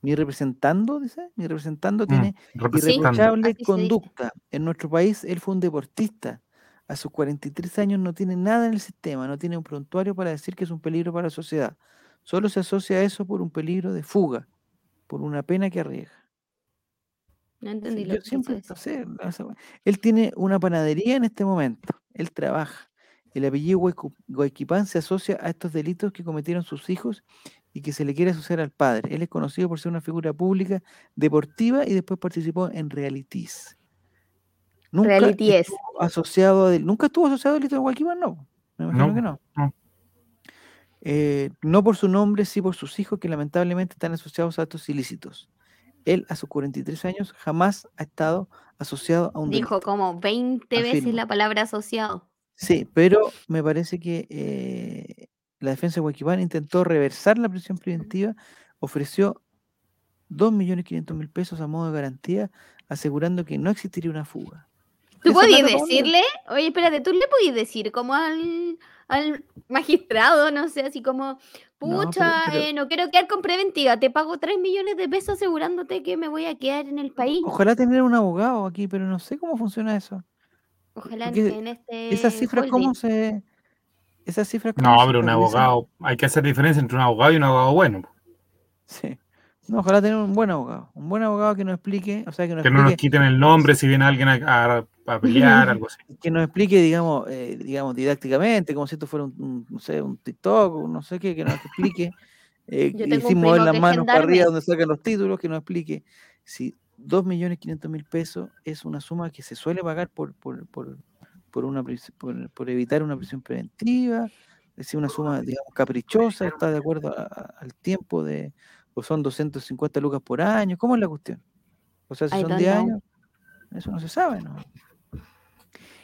A: Mi representando, dice. Mi representando tiene
B: Representando.
A: irreprochable
C: Así se dice.
A: conducta. En nuestro país, él fue un deportista. A sus 43 años no tiene nada en el sistema, no tiene un prontuario para decir que es un peligro para la sociedad. Solo se asocia a eso por un peligro de fuga, por una pena que arriesga.
C: No
A: Sí,
C: entendí lo
A: yo
C: que quiso
A: siempre,
C: decir.
A: no sé, no sé, bueno. él tiene una panadería en este momento, él trabaja. El apellido Huecu- Huequipán se asocia a estos delitos que cometieron sus hijos y que se le quiere asociar al padre. Él es conocido por ser una figura pública deportiva y después participó en realities. Nunca
C: Reality es.
A: estuvo asociado a del- nunca estuvo asociado al delito de Huequipán, no. Me imagino
B: No,
A: que no.
B: no.
A: Eh, no por su nombre, sí por sus hijos que lamentablemente están asociados a actos ilícitos. Él a sus 43 años jamás ha estado asociado a un delito.
C: Dijo como 20 veces
A: Afirmo.
C: la palabra asociado.
A: Sí, pero me parece que eh, la defensa de Huaquipán intentó reversar la prisión preventiva, ofreció 2.500.000 pesos a modo de garantía, asegurando que no existiría una fuga.
C: ¿Tú
A: Esa
C: podías
A: plata para dónde?
C: decirle? Oye, espérate, ¿tú le podías decir como al, al magistrado, no sé, así como,
A: pero-
C: pucha,
A: pero-
C: eh, no quiero quedar con preventiva, te pago 3 millones de pesos asegurándote que me voy a quedar en el país?
A: Ojalá tener un abogado aquí, pero no sé cómo funciona eso.
C: Ojalá
A: porque
C: en este.
A: Esas cifras,
C: holding.
A: ¿cómo se...? Esas cifras, ¿cómo
B: No,
A: se
B: pero un
A: establecen?
B: abogado, hay que hacer diferencia entre un abogado y un abogado bueno, pues,
A: Sí. No, ojalá tener un buen abogado. Un buen abogado que nos explique, o sea, que nos
B: que no nos
A: explique
B: quiten el nombre si viene alguien a, a- a pelear, algo así.
A: que nos explique, digamos, eh, digamos didácticamente, como si esto fuera un, un, no sé, un TikTok, un no sé qué, que nos explique. Eh,
C: Yo
A: y
C: tengo un
A: sin mover
C: primo
A: las
C: que es
A: manos para arriba
C: gendarme.
A: donde sacan los títulos, que nos explique si 2.500.000 pesos es una suma que se suele pagar por, por, por, por, una, pris- por, por evitar una prisión preventiva, es una suma, digamos, caprichosa, está de acuerdo a- a- al tiempo de, o son 250 lucas por año, ¿cómo es la cuestión? O sea, si
C: I
A: son
C: don't
A: 10
C: know.
A: años, eso no se sabe, ¿no?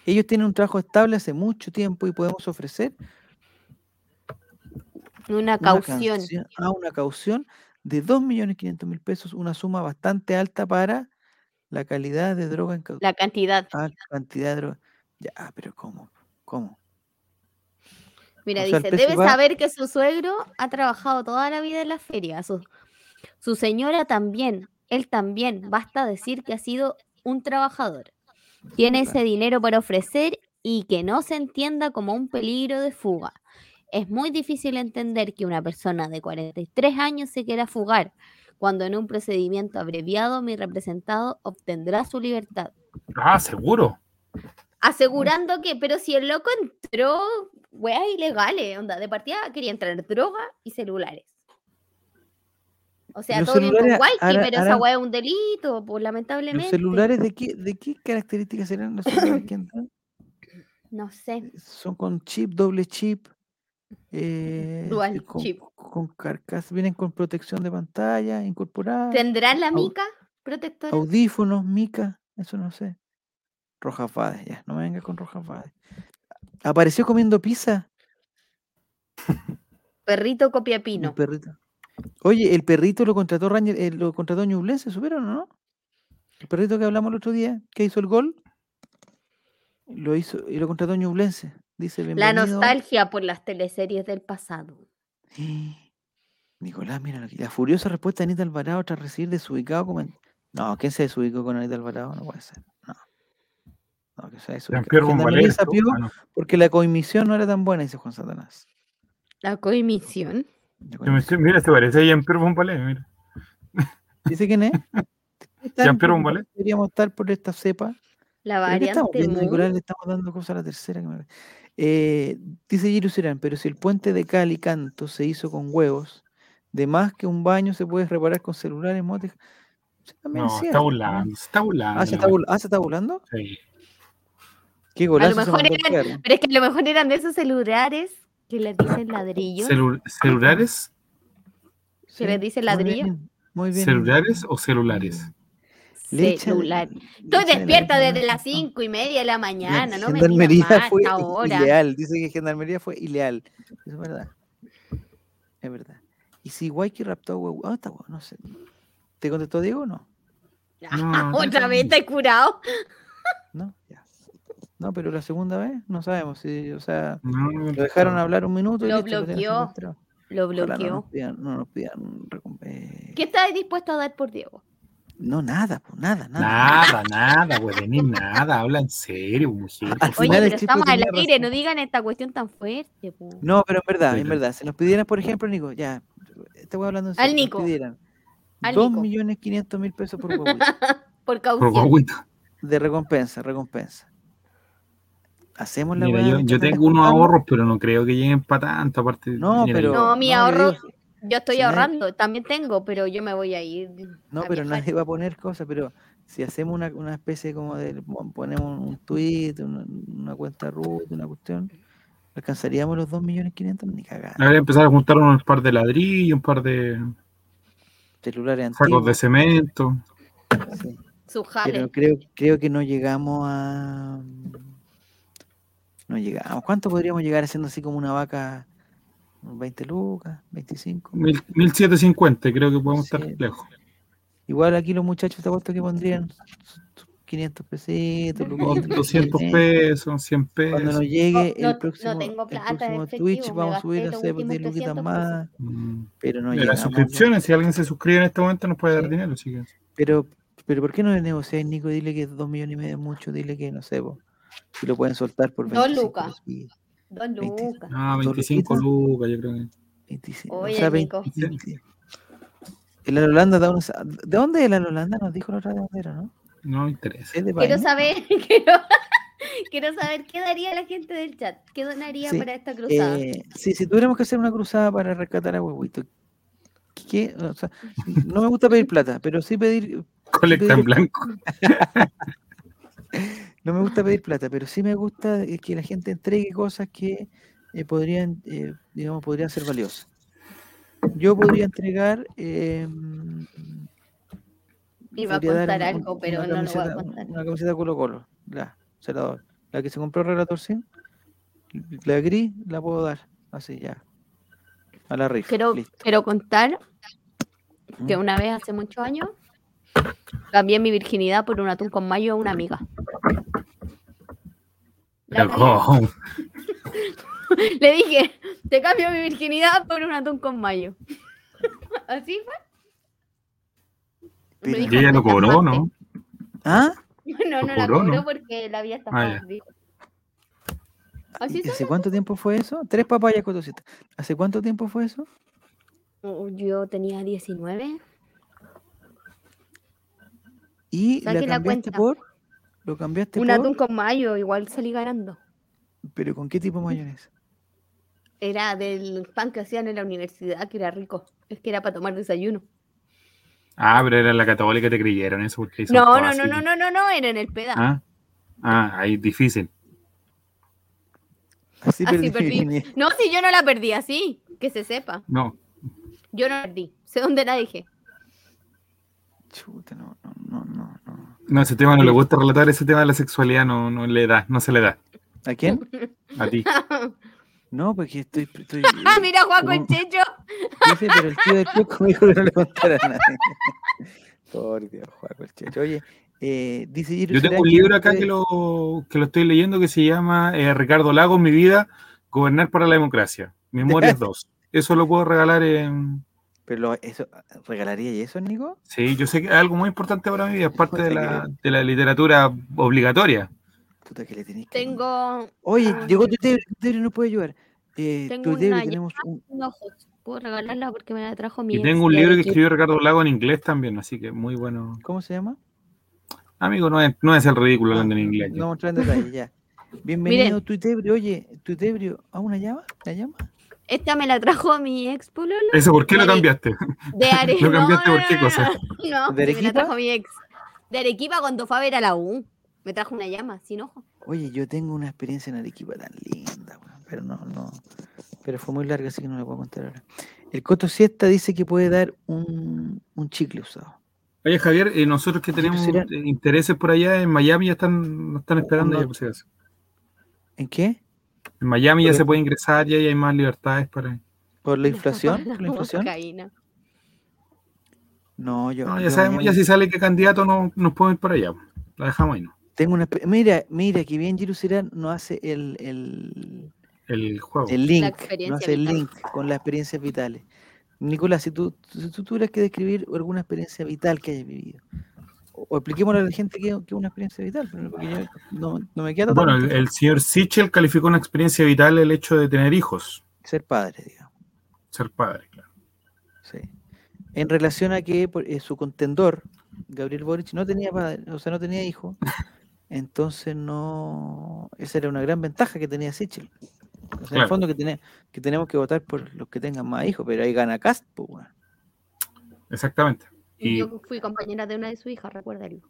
A: Ellos tienen un trabajo estable hace mucho tiempo y podemos ofrecer
C: Una
A: una
C: caución.
A: canción- ah, una caución de 2.500.000 pesos, una suma bastante alta para la calidad de droga en ah,
C: La cantidad.
A: cantidad de droga. Ya, ah, pero ¿cómo? ¿Cómo?
C: Mira,
A: o sea, el
C: dice,
A: precio
C: debe
A: va-
C: saber que su suegro ha trabajado toda la vida en la feria. Su, su señora también, él también. Basta decir que ha sido un trabajador. Tiene
A: Claro.
C: ese dinero para ofrecer y que no se entienda como un peligro de fuga. Es muy difícil entender que una persona de 43 años se quiera fugar, cuando en un procedimiento abreviado mi representado obtendrá su libertad
B: Ah, seguro.
C: asegurando que, pero si el loco entró, weas ilegales, onda, de partida quería entrar droga y celulares. O sea,
A: Los
C: todo bien con
A: celulares
C: Waiki,
A: hará-
C: pero esa
A: harán-
C: wea es un delito, pues
A: ¿Los
C: lamentablemente.
A: celulares de qué, de qué características serán los celulares que entran?
C: No sé.
A: Son con chip, doble chip. eh,
C: Dual
A: y con,
C: chip.
A: Con carcasa, vienen con protección de pantalla incorporada.
C: ¿Tendrán la
A: Au-
C: mica protectora?
A: Audífonos, mica, eso no sé. Rojas Vades, ya, no me vengas con Rojas Vades. Apareció comiendo pizza
C: Perrito
A: el
C: copiapino.
A: perrito. Oye, el perrito lo contrató Ranger, eh, lo contrató Ñublense, ¿supieron o no? El perrito que hablamos el otro día, que hizo el gol, lo hizo y lo contrató Ñublense. Dice
C: La
A: bienvenido.
C: nostalgia por las teleseries del pasado.
A: Nicolás, mira lo que- la furiosa respuesta de Anita Alvarado tras recibir desubicado comen- No, ¿quién se desubicó con Anita Alvarado? No puede ser. No. No, que se desubicó.
B: Jean-Pierre
A: Fernando
B: Bombalé,
A: Elisa Pío,
B: ah, no.
A: porque la coimisión no era tan buena, dice Juan Satanás.
C: La coemisión.
A: La
B: Yo me
A: coimisión.
B: estoy- Mira, se parece a Jean-Pierre Bombalé, mira.
A: ¿Dice quién es? Están
B: Jean-Pierre
A: preocupados,
B: Bombalé.
A: Deberíamos estar por esta cepa.
C: La
A: Pero ¿qué estamos
C: variante
A: viendo, Nicolás?
C: Moore.
A: Le estamos dando cosas a la tercera. que me- Eh, dice Giru Serán, pero si el puente de Cali Canto se hizo con huevos, de más que un baño se puede reparar con celulares, motes. Eso también
B: No,
A: es
B: está
A: cierto,
B: burlando, se está burlando.
A: Ah, se está, bul- ah, ¿se está burlando.
B: Sí.
A: Qué golazo. se
C: mejor
A: mandó el
C: eran-
A: perro.
C: Pero es que a lo mejor eran de esos celulares que les dicen ladrillo.
B: Celu- ¿Celulares?
A: Sí,
C: les dice
A: muy
C: ladrillo.
A: bien, Muy bien.
B: ¿Celulares o celulares?
A: Leche-
C: Celular.
A: leche
C: Estoy
A: de la
C: despierta
A: luna.
C: desde las
A: No.
C: cinco y media de la mañana. No me
A: Gendarmería
C: digas más
A: fue
C: hasta ahora.
A: ileal. Dice que Gendarmería fue ileal. Es verdad. Es verdad. Y si Waiki raptó a Huevo, ah, está bueno, no sé. ¿Te contestó Diego o no?
B: No, no
C: Otra vez te he curado.
A: No, ya. No, pero la segunda vez no sabemos. Si, o sea,
B: No,
A: lo dejaron hablar un minuto y
C: Lo
A: listo, tienen
C: bloqueó.
A: secuestrado.
C: Lo
A: Ojalá No
C: bloqueó.
A: nos pidan, no nos pidan recompensa.
C: ¿Qué estás dispuesto a dar por Diego?
A: No, nada, po, nada, nada.
B: Nada, nada, güey, ni nada. Habla en serio, mujer.
A: Al
C: Oye,
A: final el
C: pero
A: Chipo
C: estamos al
A: tenía
C: aire,
A: razón.
C: no digan esta cuestión tan fuerte. po.
A: No, pero en verdad, en
B: Pero-
A: verdad. Si nos pidieran, por ejemplo, Nico, ya, te voy hablando en
C: Al
A: serio.
C: Nico.
A: Nos pidieran
C: Al
A: 2
C: Nico.
A: millones 500 mil pesos por huevito,
B: Por
C: Por causa.
B: guagüita.
A: de recompensa, recompensa. Hacemos la
B: Mira,
A: hueá,
B: yo, yo
A: chacales,
B: tengo unos
A: juntamos.
B: ahorros, pero no creo que lleguen para tanto. Aparte,
A: No,
B: mira,
A: pero.
B: yo-
C: No, mi
A: yo
C: ahorro-
A: digo-
C: Yo estoy
A: Si nadie-
C: ahorrando, también tengo, pero yo me voy a ir.
A: No,
C: a
A: pero
C: viajar.
A: nadie va a poner cosas, pero si hacemos una, una especie como de, pon- ponemos un tweet, una, una cuenta root, una cuestión, alcanzaríamos los 2 millones 500 ni cagada.
B: Habría empezado a juntar unos par de ladrillos, un par de
A: Celulares
B: sacos de
A: antiguos.
B: cemento.
A: sí.
C: Su
A: Pero
C: jale.
A: creo, creo que no llegamos a. No llegamos. ¿Cuánto podríamos llegar haciendo así como una vaca? ¿20 lucas? ¿25?
B: Mil- 1750, creo que podemos
A: Sí.
B: estar lejos.
A: Igual aquí los muchachos, te apuesto que pondrían sus 500 pesitos, luquitas, lo que
B: 200
A: tienen.
B: pesos, 100
A: Cuando nos
B: pesos.
A: llegue
C: No, no-
A: el
C: no
A: próximo,
C: tengo
A: el
C: plata en
A: próximo
C: efectivo,
A: Twitch,
C: me
A: vamos a
C: gasté
A: subir
C: los
A: no sé, pues,
C: últimos
A: 10 luquitas
C: 300
A: más,
B: Mm.
A: pero no
B: De las
A: llegamos.
B: suscripciones, si alguien se suscribe en este momento, nos puede dar
A: Sí.
B: dinero. Así que... ah,
A: Pero, pero ¿por qué no le negociáis, Nico? Dile que 2 millones y medio es mucho, dile que no sé, po, si lo pueden soltar por
C: Dos
A: 25
C: lucas.
A: luquitas.
C: Dos lucas.
B: Ah,
A: ¿Dos
B: 25 lucas, yo creo que.
A: 25,
C: Oye,
A: o sea, vein-
C: Nico.
A: veinte. El Holanda da unos. ¿De dónde es el Holanda? Nos dijo la otra vez dónde era, ¿no?
B: No me interesa.
A: ¿Es de
C: Quiero
A: Baena?
C: saber, quiero, quiero saber qué daría la gente del chat. ¿Qué donaría
A: Sí,
C: para esta cruzada?
A: Eh, sí, si tuviéramos que hacer una cruzada para rescatar a Huehuito, ¿qué? O sea, no me gusta pedir plata, pero sí pedir.
B: Colecta en blanco.
A: No me gusta pedir plata, pero sí me gusta eh, que la gente entregue cosas que eh, podrían, eh, digamos, podrían ser valiosas. Yo podría entregar. eh,
C: Iba a
A: podría dar
C: contar
A: una-
C: algo,
A: una
C: pero no lo voy
A: camiseta-
C: a contar.
A: Una camiseta Colo Colo, la, se la doy. La que se compró Relator 100, la gris, la puedo dar. Así ya. A la rifa.
C: Quiero,
A: listo.
C: quiero contar que
A: Mm.
C: una vez hace muchos años cambié mi virginidad por un atún con mayo a una amiga. La cambié.
B: Oh,
C: Le dije, te cambio mi virginidad por un atún con mayo. ¿Así fue?
A: Pero-
C: Me dijo,
B: Y ella lo
C: "No la
B: cobró,
C: parte".
B: ¿no?
A: ¿Ah?
C: No,
B: Lo
C: no la
B: cobró,
C: cobró
B: ¿no?
C: porque la había
B: Ah,
C: estafado.
B: ya.
C: dijo.
A: ¿Y
C: Así
A: ¿Hace cuánto tiempo fue eso? Tres papayas con doscientos. ¿Hace cuánto tiempo fue eso?
D: Uh,
C: son. Yo tenía 19.
A: Y la
C: Saque la
A: cambiaste
C: cuenta.
A: por. Lo cambiaste
C: Un
A: por.
C: atún con mayo, igual salí ganando.
A: Pero ¿con qué tipo de mayonesa?
C: Era del pan que hacían en la universidad, que era rico. Es que era para tomar desayuno.
B: Ah, pero era la católica, te creyeron eso. Porque son
C: No, no,
B: todas
C: no,
B: así.
C: no, no, no, no, era en el peda.
B: Ah, ah, ahí difícil.
A: Así,
C: Así
A: perdí mi
C: perdí.
A: virginidad.
C: No, si yo no la perdí así, que se sepa.
B: No,
C: Yo no la perdí. Sé dónde la dejé.
A: Chuta, no, no, no, no, no.
B: no, ese tema no le gusta relatar, ese tema de la sexualidad no, no le da, no se le da
A: ¿A quién?
B: a ti.
A: No, porque estoy. estoy
C: Ah, mira, Juaco el
B: Uh.
A: ¿Cómo?
C: Checho.
A: Dice, pero el tío del Cuco me dijo que no le contara a nadie. Por Dios, Juaco, el checho. Oye, Eh, dice Giro,
B: Yo tengo
A: ¿será
B: un libro
A: que
B: acá que
A: ustedes-
B: lo, que lo estoy leyendo que se llama eh, Ricardo Lago, Mi vida, Gobernar para la Democracia, Memorias 2. Eso lo puedo regalar en...
A: Pero lo- eso, ¿regalaría y eso, Nico?
B: Sí, yo sé que es algo muy importante para mí, es parte de la, de la literatura obligatoria.
A: Puta que le tenés que-
D: Tengo
A: Oye,
D: ah,
A: llegó tu Twitter, no puede ayudar. Eh,
D: Tengo
A: tu Twitter
D: una
A: tenemos un-
D: ojos. Puedo regalarla porque me la trajo mi
B: Y
D: ex,
B: tengo un
D: la
B: libro que
D: de Kid.
B: escribió Ricardo Lago en inglés también, así que muy bueno.
A: ¿Cómo se llama?
B: Amigo, no es, no es el ridículo hablando en
A: Ah,
B: inglés.
A: No mostrar detalle, ya. Bienvenido, Tuitebrio. Oye, Tuitebrio, ¿a una llama? ¿La llama?
D: Esta me la trajo mi ex pololo
B: ¿Eso por qué lo
D: Dale.
B: cambiaste?
D: de Arequipa.
B: Lo cambiaste por qué cosa.
D: No,
A: ¿De
D: me la
A: Arequipa?
D: trajo mi ex. De Arequipa cuando fue a ver a la U. Me trajo una llama, sin ojo.
A: Oye, yo tengo una experiencia en Arequipa tan linda, weón, pero no, no. Pero fue muy larga, así que no la puedo contar ahora. El Coto Siesta dice que puede dar un, un chicle usado.
B: Oye, Javier, eh, nosotros que
A: Oye,
B: tenemos
A: será-
B: eh, intereses por allá en Miami ya están, nos están esperando.
A: no.
B: ya, por si acaso.
A: ¿En qué?
B: En Miami ya
A: Pero-
B: se puede ingresar y ahí hay más libertades para...
A: ¿Por la inflación? ¿Por la inflación?
D: Cocaína.
A: No, yo.
B: No,
A: yo
B: ya sabemos,
A: mañana-
B: ya si sale qué candidato no, nos podemos ir para allá. pues. La dejamos ahí, ¿no?
A: Tengo una. espe- Mira, mira, que bien Giru Serán no hace el, el,
B: El juego.
A: el link. No
D: experiencia
A: hace el
D: vital.
A: link con las experiencias vitales. Nicolás, si tú, si tú tuvieras que describir alguna experiencia vital que hayas vivido, o, o expliquémosle a la gente qué qué es una experiencia vital, pero porque yo no, no me queda
B: Bueno, el,
A: totalmente
B: el señor Sichel calificó una experiencia vital el hecho de tener hijos,
A: ser padre, digamos.
B: ser padre, claro.
A: Sí. En relación a que por- eh, su contendor, Gabriel Boric, no tenía padre, o sea, no tenía hijo, entonces no. Esa era una gran ventaja que tenía Sichel. O sea, en
B: Claro.
A: el fondo que, tiene- que tenemos que votar por los que tengan más hijos, pero ahí gana Cast, pues, weón.
B: Exactamente.
D: Y
B: Y
D: yo fui compañera de una de sus hijas, recuérdenlo.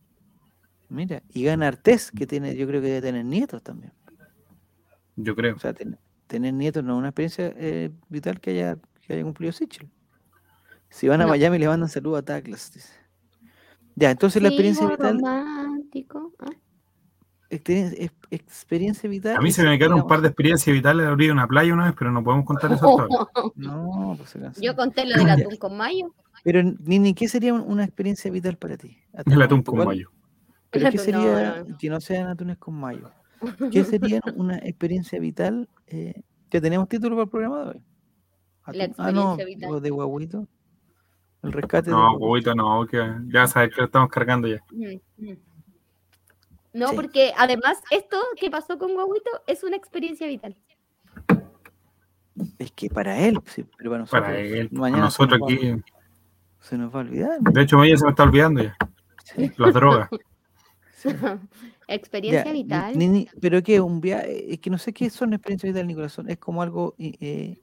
A: Mira, y gana Artés, que tiene, yo creo que debe tener nietos también.
B: yo creo.
A: O sea, ten- tener nietos no es una experiencia eh, vital que haya, que haya cumplido Sichel. Si van a
D: No.
A: Miami, le mandan saludo a Douglas. dice. Ya, entonces la experiencia
D: Sigo
A: vital,
D: romántico. Ah,
A: experien- ex- experiencia vital.
B: A mí se
A: es,
B: me quedaron un par
A: digamos,
B: de experiencias vitales abrir una playa una vez, pero no podemos contar eso hasta ahora.
A: No, pues se cansa.
D: Oh, Yo conté lo del
A: Ya.
D: atún con mayo.
A: Pero Nini, ¿qué sería un- una experiencia vital para ti? Atún
B: El
A: con-
B: atún con
A: ¿cuál-
B: mayo.
A: ¿Pero qué
D: No,
A: sería
D: no, no.
A: que no sean atunes con mayo? ¿Qué sería una experiencia vital? eh, ¿Ya tenemos título para el programa de hoy?
D: La
A: Atún- ah, no,
D: experiencia vital.
A: digo, de Guaguito. El rescate de
B: No,
A: Guaguito.
B: huevito, no, que ya sabes que lo estamos cargando ya.
D: Mm, mm. No,
A: Sí.
D: porque además esto que pasó con Guaguito es una experiencia vital.
A: Es que para él, sí, pero para nosotros.
B: Para él, para
A: mañana se
B: nosotros
A: nos va-
B: aquí.
A: Se nos va a olvidar.
B: De hecho, a ella se me está olvidando ya.
A: Sí,
B: Las drogas.
A: sí. Ya,
D: experiencia
A: Ni-
D: vital.
A: Nini, pero qué, un viaje, es que no sé qué son experiencias vitales, Nicolás, son- es como algo i- eh,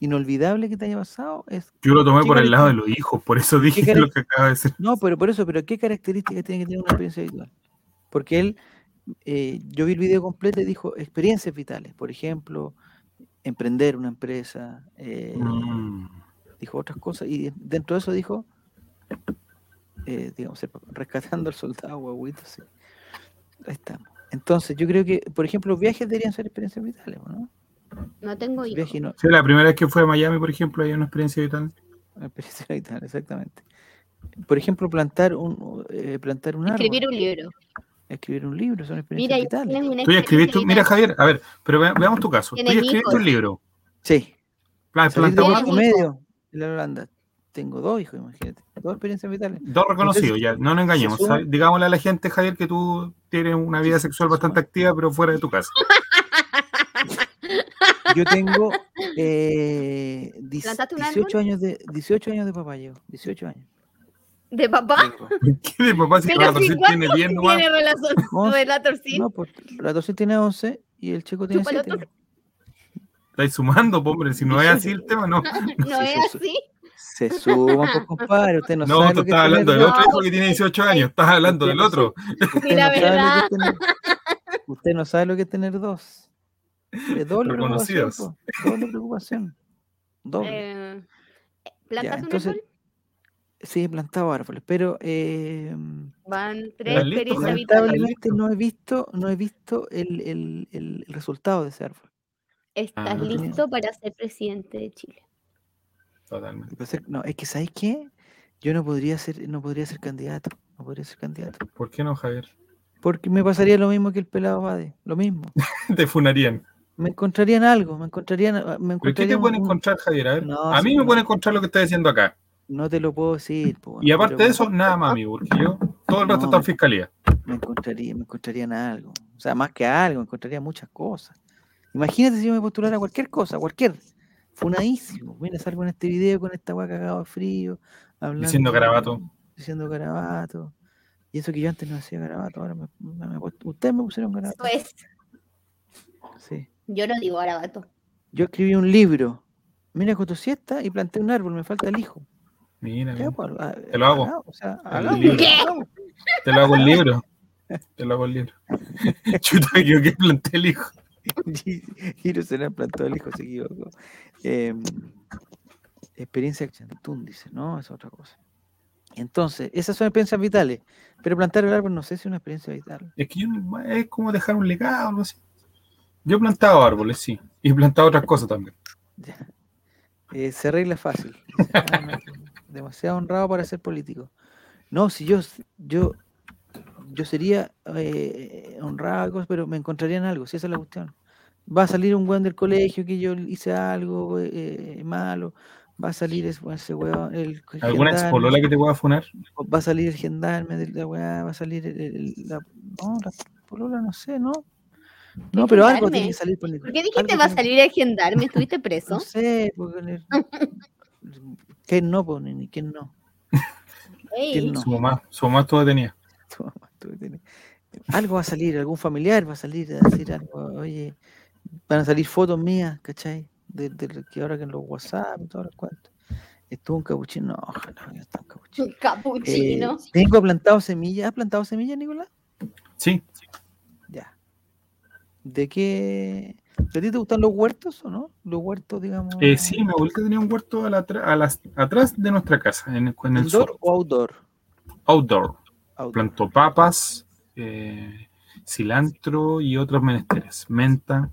A: inolvidable que te haya pasado, es
B: Yo lo tomé
A: ¿Qué
B: por el
A: caracter-
B: lado de los hijos, por eso
A: qué
B: dije
A: cara-
B: lo que acaba de decir.
A: No, pero por eso, pero ¿qué características tiene que tener una experiencia vital? Porque él, eh, yo vi el video completo y dijo experiencias vitales, por ejemplo, emprender una empresa, eh,
B: Mm.
A: dijo otras cosas, y dentro de eso dijo, eh, digamos, el papá, rescatando al soldado, guaguito, sí. Ahí estamos. Entonces, yo creo que, por ejemplo, los viajes deberían ser experiencias vitales, ¿no?
D: No tengo hijos.
A: Viaje no,
B: Sí, la primera vez que fue a Miami, por ejemplo, hay una experiencia vital.
A: experiencia vital, exactamente. Por ejemplo, plantar un, eh, plantar un árbol,
D: Escribir un libro.
A: escribir un libro, son
D: Mira,
A: experiencias
D: ya
A: vitales.
D: tienes una
B: Tú ya escribiste,
D: experiencia
B: mira
D: vital.
B: Javier, a ver, pero ve- veamos tu caso. Tú ya
D: Tienes
B: escribiste
D: hijos.
B: un libro,
A: Sí.
B: pla-
A: Salir de
B: plantamos
D: Tienes
A: cuarto
D: hijos.
A: medio en la Holanda. Tengo dos hijos, imagínate. Dos experiencias vitales.
B: dos reconocidos, ya, no nos engañemos.
A: se suma-
B: ¿sabes? Digámosle a la gente, Javier, que tú tienes una vida sexual
A: se
B: bastante
A: suma.
B: activa, pero fuera de tu casa.
A: Yo tengo eh, dis-
D: ¿Plantaste un
A: 18 años de 18 años de papá llevo, 18 años.
D: ¿De papá?
A: Digo,
B: ¿Qué de papá si
D: Pero
B: Rafa
D: si
B: Torcín
D: cuatro
B: tiene 10 nomás?
D: tiene relación con
A: Once.
D: el atorcín.
A: No, pues la dosis tiene 11 y el chico tiene
D: Chúpalo
A: 7.
D: tú.
B: Estáis sumando, po, hombre, si no es así
A: 18.
B: el tema, no.
D: No
A: pues sí,
D: es
A: sí, sí.
D: así.
A: Se suman, pues compadre, usted no,
B: No,
A: sabe lo
B: tú
A: que
B: estás
A: es tener
B: hablando del
A: dos-
B: otro hijo que tiene 18 años, estás hablando del otro.
A: Usted
D: Sí, la
A: no sabe lo que
D: verdad.
A: es tener- usted no sabe lo que es tener dos. Es doble preocupación,
B: Reconocidos.
A: po, doble preocupación. Doble.
D: Eh,
A: Ya,
D: ¿Plantas un
A: entonces-
D: árbol?
A: Sí, he plantado árboles, pero eh,
D: Van tres
B: listo,
D: experiencias
B: Javier.
D: vitales.
A: lamentablemente no he visto, no he visto el, el- el- el resultado de ese árbol.
D: ¿Estás
B: Ah.
D: listo para ser presidente de Chile?
B: Totalmente.
A: Y para ser- No, es que ¿sabes qué? Yo no podría ser, no podría ser candidato. No podría ser candidato.
B: ¿Por qué no, Javier?
A: Porque me pasaría lo mismo que el pelado Bade. Lo mismo.
B: Te funarían.
A: Me encontrarían algo. Me encontrarían. ah, Me
B: ¿Pero qué
A: encontrarían
B: te pueden
A: un-
B: encontrar, Javier? A, ver.
A: No,
B: a
A: sí,
B: mí me
A: no.
B: pueden encontrar lo que está diciendo acá.
A: No te lo puedo decir. po,
B: Y
A: no,
B: aparte
A: pero
B: de eso, nada más, amigo, porque yo todo el
A: No,
B: rato está en
A: me-
B: fiscalía.
A: Me encontraría, me encontrarían algo. O sea, más que algo, me encontraría muchas cosas. Imagínate si yo me postulara a cualquier cosa, cualquier. Funadísimo. Mira, salgo en este video con esta weá cagado de frío. Hablando,
B: Diciendo garabato.
A: Diciendo garabato. Y eso que yo antes no hacía garabato, ahora me, me- me- ustedes me pusieron garabato.
D: Pues
A: Sí.
D: yo no digo garabato.
A: Yo escribí un libro. Mira con tu siesta y planté un árbol, me falta el hijo.
B: Mira,
A: Ya,
B: mira.
A: pues, ha-
B: Em, Te lo hago.
A: hagamos, o sea,
B: El
A: hagamos,
B: libro.
A: ¿Qué? hagamos.
B: te lo hago el libro. Te lo hago el libro. Chuta, me equivoqué, planté el hijo.
A: Y no se le plantó el hijo, se equivocó. Em, experiencia de Chantún, dice, no, es otra cosa. Entonces, esas son experiencias vitales. Pero plantar el árbol no sé si es una experiencia vital.
B: Es que yo, es como dejar un legado, algo así. Yo he plantado árboles, sí. Y he plantado otras cosas también.
A: Ya. Eh, se arregla fácil. dice, "Ah, no, demasiado honrado para ser político. No, si yo, s- yo, yo sería eh, honrado, cosas, pero me encontrarían algo, si esa es la cuestión. Va a salir un weón del colegio que yo hice algo eh, malo, va a salir ese, ese weón, el c-
B: ¿Alguna
A: gendarme,
B: expolola que te pueda funar?
A: va a salir el gendarme de la weá, va a salir el, el- la, no, la polola, no sé, ¿no? No, pero algo
D: gendarme?
A: tiene que salir por el-
D: ¿Por qué
A: algo
D: dijiste va a
A: tiene-
D: salir el gendarme? ¿Estuviste
A: no
D: preso?
A: sé, pues, porque le- ¿Quién no, pues, po, nene? ¿Quién no?
D: Ey,
A: no.
B: Su mamá, su mamá todo tenía.
A: Tu mamá, tú que tienes- Algo va a salir, algún familiar va a salir a decir algo. Oye, van a salir fotos mías, ¿cachai? De, de que ahora que en los WhatsApp y todo el cuento. Estuvo un capuchino. No, ojalá hubiera estado un capuchino.
D: un
A: Eh,
D: capuchino.
A: tengo plantado semillas. ¿Has plantado semillas, Nicolás?
B: Sí,
A: Ya. ¿De qué? ¿A ti te gustan los huertos o no? Los huertos, digamos.
B: Eh, sí, mi abuelita tenía un huerto a la tra- a las- atrás de nuestra casa, en el, en el
A: ¿Indoor
B: sur,
A: o outdoor?
B: outdoor.
A: Outdoor.
B: Plantó papas, eh, cilantro y otros menesteres. Menta.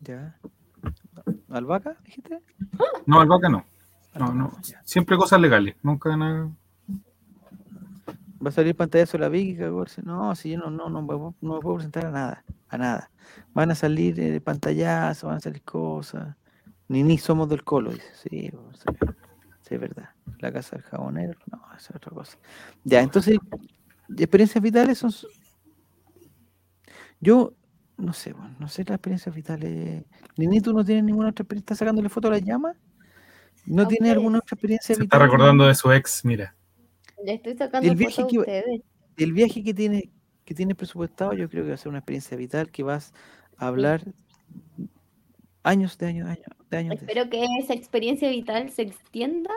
A: Ya. ¿Albahaca, dijiste?
B: No, albahaca no. No, no.
A: Albahaca, ya.
B: Siempre cosas legales. Nunca nada.
A: Va a salir pantallazo la Vicky, cagó, si- No, si yo no, no, no, me puedo- no me puedo presentar a nada, a nada. Van a salir eh, pantallazos, van a salir cosas. Ni ni somos del colo, dice. Sí, po, sí, sí, es verdad. La casa del jabonero, no, esa es otra cosa. Ya, entonces, experiencias vitales son. su- Yo, no sé, bueno, no sé las experiencias vitales. Nini, tú no tienes ninguna otra experiencia. ¿Estás sacándole foto a las llamas? ¿No
D: ¿A
A: tienes alguna
D: ustedes?
A: otra experiencia
B: Se está recordando de su ex, mira.
D: Le estoy sacando
A: Eh, el viaje
D: fotos a
A: que iba-
D: ustedes.
A: del viaje que tiene que tienes presupuestado, yo creo que va a ser una experiencia vital que vas a hablar años de años de años de años. de eso.
D: Espero que esa experiencia vital se extienda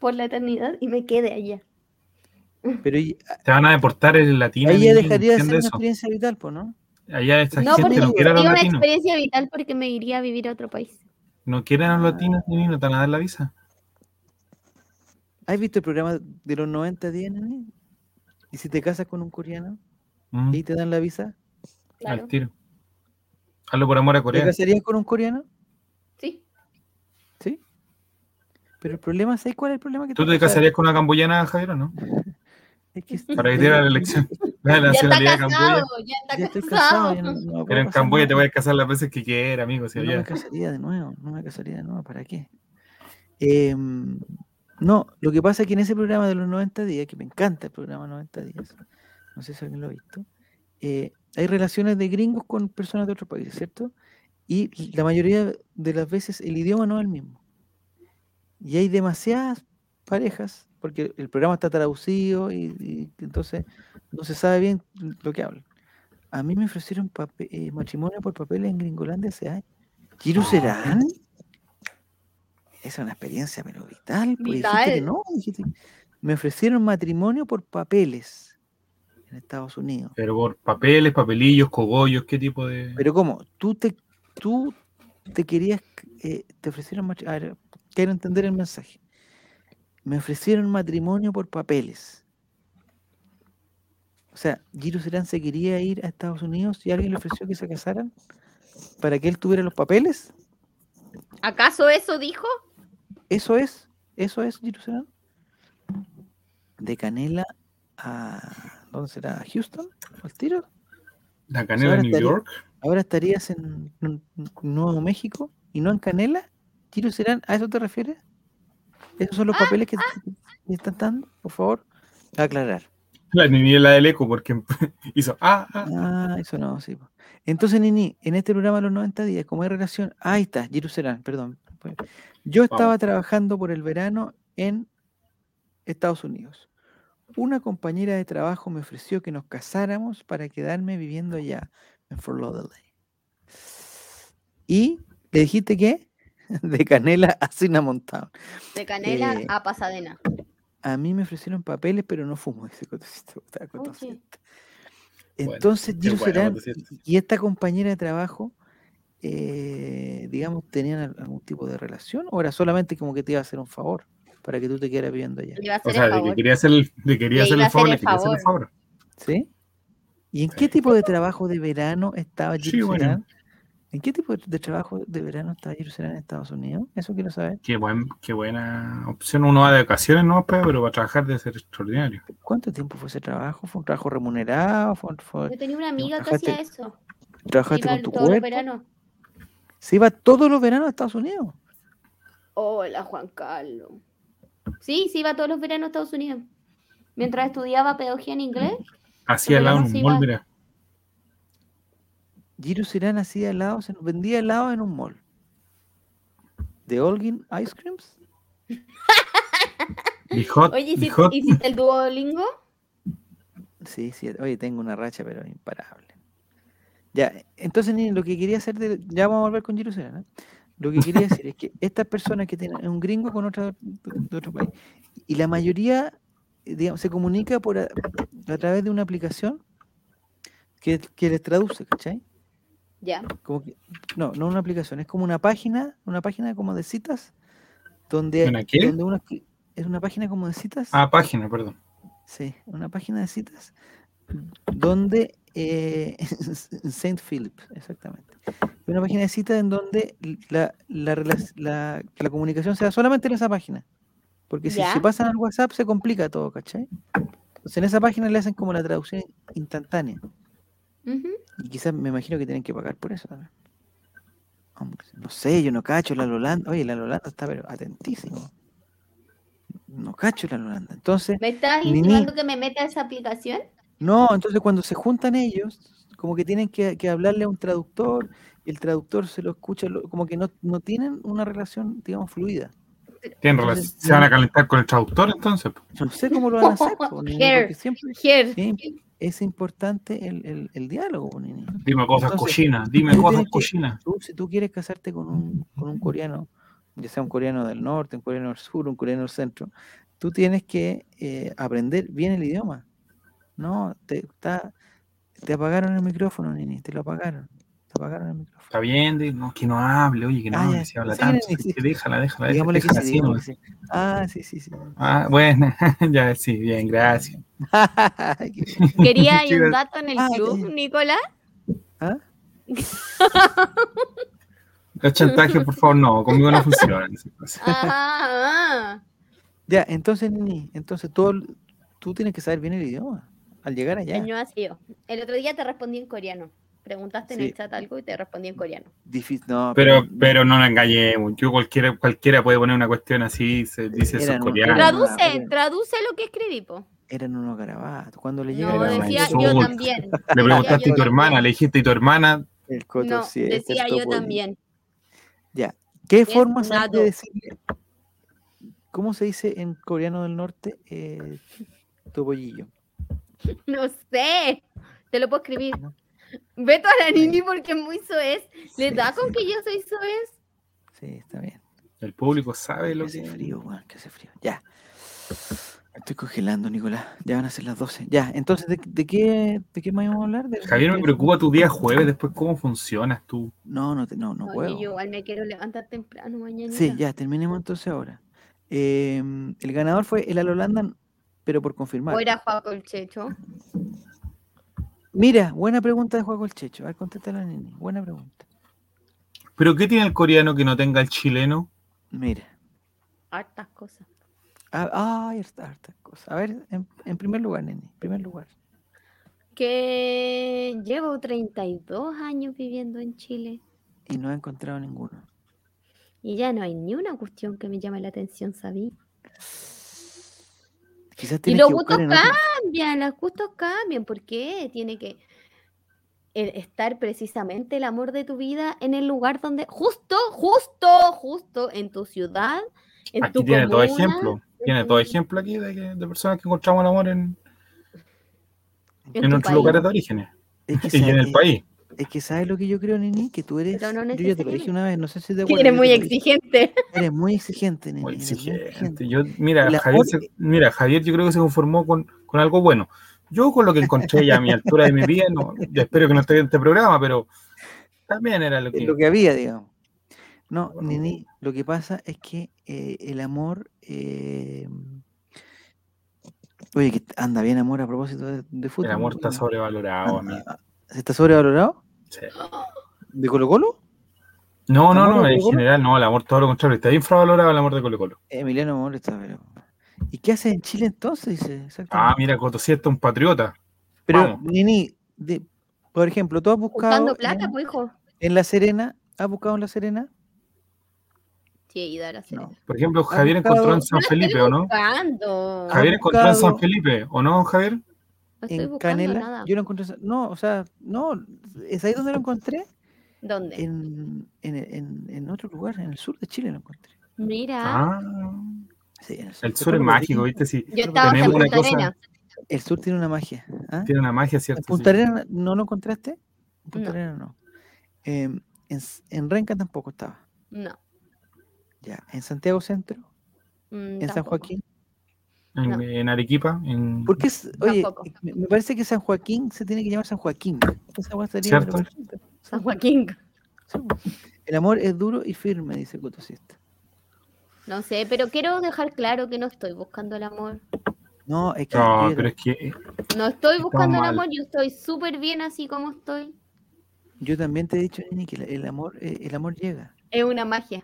D: por la eternidad y me quede allá.
A: Pero y-
B: Te van a deportar el latino.
A: ahí ya
B: niño,
A: dejaría de ser
B: ¿entiende
A: una
B: eso?
A: experiencia vital, pues, ¿no?
B: Allá esta
D: No,
B: gente
D: porque
B: no quiere a los
D: sería una
B: latinos.
D: experiencia vital porque me iría a vivir a otro país.
B: No quieren a
D: Ah.
B: los latinos, ni no te van a dar la visa.
A: ¿Has visto el programa de los 90 días, nene? ¿Y si te casas con un coreano
B: Mm,
A: y te dan la visa?
D: Claro.
B: Al tiro. Hazlo por amor a
A: ¿Te
B: Corea.
A: casarías con un coreano?
D: Sí.
A: ¿Sí? Pero el problema, ¿sabes cuál es el problema que
B: ¿Tú
A: tengo?
B: te
A: O sea,
B: casarías con una camboyana, Javier, o no?
A: es que estoy-
B: Para que te diera la elección. La
D: Ya está
B: nacionalidad
D: casado,
B: camboya.
D: ya está
A: Ya estoy casado.
D: casado.
A: ya no- no va a
B: Pero
A: poder
B: en
A: pasar
B: Camboya te
A: nada.
B: voy a casar las veces que quieras, amigo. Si
A: No me
B: allá.
A: casaría de nuevo, no me casaría de nuevo, ¿para qué? Em, no, lo que pasa es que en ese programa de los 90 días, que me encanta el programa 90 días, no sé si alguien lo ha visto, eh, hay relaciones de gringos con personas de otros países, ¿cierto? Y la mayoría de las veces el idioma no es el mismo. Y hay demasiadas parejas, porque el programa está traducido y, y entonces no se sabe bien lo que hablan. A mí me ofrecieron pape- eh, matrimonio por papeles en Gringolandia hace años. ¿Kiru Serán? Esa es una experiencia, pero vital. Pues, dijiste que
D: Vital.
A: no, dijiste que- Me ofrecieron matrimonio por papeles en Estados Unidos.
B: Pero por papeles, papelillos, cogollos, ¿qué tipo de...?
A: Pero ¿cómo? ¿Tú te, tú te querías, eh, te ofrecieron matrimonio? A ver, quiero entender el mensaje. Me ofrecieron matrimonio por papeles. O sea, Giro Serán se quería ir a Estados Unidos y alguien le ofreció que se casaran para que él tuviera los papeles.
D: ¿Acaso eso dijo?
A: Eso es, eso es Giro Serán. De Canela a. ¿Dónde será? ¿A Houston? ¿Al tiro?
B: La canela de
A: ahora
B: New
A: estaría-
B: York.
A: Ahora estarías en N- N- Nuevo México y no en Canela. ¿Tiro serán? ¿A eso te refieres? ¿Esos son los papeles que que me están dando? Por favor, aclarar.
B: La niñela del eco, porque hizo. Ah, ah.
A: Ah, eso no, sí. po. Entonces, Nini, en este programa de los 90 días, como hay relación, ahí está, Jerusalén, perdón. fue- Yo estaba trabajando por el verano en Estados Unidos. Una compañera de trabajo me ofreció que nos casáramos para quedarme viviendo allá, en Fort Lauderdale. ¿Y le dijiste qué? De Canela a Cinnamon Town.
D: De canela
A: Eh,
D: a pasadena.
A: A mí me ofrecieron papeles, pero no fumo, dice Cotoncito, estaba Cotoncito.
B: Bueno,
A: Entonces,
B: qué
A: Giro
B: bueno,
A: Serán
B: Cotoncito.
A: y y esta compañera de trabajo, eh, digamos, ¿tenían al- algún tipo de relación? ¿O era solamente como que te iba a hacer un favor para que tú te quieras viviendo allá?
D: Le iba a hacer
B: O sea,
D: el
B: de que
D: favor.
B: quería hacer el, de quería
D: Le
B: hacer
D: iba a
B: el
D: hacer
B: favor, le
D: el
B: quería hacer el favor.
A: ¿Sí? ¿Y en qué
B: Sí.
A: tipo de trabajo de verano estaba
B: Eh. Sí,
A: Giro
B: bueno.
A: Serán? ¿En qué tipo de- de trabajo de verano estaba Giro Serán en Estados Unidos? Eso quiero saber.
B: Qué, buen- qué buena opción. Uno va de vacaciones, no, Pe, pero para trabajar debe ser extraordinario.
A: ¿Cuánto tiempo fue ese trabajo? ¿Fue un trabajo remunerado? ¿Fue, fue-
D: Yo tenía una amiga que hacía eso.
A: trabajaste
D: Iba
A: con
D: al-
A: tu
D: todos los
A: cuerpo?
D: veranos.
A: ¿Se iba todos los veranos a Estados Unidos?
D: Hola, Juan Carlos. Sí, sí, iba todos los veranos a Estados Unidos. Mientras estudiaba pedagogía en inglés,
B: Así al lado en
D: Pero
B: un
D: no se
B: mall,
D: iba-
B: mira.
A: Giro Serán hacía helados, en- vendía helados en un mall. ¿De Olgin Ice Creams?
B: Bijot,
D: Oye, ¿hici-
B: Bijot.
D: ¿hiciste el Duolingo?
A: Sí, sí, oye, tengo una racha, pero imparable. Ya, entonces Nini, lo que quería hacer, de- ya vamos a volver con Jerusalén, ¿eh? Lo que quería decir es que estas personas que tienen es un gringo con otra, de otro país, y la mayoría, eh, digamos, se comunica por a, a través de una aplicación que, que les traduce, ¿cachai?
D: Ya.
A: Como que, no, no una aplicación, es como una página, una página como de citas, donde,
B: ¿Una qué?
A: donde uno escri- es una página como de citas.
B: Ah, página, perdón.
A: Sí, una página de citas donde eh, Saint Philip, exactamente. Una página de citas en donde la, la, relac- la- la comunicación se da solamente en esa página. Porque si
D: Ya.
A: se pasan al WhatsApp se complica todo, ¿cachai? Entonces en esa página le hacen como la traducción instantánea.
D: Ujú.
A: Y quizás me imagino que tienen que pagar por eso también. Hombre, no sé, yo no cacho la Lolanda. Oye, la Lolanda está pero atentísimo. No cacho la Lolanda. Entonces,
D: ¿Me estás
A: Nini.
D: intimando que me meta a esa aplicación?
A: No, entonces cuando se juntan ellos, como que tienen que, que hablarle a un traductor, y el traductor se lo escucha, lo- como que no, no tienen una relación, digamos, fluida.
B: Tienen
A: Entonces,
B: relación- se van a calentar con el traductor entonces. po.
A: No sé cómo lo van a hacer, po, nene,
D: Here.
A: porque siempre
D: Jer.
A: siempre es importante el, el- el diálogo, po, nene.
B: Dime cosas
A: Entonces,
B: cochinas, dime
A: tú
B: cosas
A: tienes que-
B: cochinas.
A: Tú, si tú quieres casarte con un, con un coreano, ya sea un coreano del norte, un coreano del sur, un coreano del centro, tú tienes que eh, aprender bien el idioma. No, te, está, te apagaron el micrófono, Nini, te lo apagaron. Te apagaron el micrófono.
B: Está bien, di- no, que no hable, oye, que no
A: Ah,
B: hable,
A: ya,
B: si habla
A: sí,
B: tanto.
A: sí, sí.
B: que déjala, déjala, déjala,
A: Digámosle que
B: déjala
A: sí,
B: así,
A: digámosle
B: nomás.
A: que sí. Ah, sí, sí, sí.
B: Ah, bueno, ya sí, bien, gracias.
A: Ay, qué bueno.
D: Quería hay
B: Chicas.
D: un dato en el
A: Ah,
D: club,
A: ya.
D: Nicolás.
A: ¿Ah?
B: Los chantajes, por favor, no, conmigo no funcionan. esas cosas.
D: Ajá. ah.
A: Ya, entonces, Nini, entonces todo, el- tú tienes que saber bien el idioma al llegar allá.
D: Año vacío. El otro día te respondí en coreano. Preguntaste en
A: Sí.
D: el chat algo y te respondí en coreano.
A: Difí- no,
B: Pero, pero no la engañemos. Yo cualquiera, cualquiera puede poner una cuestión así, se dice
A: Eh, Era
B: eso
A: no-
B: coreano.
A: era-
D: Traduce,
A: bueno.
D: traduce lo que escribí, po.
A: eran unos garabatos. Cuando le llega
D: No,
B: era un
D: decía yo
B: insulto.
D: también.
B: Le preguntaste
D: yo
B: a tu hermana,
D: también.
B: le dijiste a tu hermana,
A: el
D: No,
A: Cotoncito,
D: decía yo
A: Topolín.
D: también.
A: ¿Qué
D: Es
A: formas hay de
D: nado.
A: decirle? ¿Cómo se dice en coreano del norte? Eh, topollillo.
D: No sé. Te lo puedo escribir.
A: No.
D: Veto a la Nini porque es muy soez. ¿Le
A: Sí,
D: da con
A: sí,
D: que yo soy soez?
A: Sí, está bien.
B: el público sabe
A: Que
B: lo
A: hace
B: que.
A: frío, weón, que hace frío. Ya. Me estoy congelando, Nicolás. Ya van a ser las 12. Ya, entonces, ¿de, de qué, de qué más íbamos a hablar? ¿De-
B: Javier, me
A: de-
B: preocupa tu día jueves, después cómo funcionas tú.
A: No, no, te- no, no
D: Oye,
A: puedo.
D: yo igual me quiero levantar temprano mañana.
A: Sí, ya, terminemos entonces ahora. Em, el ganador fue el Alolanda, pero por confirmar.
D: Hoy era Juan Colchecho.
A: Mira, buena pregunta de Juan Colchecho. A ver, contéstala, Nini. Buena pregunta.
B: ¿Pero qué tiene el coreano que no tenga el chileno?
A: Mira.
D: Hartas cosas.
A: Ah, ahí está, harta cosa. A ver, en, en primer lugar, Nene, en primer lugar.
C: Que llevo 32 años viviendo en Chile
A: Y no he encontrado ninguno.
C: y ya no hay ni una cuestión que me llame la atención, ¿sabí?
A: Quizás
C: Y
A: tienes
C: los
A: que
C: gustos
A: buscar en otro-
C: cambian, los gustos cambian. ¿Por qué? Tiene que el- estar precisamente el amor de tu vida en el lugar donde, justo, justo, justo en tu ciudad, en
B: Aquí
C: tu
B: tiene todo
C: comuna,
B: ejemplo. Tiene todo ejemplo aquí de, que- de personas que encontramos el amor en,
C: En
B: en,
C: tu
B: nuestros
C: país.
B: lugares de origen
A: Es que,
B: y en
A: sabe-
B: el país.
A: es que sabes lo que yo creo, Nini, que tú eres.
C: Pero no
A: yo ya te lo dije
C: necesariamente.
A: una vez, no sé si te
C: que
A: acuerdas.
C: eres
A: yo
C: muy
A: te lo dije.
C: exigente.
A: Eres muy exigente, Nini.
B: Muy
A: eres muy
B: exigente.
A: exigente.
B: Yo, mira,
A: El amor
B: Javier, se-
A: es-
B: mira, Javier, yo creo que se conformó con, con algo bueno. Yo con lo que encontré ya a mi altura de mi vida, no, yo espero que no esté en este programa, pero también era lo
A: Es
B: que...
A: lo que había, digamos. No,
B: Bueno.
A: Nini, lo que pasa es que eh, el amor. eh, Oye, que anda bien amor a propósito de, de fútbol.
B: el amor está
A: ¿no?
B: sobrevalorado, amigo.
A: Ah, ¿Se está sobrevalorado?
B: Sí.
A: ¿De Colo Colo?
B: No, no,
A: ¿Amor
B: no,
A: de
B: en
A: Colo-Colo?
B: general no, el amor todo lo contrario, está infravalorado el amor de Colo Colo.
A: Emiliano Molesta, pero. ¿Y qué haces en Chile entonces? Dice,
B: Ah,
A: exactamente.
B: mira, Cotosieto es un patriota.
A: pero,
B: Ah, vamos.
A: Nini, de- por ejemplo, ¿tú has buscado
C: Buscando plata,
A: en,
C: pues, hijo.
A: en La Serena? ¿Has buscado en La Serena?
C: Sí, y dar a hacer
A: No.
C: eso.
B: Por ejemplo, Javier
A: buscado-
B: encontró en San Felipe, ¿o no?
C: Buscando.
A: Ah,
B: Javier encontró en San
A: buscado-
B: Felipe, ¿o no, Javier?
C: No estoy
A: en
C: buscando
A: Canela.
C: nada.
A: Yo lo encontré. en Sa- No, o sea, no. ¿Es ahí donde lo encontré?
C: ¿Dónde?
A: En, en, en- en otro lugar, en el sur de Chile lo encontré.
C: Mira,
B: Ah,
A: Sí, en el sur.
B: el
A: Te
B: sur es
A: juro que lo dije,
B: mágico, ¿viste? Sí,
C: yo estaba hasta
B: tenemos una
C: Punta
B: cosa-
C: Arenas.
A: El sur tiene una magia. ¿ah?
B: tiene una magia,
A: ¿En
B: ¿cierto?
A: Punta
B: Sí.
A: Arenas no lo encontraste? En Punta
C: No.
A: Arenas no. Em, en, S- en Renca tampoco estaba.
C: No.
A: Ya. En Santiago Centro,
C: mm,
A: en San
C: tampoco.
A: Joaquín.
B: En,
C: No.
B: en Arequipa, en...
A: Porque, es- oye,
C: Tampoco.
A: eh, me me parece que San Joaquín se tiene que llamar San Joaquín. Esa hueá estaría
B: Cierto.
A: perfecta.
C: San Joaquín.
A: Sí, po. El amor es duro y firme, dice Cotosista.
C: No sé, pero quiero dejar claro que no estoy buscando el amor.
A: No, es que.
B: No,
A: yo-
B: pero es que
C: No estoy buscando el
B: mal.
C: amor, yo estoy súper bien así como estoy.
A: Yo también te he dicho, Nini, que la- el amor, eh, el amor llega.
C: Es una magia.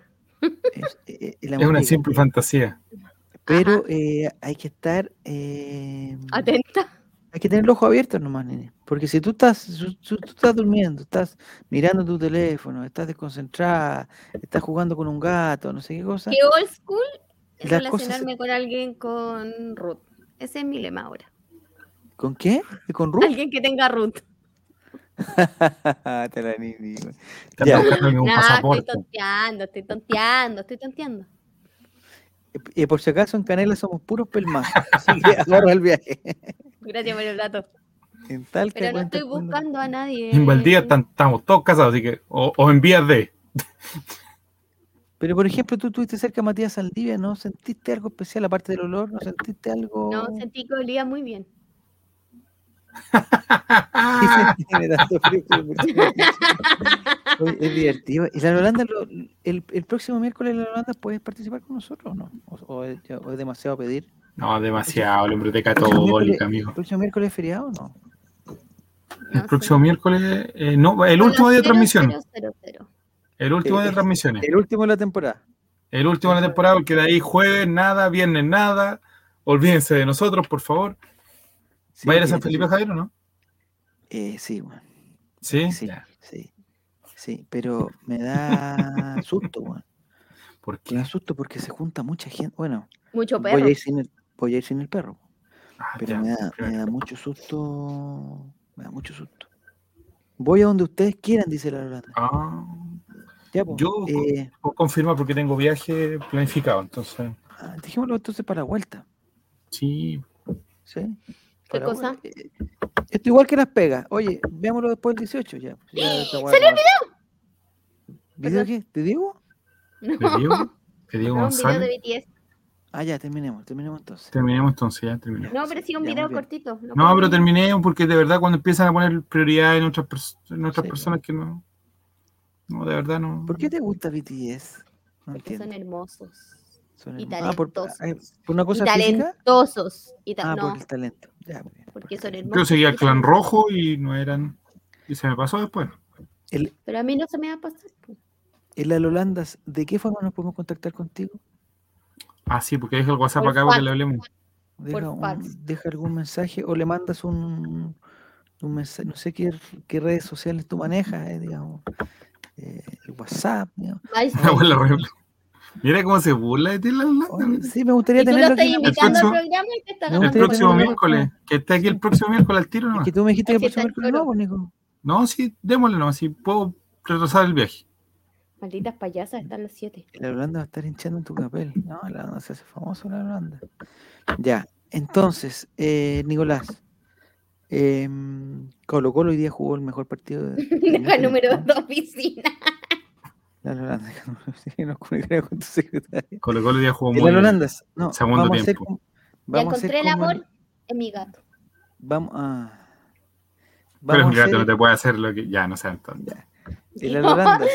A: Es, eh, el
B: es
A: amor
B: una
A: llega.
B: simple fantasía.
C: Ajá.
A: Pero eh, hay que estar. eh,
C: Atenta.
A: hay que tener el ojo abierto nomás, Nini. Porque si tú estás, su- su- tú estás durmiendo, estás mirando tu teléfono, estás desconcentrada, estás jugando con un gato, no sé qué cosa.
C: Que old school es
A: Las cosas-
C: relacionarme con alguien con Ruth. Ese es mi lema ahora.
A: ¿Con qué? ¿Con Ruth?
C: Alguien que tenga Ruth.
A: te la Nini, güey.
B: Están
A: Ya.
B: buscando algún
C: Nah, estoy
B: pasaporte.
C: tonteando, estoy tonteando, estoy tonteando.
A: Eh, eh, por si acaso en Canela somos puros pelmazos. Así que ahorra el viaje.
C: Gracias por el dato.
A: En tal
C: Pero no estoy buscando a nadie.
B: En Valdivia están- estamos todos casados, así que... O, o en vías de...
A: Pero por ejemplo, tú estuviste cerca de Matías Saldivia, ¿no sentiste algo especial aparte del olor? ¿No sentiste algo?
C: No, sentí que olía muy bien.
A: Sí, me da frío que me puse aquí. Oye, es divertido. ¿Y la Holanda, lo- el, el próximo miércoles la Holanda puedes participar con nosotros o no? ¿O, o es, ya- o es demasiado pedir?
B: No, demasiado, el hombre de
A: ¿El próximo miércoles-
B: católica, amigo.
A: ¿El próximo miércoles es feriado o no?
C: No
B: El
C: sé.
B: próximo miércoles, eh, no, el
C: Hola,
B: último día de
C: cero,
B: transmisión.
C: cero, cero, cero.
B: El último día
A: Eh,
B: de transmisiones.
A: El último de la temporada.
B: El último de la temporada, porque de ahí jueves nada, viernes nada. Olvídense de nosotros, por favor.
A: Sí,
B: ¿Va a ir a
A: porque
B: San
A: yo te-
B: Felipe Javier o no?
A: Eh, sí, bueno.
B: Sí.
A: Sí,
B: Ya.
A: sí, sí, pero me da susto, weón.
B: ¿Por
A: Me da
B: qué?
A: susto porque se junta mucha gente. Bueno,
C: Mucho
A: voy a
C: perro.
A: ir sin el, voy a ir sin el perro,
B: Ah,
A: pero
B: ya,
A: me da, me
B: primero.
A: da mucho susto. Me da mucho susto. Voy a donde ustedes quieran, dice la Holanda.
B: Ah,
A: Ya, po,
B: yo co-
A: eh,
B: puedo confirmar porque tengo viaje planificado, entonces.
A: ah, dejémoslo entonces para la vuelta.
B: Sí.
A: ¿sí? Para la
C: cosa?
A: vuelta. Eh, Esto igual que las pegas. Oye, veámoslo después del 18 ya. ¡Se le olvidó! ¿Video
C: Perdón.
A: qué? ¿Te digo?
B: ¿Le
C: No,
B: digo? ¿Le digo
C: no, un video
B: Gonzalo?
C: de BTS.
A: Ah, ya, terminemos, terminemos entonces.
B: Terminemos entonces, ya terminamos.
C: No, pero sí, un
A: Ya, muy
C: video
A: bien.
C: cortito. lo
B: No,
C: puedo
B: pero
C: ver.
B: terminé porque de verdad cuando empiezan a poner prioridad en otras, pers- en otras
A: Sí.
B: personas que no. No, de verdad no.
A: ¿Por qué te gusta BTS? No
C: Porque son
A: entiendo.
C: hermosos.
A: Son
C: y
A: hermosos. Ah, por,
C: talentosos.
A: ah, ¿por una
C: Y
A: cosa física?
C: talentosos. Y ta-
A: Ah,
C: no,
A: por el talento. Ya, muy bien, por
C: porque
A: el
C: son
A: talento.
C: hermosos.
B: Yo seguía
C: y
B: el clan
C: talentosos.
B: rojo y no eran. Y se me pasó después.
A: El,
C: Pero a mí
D: pues.
C: no se me va a pasar. po.
A: el Alolandas, ¿de qué forma nos podemos contactar contigo?
B: Ah, sí, porque deja el WhatsApp
D: Por
B: acá para que
D: fax.
B: le hablemos.
A: Deja, un-
D: fax.
A: deja algún mensaje o le mandas un, un mensaje, no sé qué, r- qué redes sociales tú manejas, eh, digamos, eh, el WhatsApp. digamos.
B: La abuela horrible. Mira cómo se burla de ti la Holanda.
A: Oye, sí, me gustaría
D: Y tú lo
A: tenerlo
D: estás
A: aquí en la mesa.
D: invitando al
B: próximo-
D: programa y te está
A: No,
B: El
A: ustedes
D: ganando.
B: próximo
A: tienen-
B: miércoles. Que esté aquí el próximo miércoles al tiro
A: Es
B: nomás.
A: que tú me dijiste que el
D: Así está
A: próximo
D: el
A: miércoles no, pues, Nico.
B: No, sí, démosle nomás. Si puedo retrasar el viaje.
D: Malditas payasas, están las 7.
A: La Holanda va a estar hinchando en tu papel. No, la Holanda se hace famoso la Holanda. Ya, entonces, eh, Nicolás. em, Colo Colo hoy día jugó el mejor partido de. de
D: Deja
A: mucho
D: el número
A: tiempo.
D: 2 piscina.
A: La Holanda, que nos comunicará con tu secretario.
B: Colo Colo ya jugó muy
A: La
B: bien.
A: Holanda, no.
B: Segundo
A: vamos a ser
B: tiempo.
A: como-
D: Ya
A: vamos a ser
D: encontré el
A: como el-
D: amor en mi gato.
A: Vamos a.
B: Pero
A: Vamos a
B: fíjate,
A: ser
B: no te puede hacer lo que. Ya, no sean tontos.
A: Ya. El Alolandas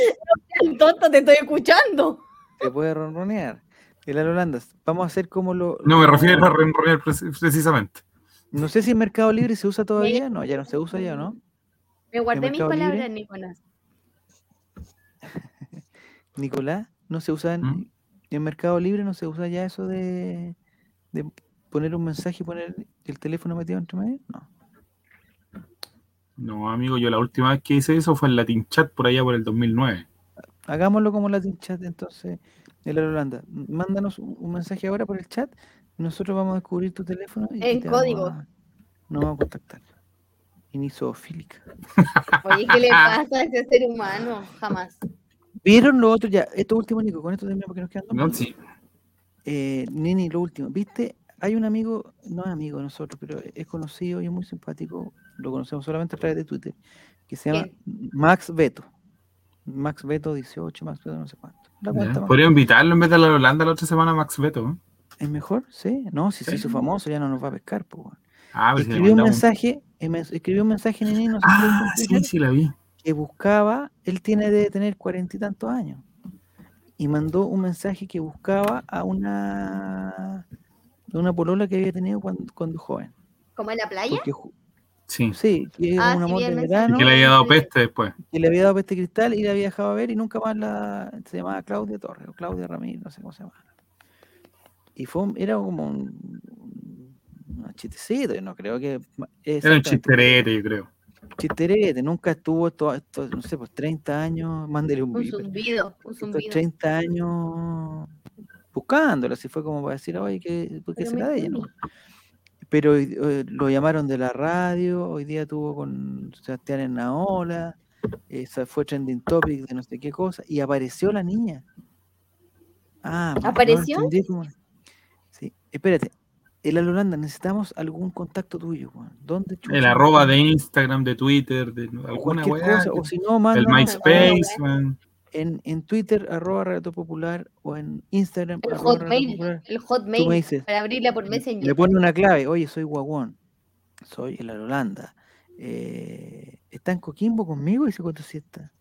D: El tonto, te estoy escuchando.
A: te puede ronronear. El Alolandas, vamos a hacer como lo.
B: No me
A: lo-
B: refiero a renronear pre- precisamente.
A: No sé si en Mercado Libre se usa todavía. No, ya no se usa ya, ¿no?
D: Me guardé mis
A: Mercado Libre?
D: palabras, Nicolás.
A: Nicolás, no se usa en,
B: ¿Mm?
A: en Mercado Libre, no se usa ya eso de, de poner un mensaje y poner el teléfono metido entre medio. No.
B: No, amigo, yo la última vez que hice eso fue en Latin Chat por allá por el 2009.
A: Hagámoslo como Latin Chat, entonces, el Holanda. Mándanos un, un mensaje ahora por el chat. Nosotros vamos a descubrir tu teléfono. Y
D: En
A: te vamos
D: código.
A: a- nos vamos a contactar. Inisofílica.
D: Oye, ¿qué le pasa a ese ser humano? Jamás.
A: ¿Vieron lo otro ya? Esto último, Nico, con esto terminamos porque nos quedan dos
B: No,
A: minutos.
B: sí.
A: Eh, Nini, lo último. ¿Viste? Hay un amigo, no es amigo de nosotros, pero es conocido y es muy simpático. Lo conocemos solamente a través de Twitter, que se llama Max Beto. Max Beto 18, Max Beto no sé cuánto. La cuenta
B: Ya.
A: Max.
B: Podría invitarlo en vez de la Holanda la otra semana a Max Beto. ¿eh?
A: ¿Es mejor? Sí. No, si se
B: Sí.
A: hizo famoso ya no nos va a pescar. po, weón.
B: Ah, pues si le
A: Escribió un
B: mandamos-
A: mensaje, eh, me- escribió un mensaje Nini, no sé si lo viste
B: Ah,
A: en
B: sí,
A: Twitter,
B: sí, la vi.
A: que buscaba, él tiene de tener cuarenta y tantos años, y mandó un mensaje que buscaba a una, a una polola que había tenido cuando, cuando joven.
D: ¿Como en la playa?
A: Porque ju-
B: Sí.
A: sí, que era
D: Ah,
A: un
D: sí,
A: amor
D: vi el
A: de
D: mensaje.
B: Y
A: verano,
B: que le había dado peste después.
A: que le había dado peste cristal y la había dejado ver y nunca más la... Se llamaba Claudia Torres o Claudia Ramírez, no sé cómo se llama. Y fue, un- era como un, un chistecito, yo no creo que...
B: Era un
A: exactamente,
B: chisterete, yo creo.
A: chisterete, nunca estuvo, todo, esto, no sé, pues 30 años, mándele un
D: Un
A: beat.
D: zumbido, un
A: estos
D: zumbido.
A: 30 años buscándola, si fue como para decir, oye, ¿qué, ¿por qué
D: Pero
A: será
D: me
A: de ella? no?".
D: tiene.
A: Pero hoy- hoy lo llamaron de la radio, hoy día tuvo con Sebastián en la ola, esa fue trending topic de no sé qué cosa, y apareció la niña. Ah, ma- no
D: ¿Apareció?
A: entendí cómo- Sí, espérate. El Alolanda, necesitamos algún contacto tuyo, weón. ¿Dónde
B: El
A: chucha?
B: arroba de Instagram, de Twitter, de
A: O
B: alguna
A: cualquier
B: weá.
A: cosa, o si no,
B: El
A: mándanos
B: MySpace, man.
A: en, en Twitter, arroba Relato Popular, o en Instagram,
D: El
A: arroba Relato
D: hotmail,
A: Popular.
D: el
A: Tú me
D: hotmail,
A: dices,
D: para abrirla por
A: le
D: Messenger.
A: pone una clave, oye, soy guaguón, soy el Holanda. está en Coquimbo conmigo y se contesta.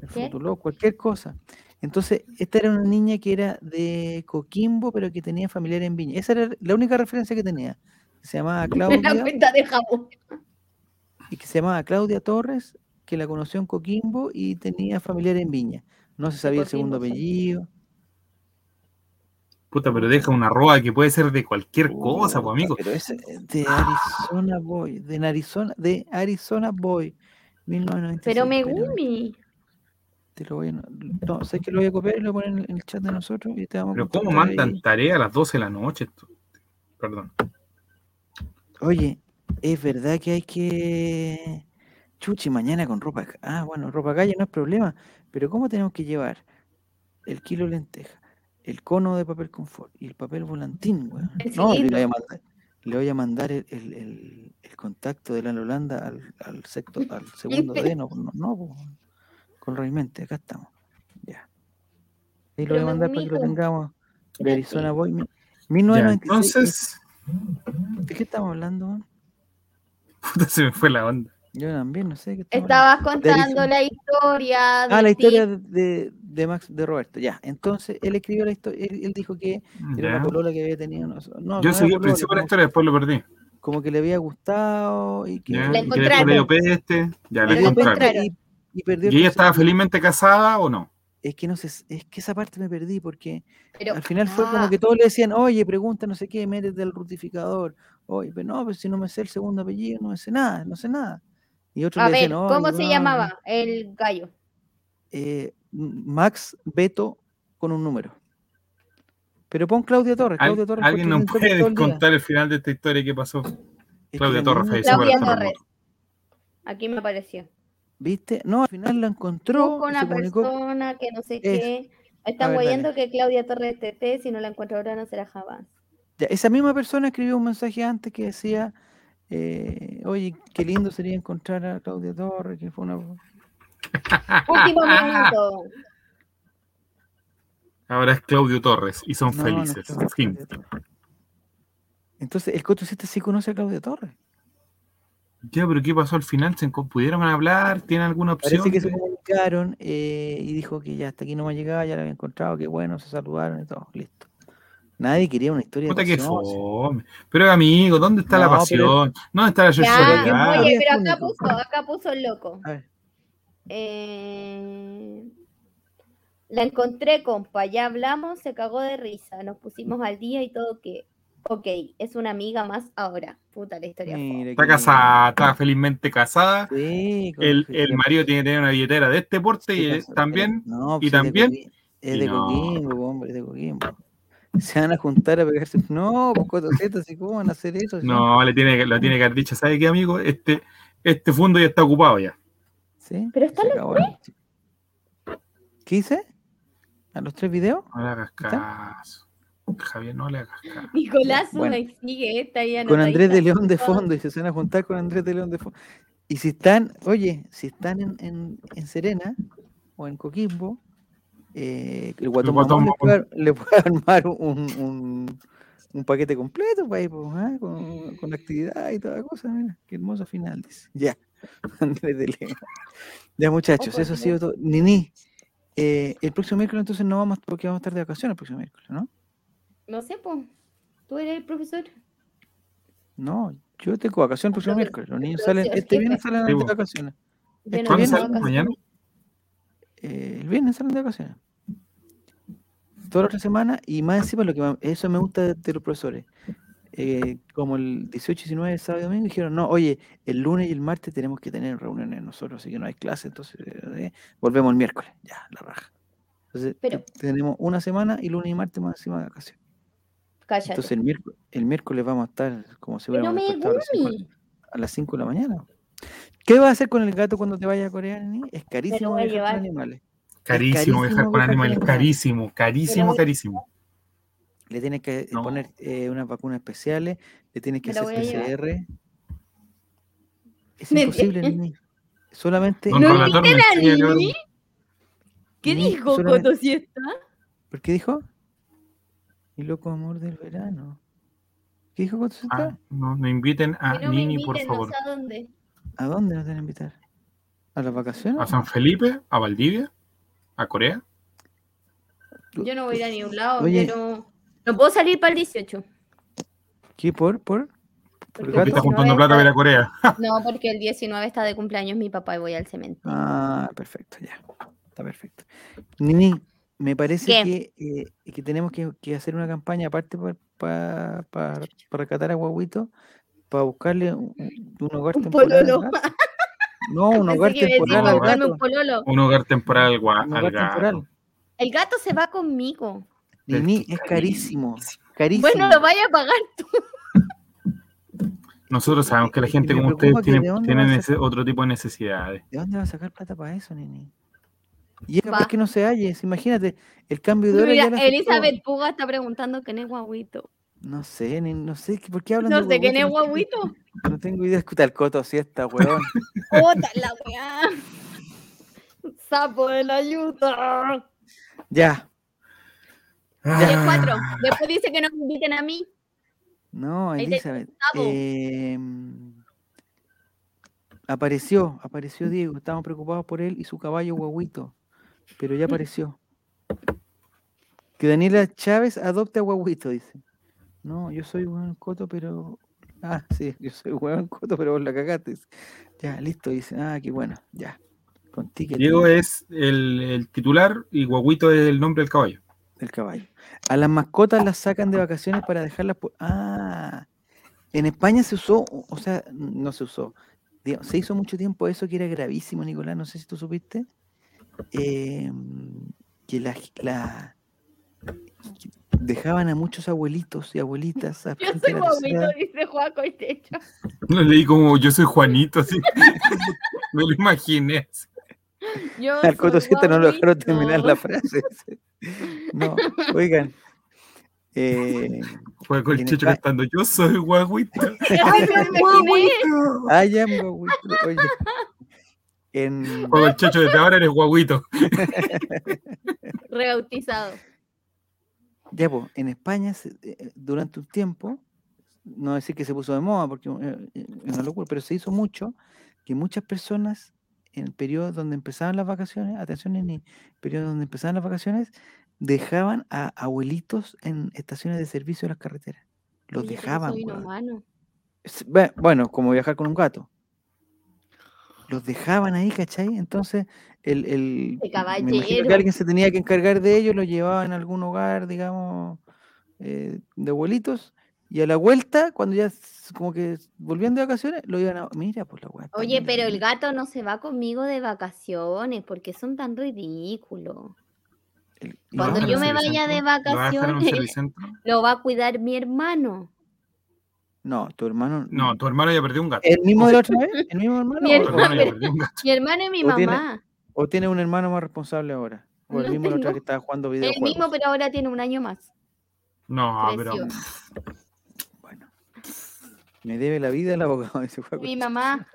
A: El
D: ¿Qué?
A: Futuro, cualquier cosa. Entonces, esta era una niña que era de Coquimbo, pero que tenía familiar en Viña. Esa era la única referencia que tenía. Se llamaba
D: La
A: Claudia
D: cuenta de jabón.
A: y que se llamaba Claudia Torres, que la conoció en Coquimbo y tenía familiar en Viña. No se sabía el segundo
D: Coquimbo, sí.
A: apellido.
B: Puta, pero deja un arroba que puede ser de cualquier cosa, pues,
A: Puta,
B: amigo. Ah.
A: Pero ese es de Arizona Boy, de Arizona, de Arizona Boy, 1996.
D: Pero me
A: espérame,
D: gumi.
A: Te lo voy a, no, sé que lo voy a copiar y lo voy a poner en- en el chat de nosotros y te vamos a
B: Pero ¿cómo
A: contactar
B: mandan
A: ahí.
B: tarea a las 12 de la noche? esto? Perdón.
A: Oye, es verdad que hay que chuchi mañana con ropa. ca- Ah, bueno, ropa calle no es problema, pero ¿cómo tenemos que llevar el kilo de lenteja, el cono de papel confort y el papel volantín, weón?
D: El
A: No, le voy a
D: cilindro.
A: mandar, le voy a mandar el, el- el- el contacto de la Holanda al, al sexto, al segundo D, no, no, no, po, con realmente, acá estamos. Ya. Y
D: Pero
A: lo voy a
D: me
A: mandar para que lo
D: comunico.
A: tengamos de Arizona Boy. mi-
B: Ya,
A: 1996.
B: entonces,
A: ¿De qué estamos hablando, weón?
B: puta, se me fue la onda.
A: Yo también, no sé de qué estamos hablando.
D: Estabas contando
A: Arizona.
D: la historia.
A: Ah, la
D: del
A: historia
D: tipo.
A: de, de Max, de Roberto, ya. Entonces, él escribió la historia, él, él dijo que era
B: Ya.
A: una polola que había tenido. No, no, no
B: Yo
A: era
B: seguí el
A: polola,
B: principio de la
A: como,
B: historia, después lo perdí.
A: como que le había gustado y que...
B: Ya,
D: La
B: y que después le dio peste, ya
A: y
B: la
A: de repente-
B: encontraron.
A: y, y perdió el
B: ¿Y ella estaba
A: concepto.
B: felizmente casada o no?
A: es que no sé, es que esa parte me perdí porque
C: Pero,
A: al final fue como
C: ah,
A: que todos le decían, oye, pregunta no sé qué, métete al rutificador, oye, pero no, pero si no me sé el segundo apellido, no me sé nada, no sé nada. Y otros
C: A
A: le
C: ver,
A: decían, "Oye,
C: ¿cómo se
A: no,
C: llamaba el gallo?
A: eh, Max Beto con un número. Pero pon Claudia Torres.
B: Al-
A: Claudia Torres fue
B: alguien nos
A: trending topic todo
B: puede
A: el día.
B: contar el final de esta historia que pasó.
A: Es que
B: Claudia
A: la
B: Torres,
A: niña-
B: ahí se
C: Claudia
B: parece a
C: Torres.
B: Ramón.
C: Aquí me apareció.
A: ¿Viste? No, al final la encontró.
C: Busco
A: y
C: una
A: se comunicó.
C: persona que no sé
A: Es-
C: qué. Están
A: ver, dale.
C: guayando que Claudia Torres TT, si no la encuentro ahora no será jamás.
A: Ya, esa misma persona escribió un mensaje antes que decía, eh, oye, qué lindo sería encontrar a Claudia Torres, que fue una...
C: Último minuto.
B: Ahora es Claudio Torres y son
A: No, no
B: felices.
A: conozco a
B: Fin.
A: Claudia Torres. Entonces, el cotucista sí conoce a Claudia Torres.
B: Ya, pero ¿qué pasó al final? ¿Se encon- ¿Pudieron hablar? ¿Tiene alguna opción?
A: Parece que se
B: de-
A: comunicaron eh, y dijo que ya hasta aquí no me llegaba, ya la había encontrado, que bueno, se saludaron y todo, listo. Nadie quería una historia
B: Puta
A: de
B: que
A: pasión, sí.
B: fome. Pero amigo, ¿dónde está la
A: No, pero-
B: pasión? ¿Dónde está la
C: Ya,
A: soledad.
B: sensualidad?
C: oye, pero
A: Es
C: acá
A: único.
C: puso, acá puso el loco.
A: A ver,
C: Eh, la encontré, compa, ya hablamos, se cagó de risa, nos pusimos al día y todo que, ok, es una amiga más ahora. Puta la historia. fue.
A: mira
B: Está
A: qué lindo.
B: casada, está felizmente casada.
A: Sí, con
B: El,
A: Cristian
B: el marido tiene que tener una billetera de este porte y
A: Sí,
B: eh,
A: pues,
B: también.
A: no,
B: y
A: pues, es de
B: también-
A: Coquim- Es
B: y
A: de
B: no.
A: Coquimbo, po, hombre, es de Coquimbo. Se van a juntar a pegarse. No, pues Cotocetas, ¿y cómo van a hacer eso? sí?
B: No, le tiene, que- lo tiene que haber dicho. ¿Sabe qué, amigo? Este, este fondo ya está ocupado ya.
A: ¿Sí?
C: Pero está
A: se
C: la
A: acabó la noche. ¿Qué hice? ¿A los tres videos?
B: No le hagas
A: ¿Está?
B: caso. Javier, no le hagas caso.
C: Nicolás
A: Bueno.
C: una sigue esta ya
A: Con Andrés de
C: anotadita.
A: León de fondo, y se van a juntar con Andrés de León de fondo. Y si están, oye, si están en, en, en Serena o en Coquimbo, eh, el guatón,
B: guatón
A: mamón le,
B: mamón.
A: puede, ar- le puede armar un, un, un paquete completo para ir, pues, ah, con, con actividad y toda la cosa. Mira, qué hermoso final, dice. Ya, Andrés de León. Ya, muchachos,
C: por
A: eso ha sido todo. Nini, eh, el próximo miércoles entonces no vamos, porque vamos a estar de vacaciones el próximo miércoles, ¿no?
C: No sé, po. ¿Tú eres el profesor?
A: No, yo tengo vacaciones el próximo
C: Pero-
A: miércoles. Los niños
C: pero
A: salen,
C: sí, así
A: este
C: es,
A: viernes salen de
B: Sí, vos.
A: vacaciones.
C: Yo
A: ¿Cuándo
C: no tengo
A: sale?
C: vacaciones.
B: ¿Mañana?
A: eh, el viernes salen de vacaciones. Toda la otra semana y más encima lo que ma- eso me gusta de, de los profesores. eh, como el 18, 19, sábado y domingo dijeron, no, oye, el lunes y el martes tenemos que tener reuniones nosotros, así que no hay clase, entonces eh, volvemos el miércoles, ya, la raja. Entonces,
C: Pero-
A: te- tenemos una semana y lunes y martes más encima de vacaciones.
C: Cállate.
A: Entonces el miércoles, el miércoles vamos a estar como si
C: Pero
A: fuéramos
C: me
A: despertados a las cinco de-
C: gumi.
A: a las 5 de la mañana. ¿Qué vas a hacer con el gato cuando te vayas a Corea? Nini? Es carísimo
C: voy a
A: viajar con
C: llevar.
A: animales.
B: Carísimo
A: carísimo
B: viajar con
A: viajar con
B: animales,
A: animales.
B: carísimo, carísimo,
C: Pero-
B: carísimo.
A: Le tienes que eh,
B: No.
A: poner eh, unas vacunas especiales, le tienes que
C: Me la
A: hacer
C: voy a llevar.
A: PCR. Es
C: Me-
A: imposible, Nini. Solamente.
B: Don
C: ¿No
B: Relator me
C: viste la
B: enseña que-
C: Nini? ¿Qué
A: Nini,
C: dijo
A: solamente-
C: Coto Siesta?
A: ¿Por qué dijo? Mi loco amor del verano. ¿Qué dijo Coto
B: Ah,
A: Zeta?
B: no, no inviten
A: Ah,
B: a
C: Que no me
B: Nini, por
C: inviten,
B: favor.
C: No sé a dónde.
A: ¿A dónde nos van a invitar? ¿A las vacaciones?
B: ¿A San Felipe? ¿A Valdivia? ¿A Corea?
A: Tú-
C: Yo no voy a ir a ningún lado.
A: Oye.
C: Yo no... no puedo salir para el 18.
A: ¿Qué por? ¿Por?
C: Porque
A: gato?
B: Porque
C: el
B: está
C: 19
B: juntando plata
C: está-
B: para ir a Corea.
C: No, porque el 19 está de cumpleaños mi papá y voy al cementerio.
A: Ah, perfecto, ya. Está perfecto. Nini, me parece
C: ¿Qué?
A: que, eh, que tenemos que, que hacer una campaña aparte para rescatar a Guaguito, para buscarle un, un- un hogar
C: Un
A: temporal. al
C: pololo.
A: gato. No, un
C: Pensé
A: hogar
C: que iba a decir,
A: temporal al
B: "Vamos a
C: buscarme
A: gato.
C: un pololo.
B: Un hogar temporal al, gua-
A: Un
B: Ah, al
A: hogar
B: gato.
A: temporal.
C: El gato se va conmigo.
B: Pero es
A: Nini,
B: que
A: es carísimo.
C: Bueno,
A: Carísimo.
C: lo vaya a pagar tú.
B: Nosotros sabemos que la
A: Y
B: gente
A: me
B: como
A: preocupa
B: ustedes
A: que de
B: tienen,
A: dónde
B: tienen
A: va a
B: ese otro tipo de necesidades.
A: ¿De dónde va a sacar plata para eso, Nini? Y es capaz
C: Va.
A: que no se halles. Imagínate, el cambio de hora.
C: Mira,
A: ya le afectó.
C: Elizabeth Puga está preguntando quién es guaguito.
A: No sé, ni- no sé qué- por qué hablan
C: No
A: de
C: sé quién es
A: Guaguito? No
C: guaguito.
A: tengo- No tengo idea. Escuta el coto, siesta, weón.
C: Puta la weá. Sapo de la
A: Ah.
C: ayuda.
A: Ya.
C: Oye,
B: Ah,
C: cuatro. Después dice que no me inviten a mí.
A: No,
C: Ahí te-
A: Elizabeth.
C: Gustavo.
A: em, apareció, apareció Diego. Estábamos preocupados por él y su caballo guaguito. Pero ya apareció. Que Daniela Chávez adopte a guaguito, dice. No, yo soy hueón coto, pero. Ah, sí, yo soy hueón coto, pero vos la cagaste. dice. Ya, listo, dice. Ah, qué bueno, ya. Con ticket
B: Diego es el, el titular y Guaguito es el nombre del caballo.
A: del caballo. A las mascotas las sacan de vacaciones para dejarlas. por- Ah, en España se usó, o o sea, no se usó. digo, Se hizo mucho tiempo eso que era gravísimo, Nicolás, no sé si tú supiste. eh, que la, g- la- que dejaban a muchos abuelitos y abuelitas. al
D: Yo
A: frente
D: soy
A: de la
D: guaguito, dice
A: tercera
D: Juaco y te echa.
B: No leí como yo soy Juanito, así. Me lo imaginé. así.
D: Yo
A: Al Coto
D: soy
A: Siete no lo dejaron
D: guaguito.
A: terminar la frase. No, oigan. eh,
B: Fue con el
A: En
B: Checho
A: España-
B: cantando, yo soy Guaguito.
D: Ay, me lo imaginé.
A: I am Guaguito. Oye, en,
B: Juego el Checho, desde ahora eres Guaguito.
D: Rebautizado.
A: ya, po, en España, se- eh, eh, durante un tiempo, no decir que se puso de moda, porque eh, eh, es una locura, pero se hizo mucho que muchas personas en el periodo donde empezaban las vacaciones, atención, en el periodo donde empezaban las vacaciones, dejaban a abuelitos en estaciones de servicio de las carreteras. Los
D: Oye, pero
A: dejaban.
D: Soy
C: pues.
A: weón.
D: inhumano.
A: Es- ve- Bueno, como viajar con un gato. Los dejaban ahí, ¿cachai? Entonces, el, el-
D: Qué
A: me imagino que
D: caballero.
A: alguien se tenía que encargar de ellos, los llevaban a algún hogar, digamos, eh, de abuelitos, y a la vuelta, cuando ya s- como que s- volvían de vacaciones, lo iban a... Mira, pues la weá. está
C: Oye,
A: mala,
C: pero el
A: mira.
C: gato no se va conmigo de vacaciones porque son tan ridículos.
A: El- y
C: cuando
A: no,
C: yo me
A: no,
C: vaya de
B: ¿Lo vas a dejar en un
C: vacaciones?
B: servicentro?
C: Lo va a cuidar mi hermano.
A: No, tu hermano...
B: No, tu hermano ya perdió un gato.
A: ¿El mismo de la otra vez? ¿El mismo hermano?
C: Mi
A: ¿O-
B: Tu hermano ya perdió un gato.
C: Mi hermano y mi
A: Lo tiene-
C: mamá.
A: ¿O, o tiene un hermano más responsable ahora? ¿O el
C: No
A: mismo de la otra vez
C: tengo.
A: que estaba jugando
C: El
A: videojuegos?
C: mismo, pero ahora tiene un año más.
B: No, ah, pero.
D: Creció.
A: Bueno. Me debe la vida el abogado, dice Juaco.
C: Mi mamá,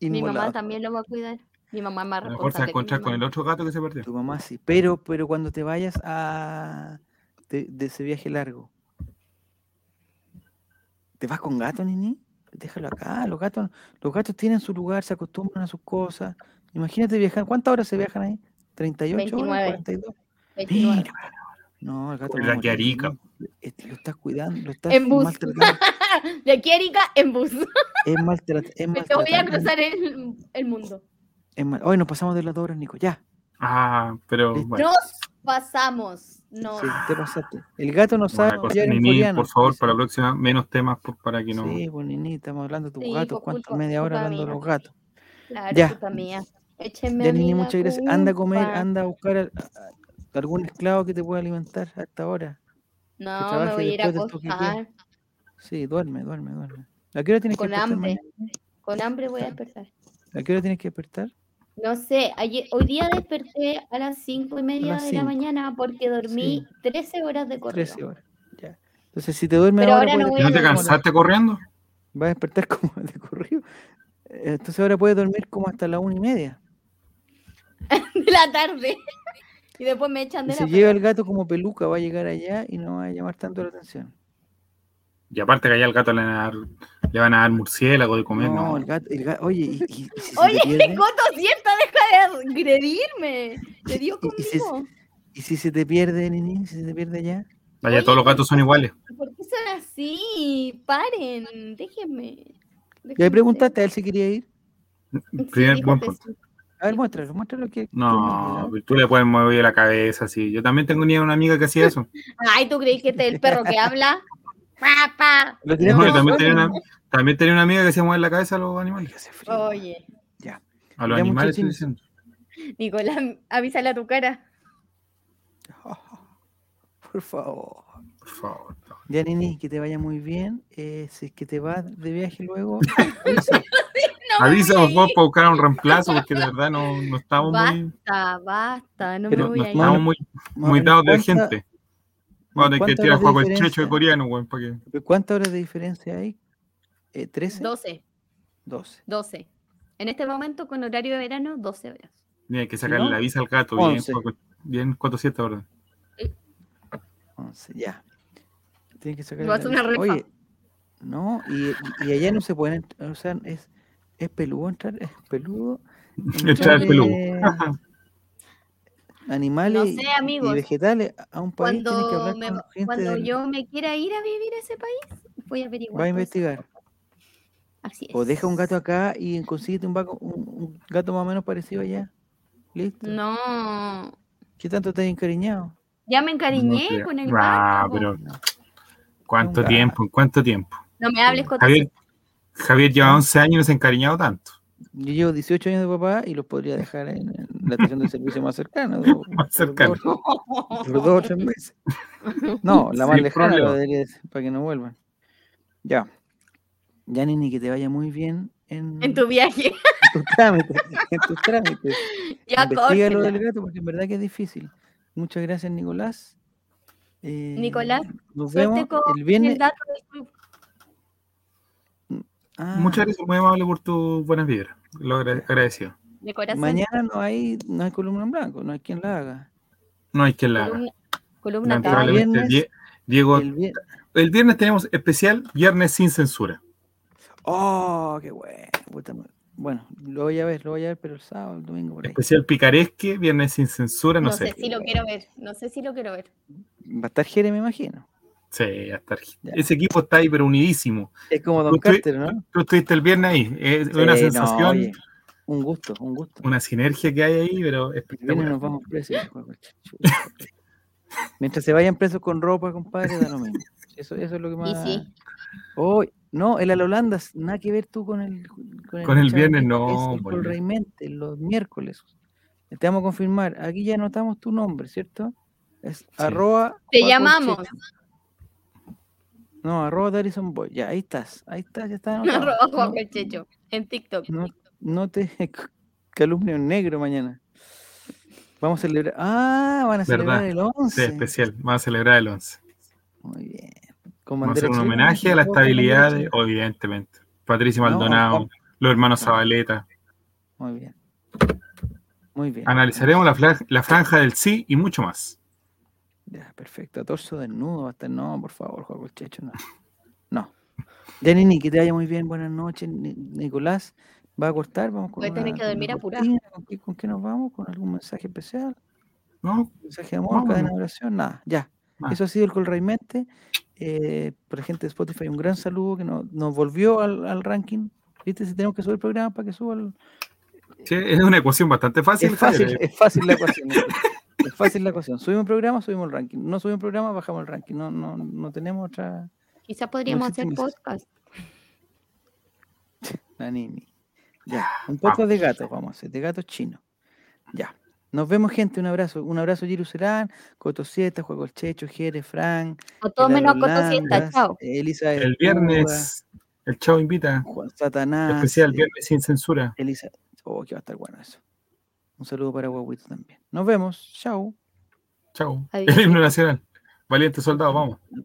C: mi mamá
A: Inmolado.
C: también lo va a cuidar. Mi mamá es más
B: A lo mejor se va a
C: responsable. que mi
B: encontrar con el
C: hermano.
B: otro gato que se perdió.
A: Tu mamá sí. Pero, pero cuando te vayas a de, de ese viaje largo. ¿Te vas con gato, Nini? Déjalo acá. Los gatos, los gatos tienen su lugar, se acostumbran a sus cosas. Imagínate viajar. ¿cuántas horas se viajan ahí? ¿38
D: 29.
A: horas? ¿42?
D: 29.
A: Mira. No, el gato
B: Pues
A: va a
B: la que
A: morir,
B: arica.
A: ¿no? Este, Lo estás cuidando, lo estás
D: En bus.
A: maltratando.
D: De aquí a Arica en bus.
A: Es maltrat- es
D: Me te voy a
A: maltratando.
D: cruzar el, el mundo.
A: Es mal- Hoy nos pasamos de las dos horas, Nico. Ya.
B: Ah, pero
A: Listo.
B: bueno.
D: Nos pasamos. Nos.
A: Sí, te pasaste. El gato no sabe
B: Una cosa,
A: apoyar en
B: Nini,
A: coreano.
B: por favor,
A: dice.
B: para la próxima, menos temas por- para que no.
A: Sí, pues Nini, estamos hablando de tus
D: Sí,
A: gatos.
D: por
A: ¿Cuánto?
D: culpa-
A: media hora
D: culpa
A: hablando de
D: mía.
A: los gatos.
D: Claro,
A: Ya.
D: puta mía. Échenme
A: Ya,
D: a mí
A: Nini,
D: la
A: muchas gracias. Anda a comer,
D: culpa.
A: anda a buscar al- a- a- algún esclavo que te pueda alimentar hasta ahora.
D: No, me
A: trabaje
D: voy a ir a
A: después del toque de queda.
D: acostar.
A: Sí, duerme, duerme, duerme. ¿A qué hora tienes
D: Con
A: que despertar?
D: hambre.
A: mañana?
D: Con hambre voy a despertar.
A: ¿A qué hora tienes que despertar?
D: No sé, ayer, hoy día desperté a las cinco y media
A: las
D: de la
A: cinco.
D: mañana porque dormí 13 horas de corrido.
A: 13 horas. Ya. Entonces, si te duermes
D: Pero
A: ahora,
D: ahora no
A: puedes
D: voy
B: ¿Y
D: a
B: ¿No te
A: despertar como la-
B: cansaste corriendo?
A: vas a despertar como de corrido. Eh, Entonces, ahora puedes dormir como hasta la una y media.
D: de la tarde. Y después me echan
A: Y
D: de
A: se
D: la
A: lleva el gato como peluca, va a llegar allá y no va a llamar tanto la atención.
B: Y aparte que allá al gato le van a dar, le van a dar murciélago de comer,
A: No,
B: no.
A: el gato, el gato, oye, y, y- y si se
D: Oye,
A: te pierde,
D: Coto, cierto, deja de agredirme. Te dio
A: Y- y si es-
D: conmigo.
A: y si se te pierde, Nini, si se te pierde allá,
B: Allá
D: Oye,
B: todos los gatos son iguales.
D: ¿Por qué son así? Paren, déjenme.
A: y
D: déjenme
A: ahí
D: ser.
A: preguntaste a él si quería ir,
D: Sí, pues.
B: Primer
D: dijo
B: buen
D: que
B: punto.
D: sí.
A: a ver, muéstralo, muéstralo que
B: No, tú le puedes mover la cabeza, sí. Yo también tengo ni una amiga que hacía eso.
D: Ay, ¿tú crees que este es el perro que habla? Papá.
A: lo
B: No,
A: tenés
B: yo
A: por
B: también,
A: nosotros,
B: tenía una,
A: ¿no?
B: también tenía una amiga que hacía mover la cabeza a los animales.
A: Oiga, hace frío.
D: Oye,
B: A los
A: Ya,
B: animales, estoy
A: muchachín.
B: diciendo.
D: Nicolás, avísale a tu cara.
A: Por favor.
B: Por favor. por favor.
A: Ya, Nini, que te vaya muy bien. eh, si es que te vas de viaje luego, avisa.
D: me
B: Avísanos
D: voy a
B: vos
D: ir.
B: para buscar un reemplazo, porque de verdad no, no estamos muy,
D: Basta, basta, no
A: Pero
D: me voy
B: no, no
D: a ir.
A: vamos
B: estamos muy,
A: Más o
B: muy
A: menos,
B: dados de
A: ¿cuánta-
B: gente. Vamos a tener que
A: cuántas
B: tirar
A: horas de
B: juego el checho de
A: diferencia?
B: coreano, weón, para que.
A: ¿Cuántas horas de diferencia hay? Eh, ¿13?
D: 12,
A: 12.
D: 12. En este momento, con horario de verano, 12 horas.
B: Tiene que sacarle
A: no,
B: la visa al gato.
A: once.
B: Bien, Juaco- bien 4-7, ¿verdad?
A: 11, ya. Tienes que sacar
D: Lo hace una refa.
A: Oye, no, y, y- y allá no se pueden, ent- o sea, es, es peludo entrar, es peludo. eh,
B: Entrar
A: entrarle
B: peludo.
A: Animales y-
D: sé,
A: y- y
D: amigos.
A: vegetales a- a un país tienes que
D: Cuando,
A: hablar
D: me-
A: con gente
D: cuando
A: del-
D: yo me quiera ir a vivir a ese país, voy a averiguar.
A: va
D: todo
A: a
D: eso.
A: investigar.
C: Así es.
A: O deja un gato acá y consíguete un, vaco- un- un gato más o menos parecido allá. Listo.
C: No.
A: ¿Qué tanto te has encariñado?
C: Ya me encariñé
B: No creo.
C: con el
B: Ah,
C: gato.
B: pero ¿cuánto
A: Nunca.
B: tiempo? ¿En cuánto tiempo?
C: No me hables con
B: Javier, Javier
A: Ah.
B: lleva 11 años y no se ha encariñado tanto.
A: Yo llevo 18 años de papá y los podría dejar en, en la estación de servicio más cercana. do-
B: Más
A: por
B: cercana.
A: dos- Por dos o tres meses. No, la más
B: Sin
A: lejana
B: problema.
A: la debería ser, para que no vuelvan. Ya. Ya, Nini, que te vaya muy bien en,
C: en tu viaje.
A: tus trámites. En tus trámites.
C: ya
A: Investiga lo
C: córtela.
A: del gato porque en verdad que es difícil. Muchas gracias, Nicolás. Eh,
D: Nicolás,
A: nos
C: suerte
A: vemos
C: con
A: el
C: El
A: viernes.
C: dato del club.
A: Ah,
B: Muchas gracias, muy amable por tus buenas vibras. Lo agra- agradecido.
C: De corazón.
A: Mañana no hay, no hay columna en blanco, no hay quien la haga.
B: No hay quien la haga.
C: columna, columna acá.
B: Lamentablemente,
A: viernes,
B: Die- Diego,
A: El vier-
B: el viernes tenemos especial Viernes sin censura.
A: Oh, qué bueno. puta madre. Bueno, lo voy a ver, lo voy a ver, pero el sábado, el domingo por ahí.
B: Especial picaresque, viernes sin censura,
C: No,
B: no,
C: sé
B: sé.
C: si lo quiero ver. No sé si lo quiero ver.
A: Va a estar Jere, me imagino.
B: Sí, hasta Arge-
A: Ya.
B: Ese equipo está ahí, pero unidísimo.
A: Es como Don
B: Yo estoy-
A: Carter, ¿no?
B: Tú estuviste el viernes ahí. Es una
A: Sí, no,
B: sensación,
A: oye, un gusto, un gusto.
B: una sinergia que hay ahí, pero
A: El viernes
B: espectacular.
A: nos vamos presos. hijo de la chucha. Mientras se vayan presos con ropa, compadre, da lo mismo. Eso, eso es lo que más.
C: Y sí.
A: Oh, no, el al Holanda, nada que ver tú con el.
B: Con el
A: chaval
B: viernes,
A: que
B: no,
A: Es el
B: pues, no.
A: Colreimente, los miércoles. Te vamos a confirmar. Aquí ya anotamos tu nombre, ¿cierto? Es arroba.
C: Te
A: Paco
C: llamamos.
A: Checa. No, arroba Darison Boy. Ya, ahí estás. Ahí estás, ya está. anotado.
C: Arroba Juan
A: No-
C: Checho. En TikTok.
A: No, no te calumnio negro mañana. Vamos a celebrar. Ah, van a celebrar el
B: Sí,
A: 11.
B: especial. Vamos a celebrar el 11.
A: Muy bien. Con
B: Vamos a
A: bandera
B: hacer un
A: chilena,
B: homenaje a la
A: ¿no? Con bandera
B: estabilidad, de-
A: chilena.
B: evidentemente. Patricio
A: No, Ah.
B: Maldonado,
A: Juan-
B: los hermanos
A: no.
B: Zabaleta.
A: Muy bien. Muy bien.
B: Analizaremos la, fla- la franja del sí y mucho más.
A: Ya, perfecto. A torso desnudo va a estar. No, por favor, Juan Colchecho, no. No. Ya, Nini, que te vaya muy bien. Buenas noches, Ni- Nicolás. Va a cortar, vamos con.
C: Voy a tener
A: una-
C: que dormir
A: una
C: apurada.
A: cortina. ¿Con qué, con qué nos vamos? ¿Con algún mensaje especial?
B: ¿No?
A: mensaje de amor, cadena de oración, nada, ya.
B: Nada.
A: Eso ha sido el Colraimente. Eh, para la gente de Spotify, un gran saludo que nos, nos volvió al, al ranking. ¿Viste? Si tenemos que subir el programa para que suba. el-
B: Sí, es una ecuación bastante fácil.
A: Es fácil,
B: Javier.
A: es fácil la ecuación. es es fácil la ecuación. Subimos un programa, subimos el ranking. No subimos un programa, bajamos el ranking. No, no, no tenemos otra.
C: Quizás podríamos hacer
A: existe más.
C: podcast.
A: La Nini. Ya, un poco de gatos, vamos a hacer, de gatos chinos. Ya. Nos vemos, gente. Un abrazo. Un abrazo, Giru Serán, Cotosieta, Juego El Checho, Jere, Frank,
C: A todos
A: El
C: menos
A: Arolandas,
C: Cotosienta. Chao.
A: Elisa
B: El
A: Espúa,
B: viernes, el chavo invita.
A: Juan Satanás.
B: Especial
A: eh,
B: viernes sin censura.
A: Elisa. Oh, que va a estar bueno eso. Un saludo para Guaguito también. Nos vemos. Chao.
B: Chao.
C: Adiós.
B: El himno nacional. Valiente soldado, vamos.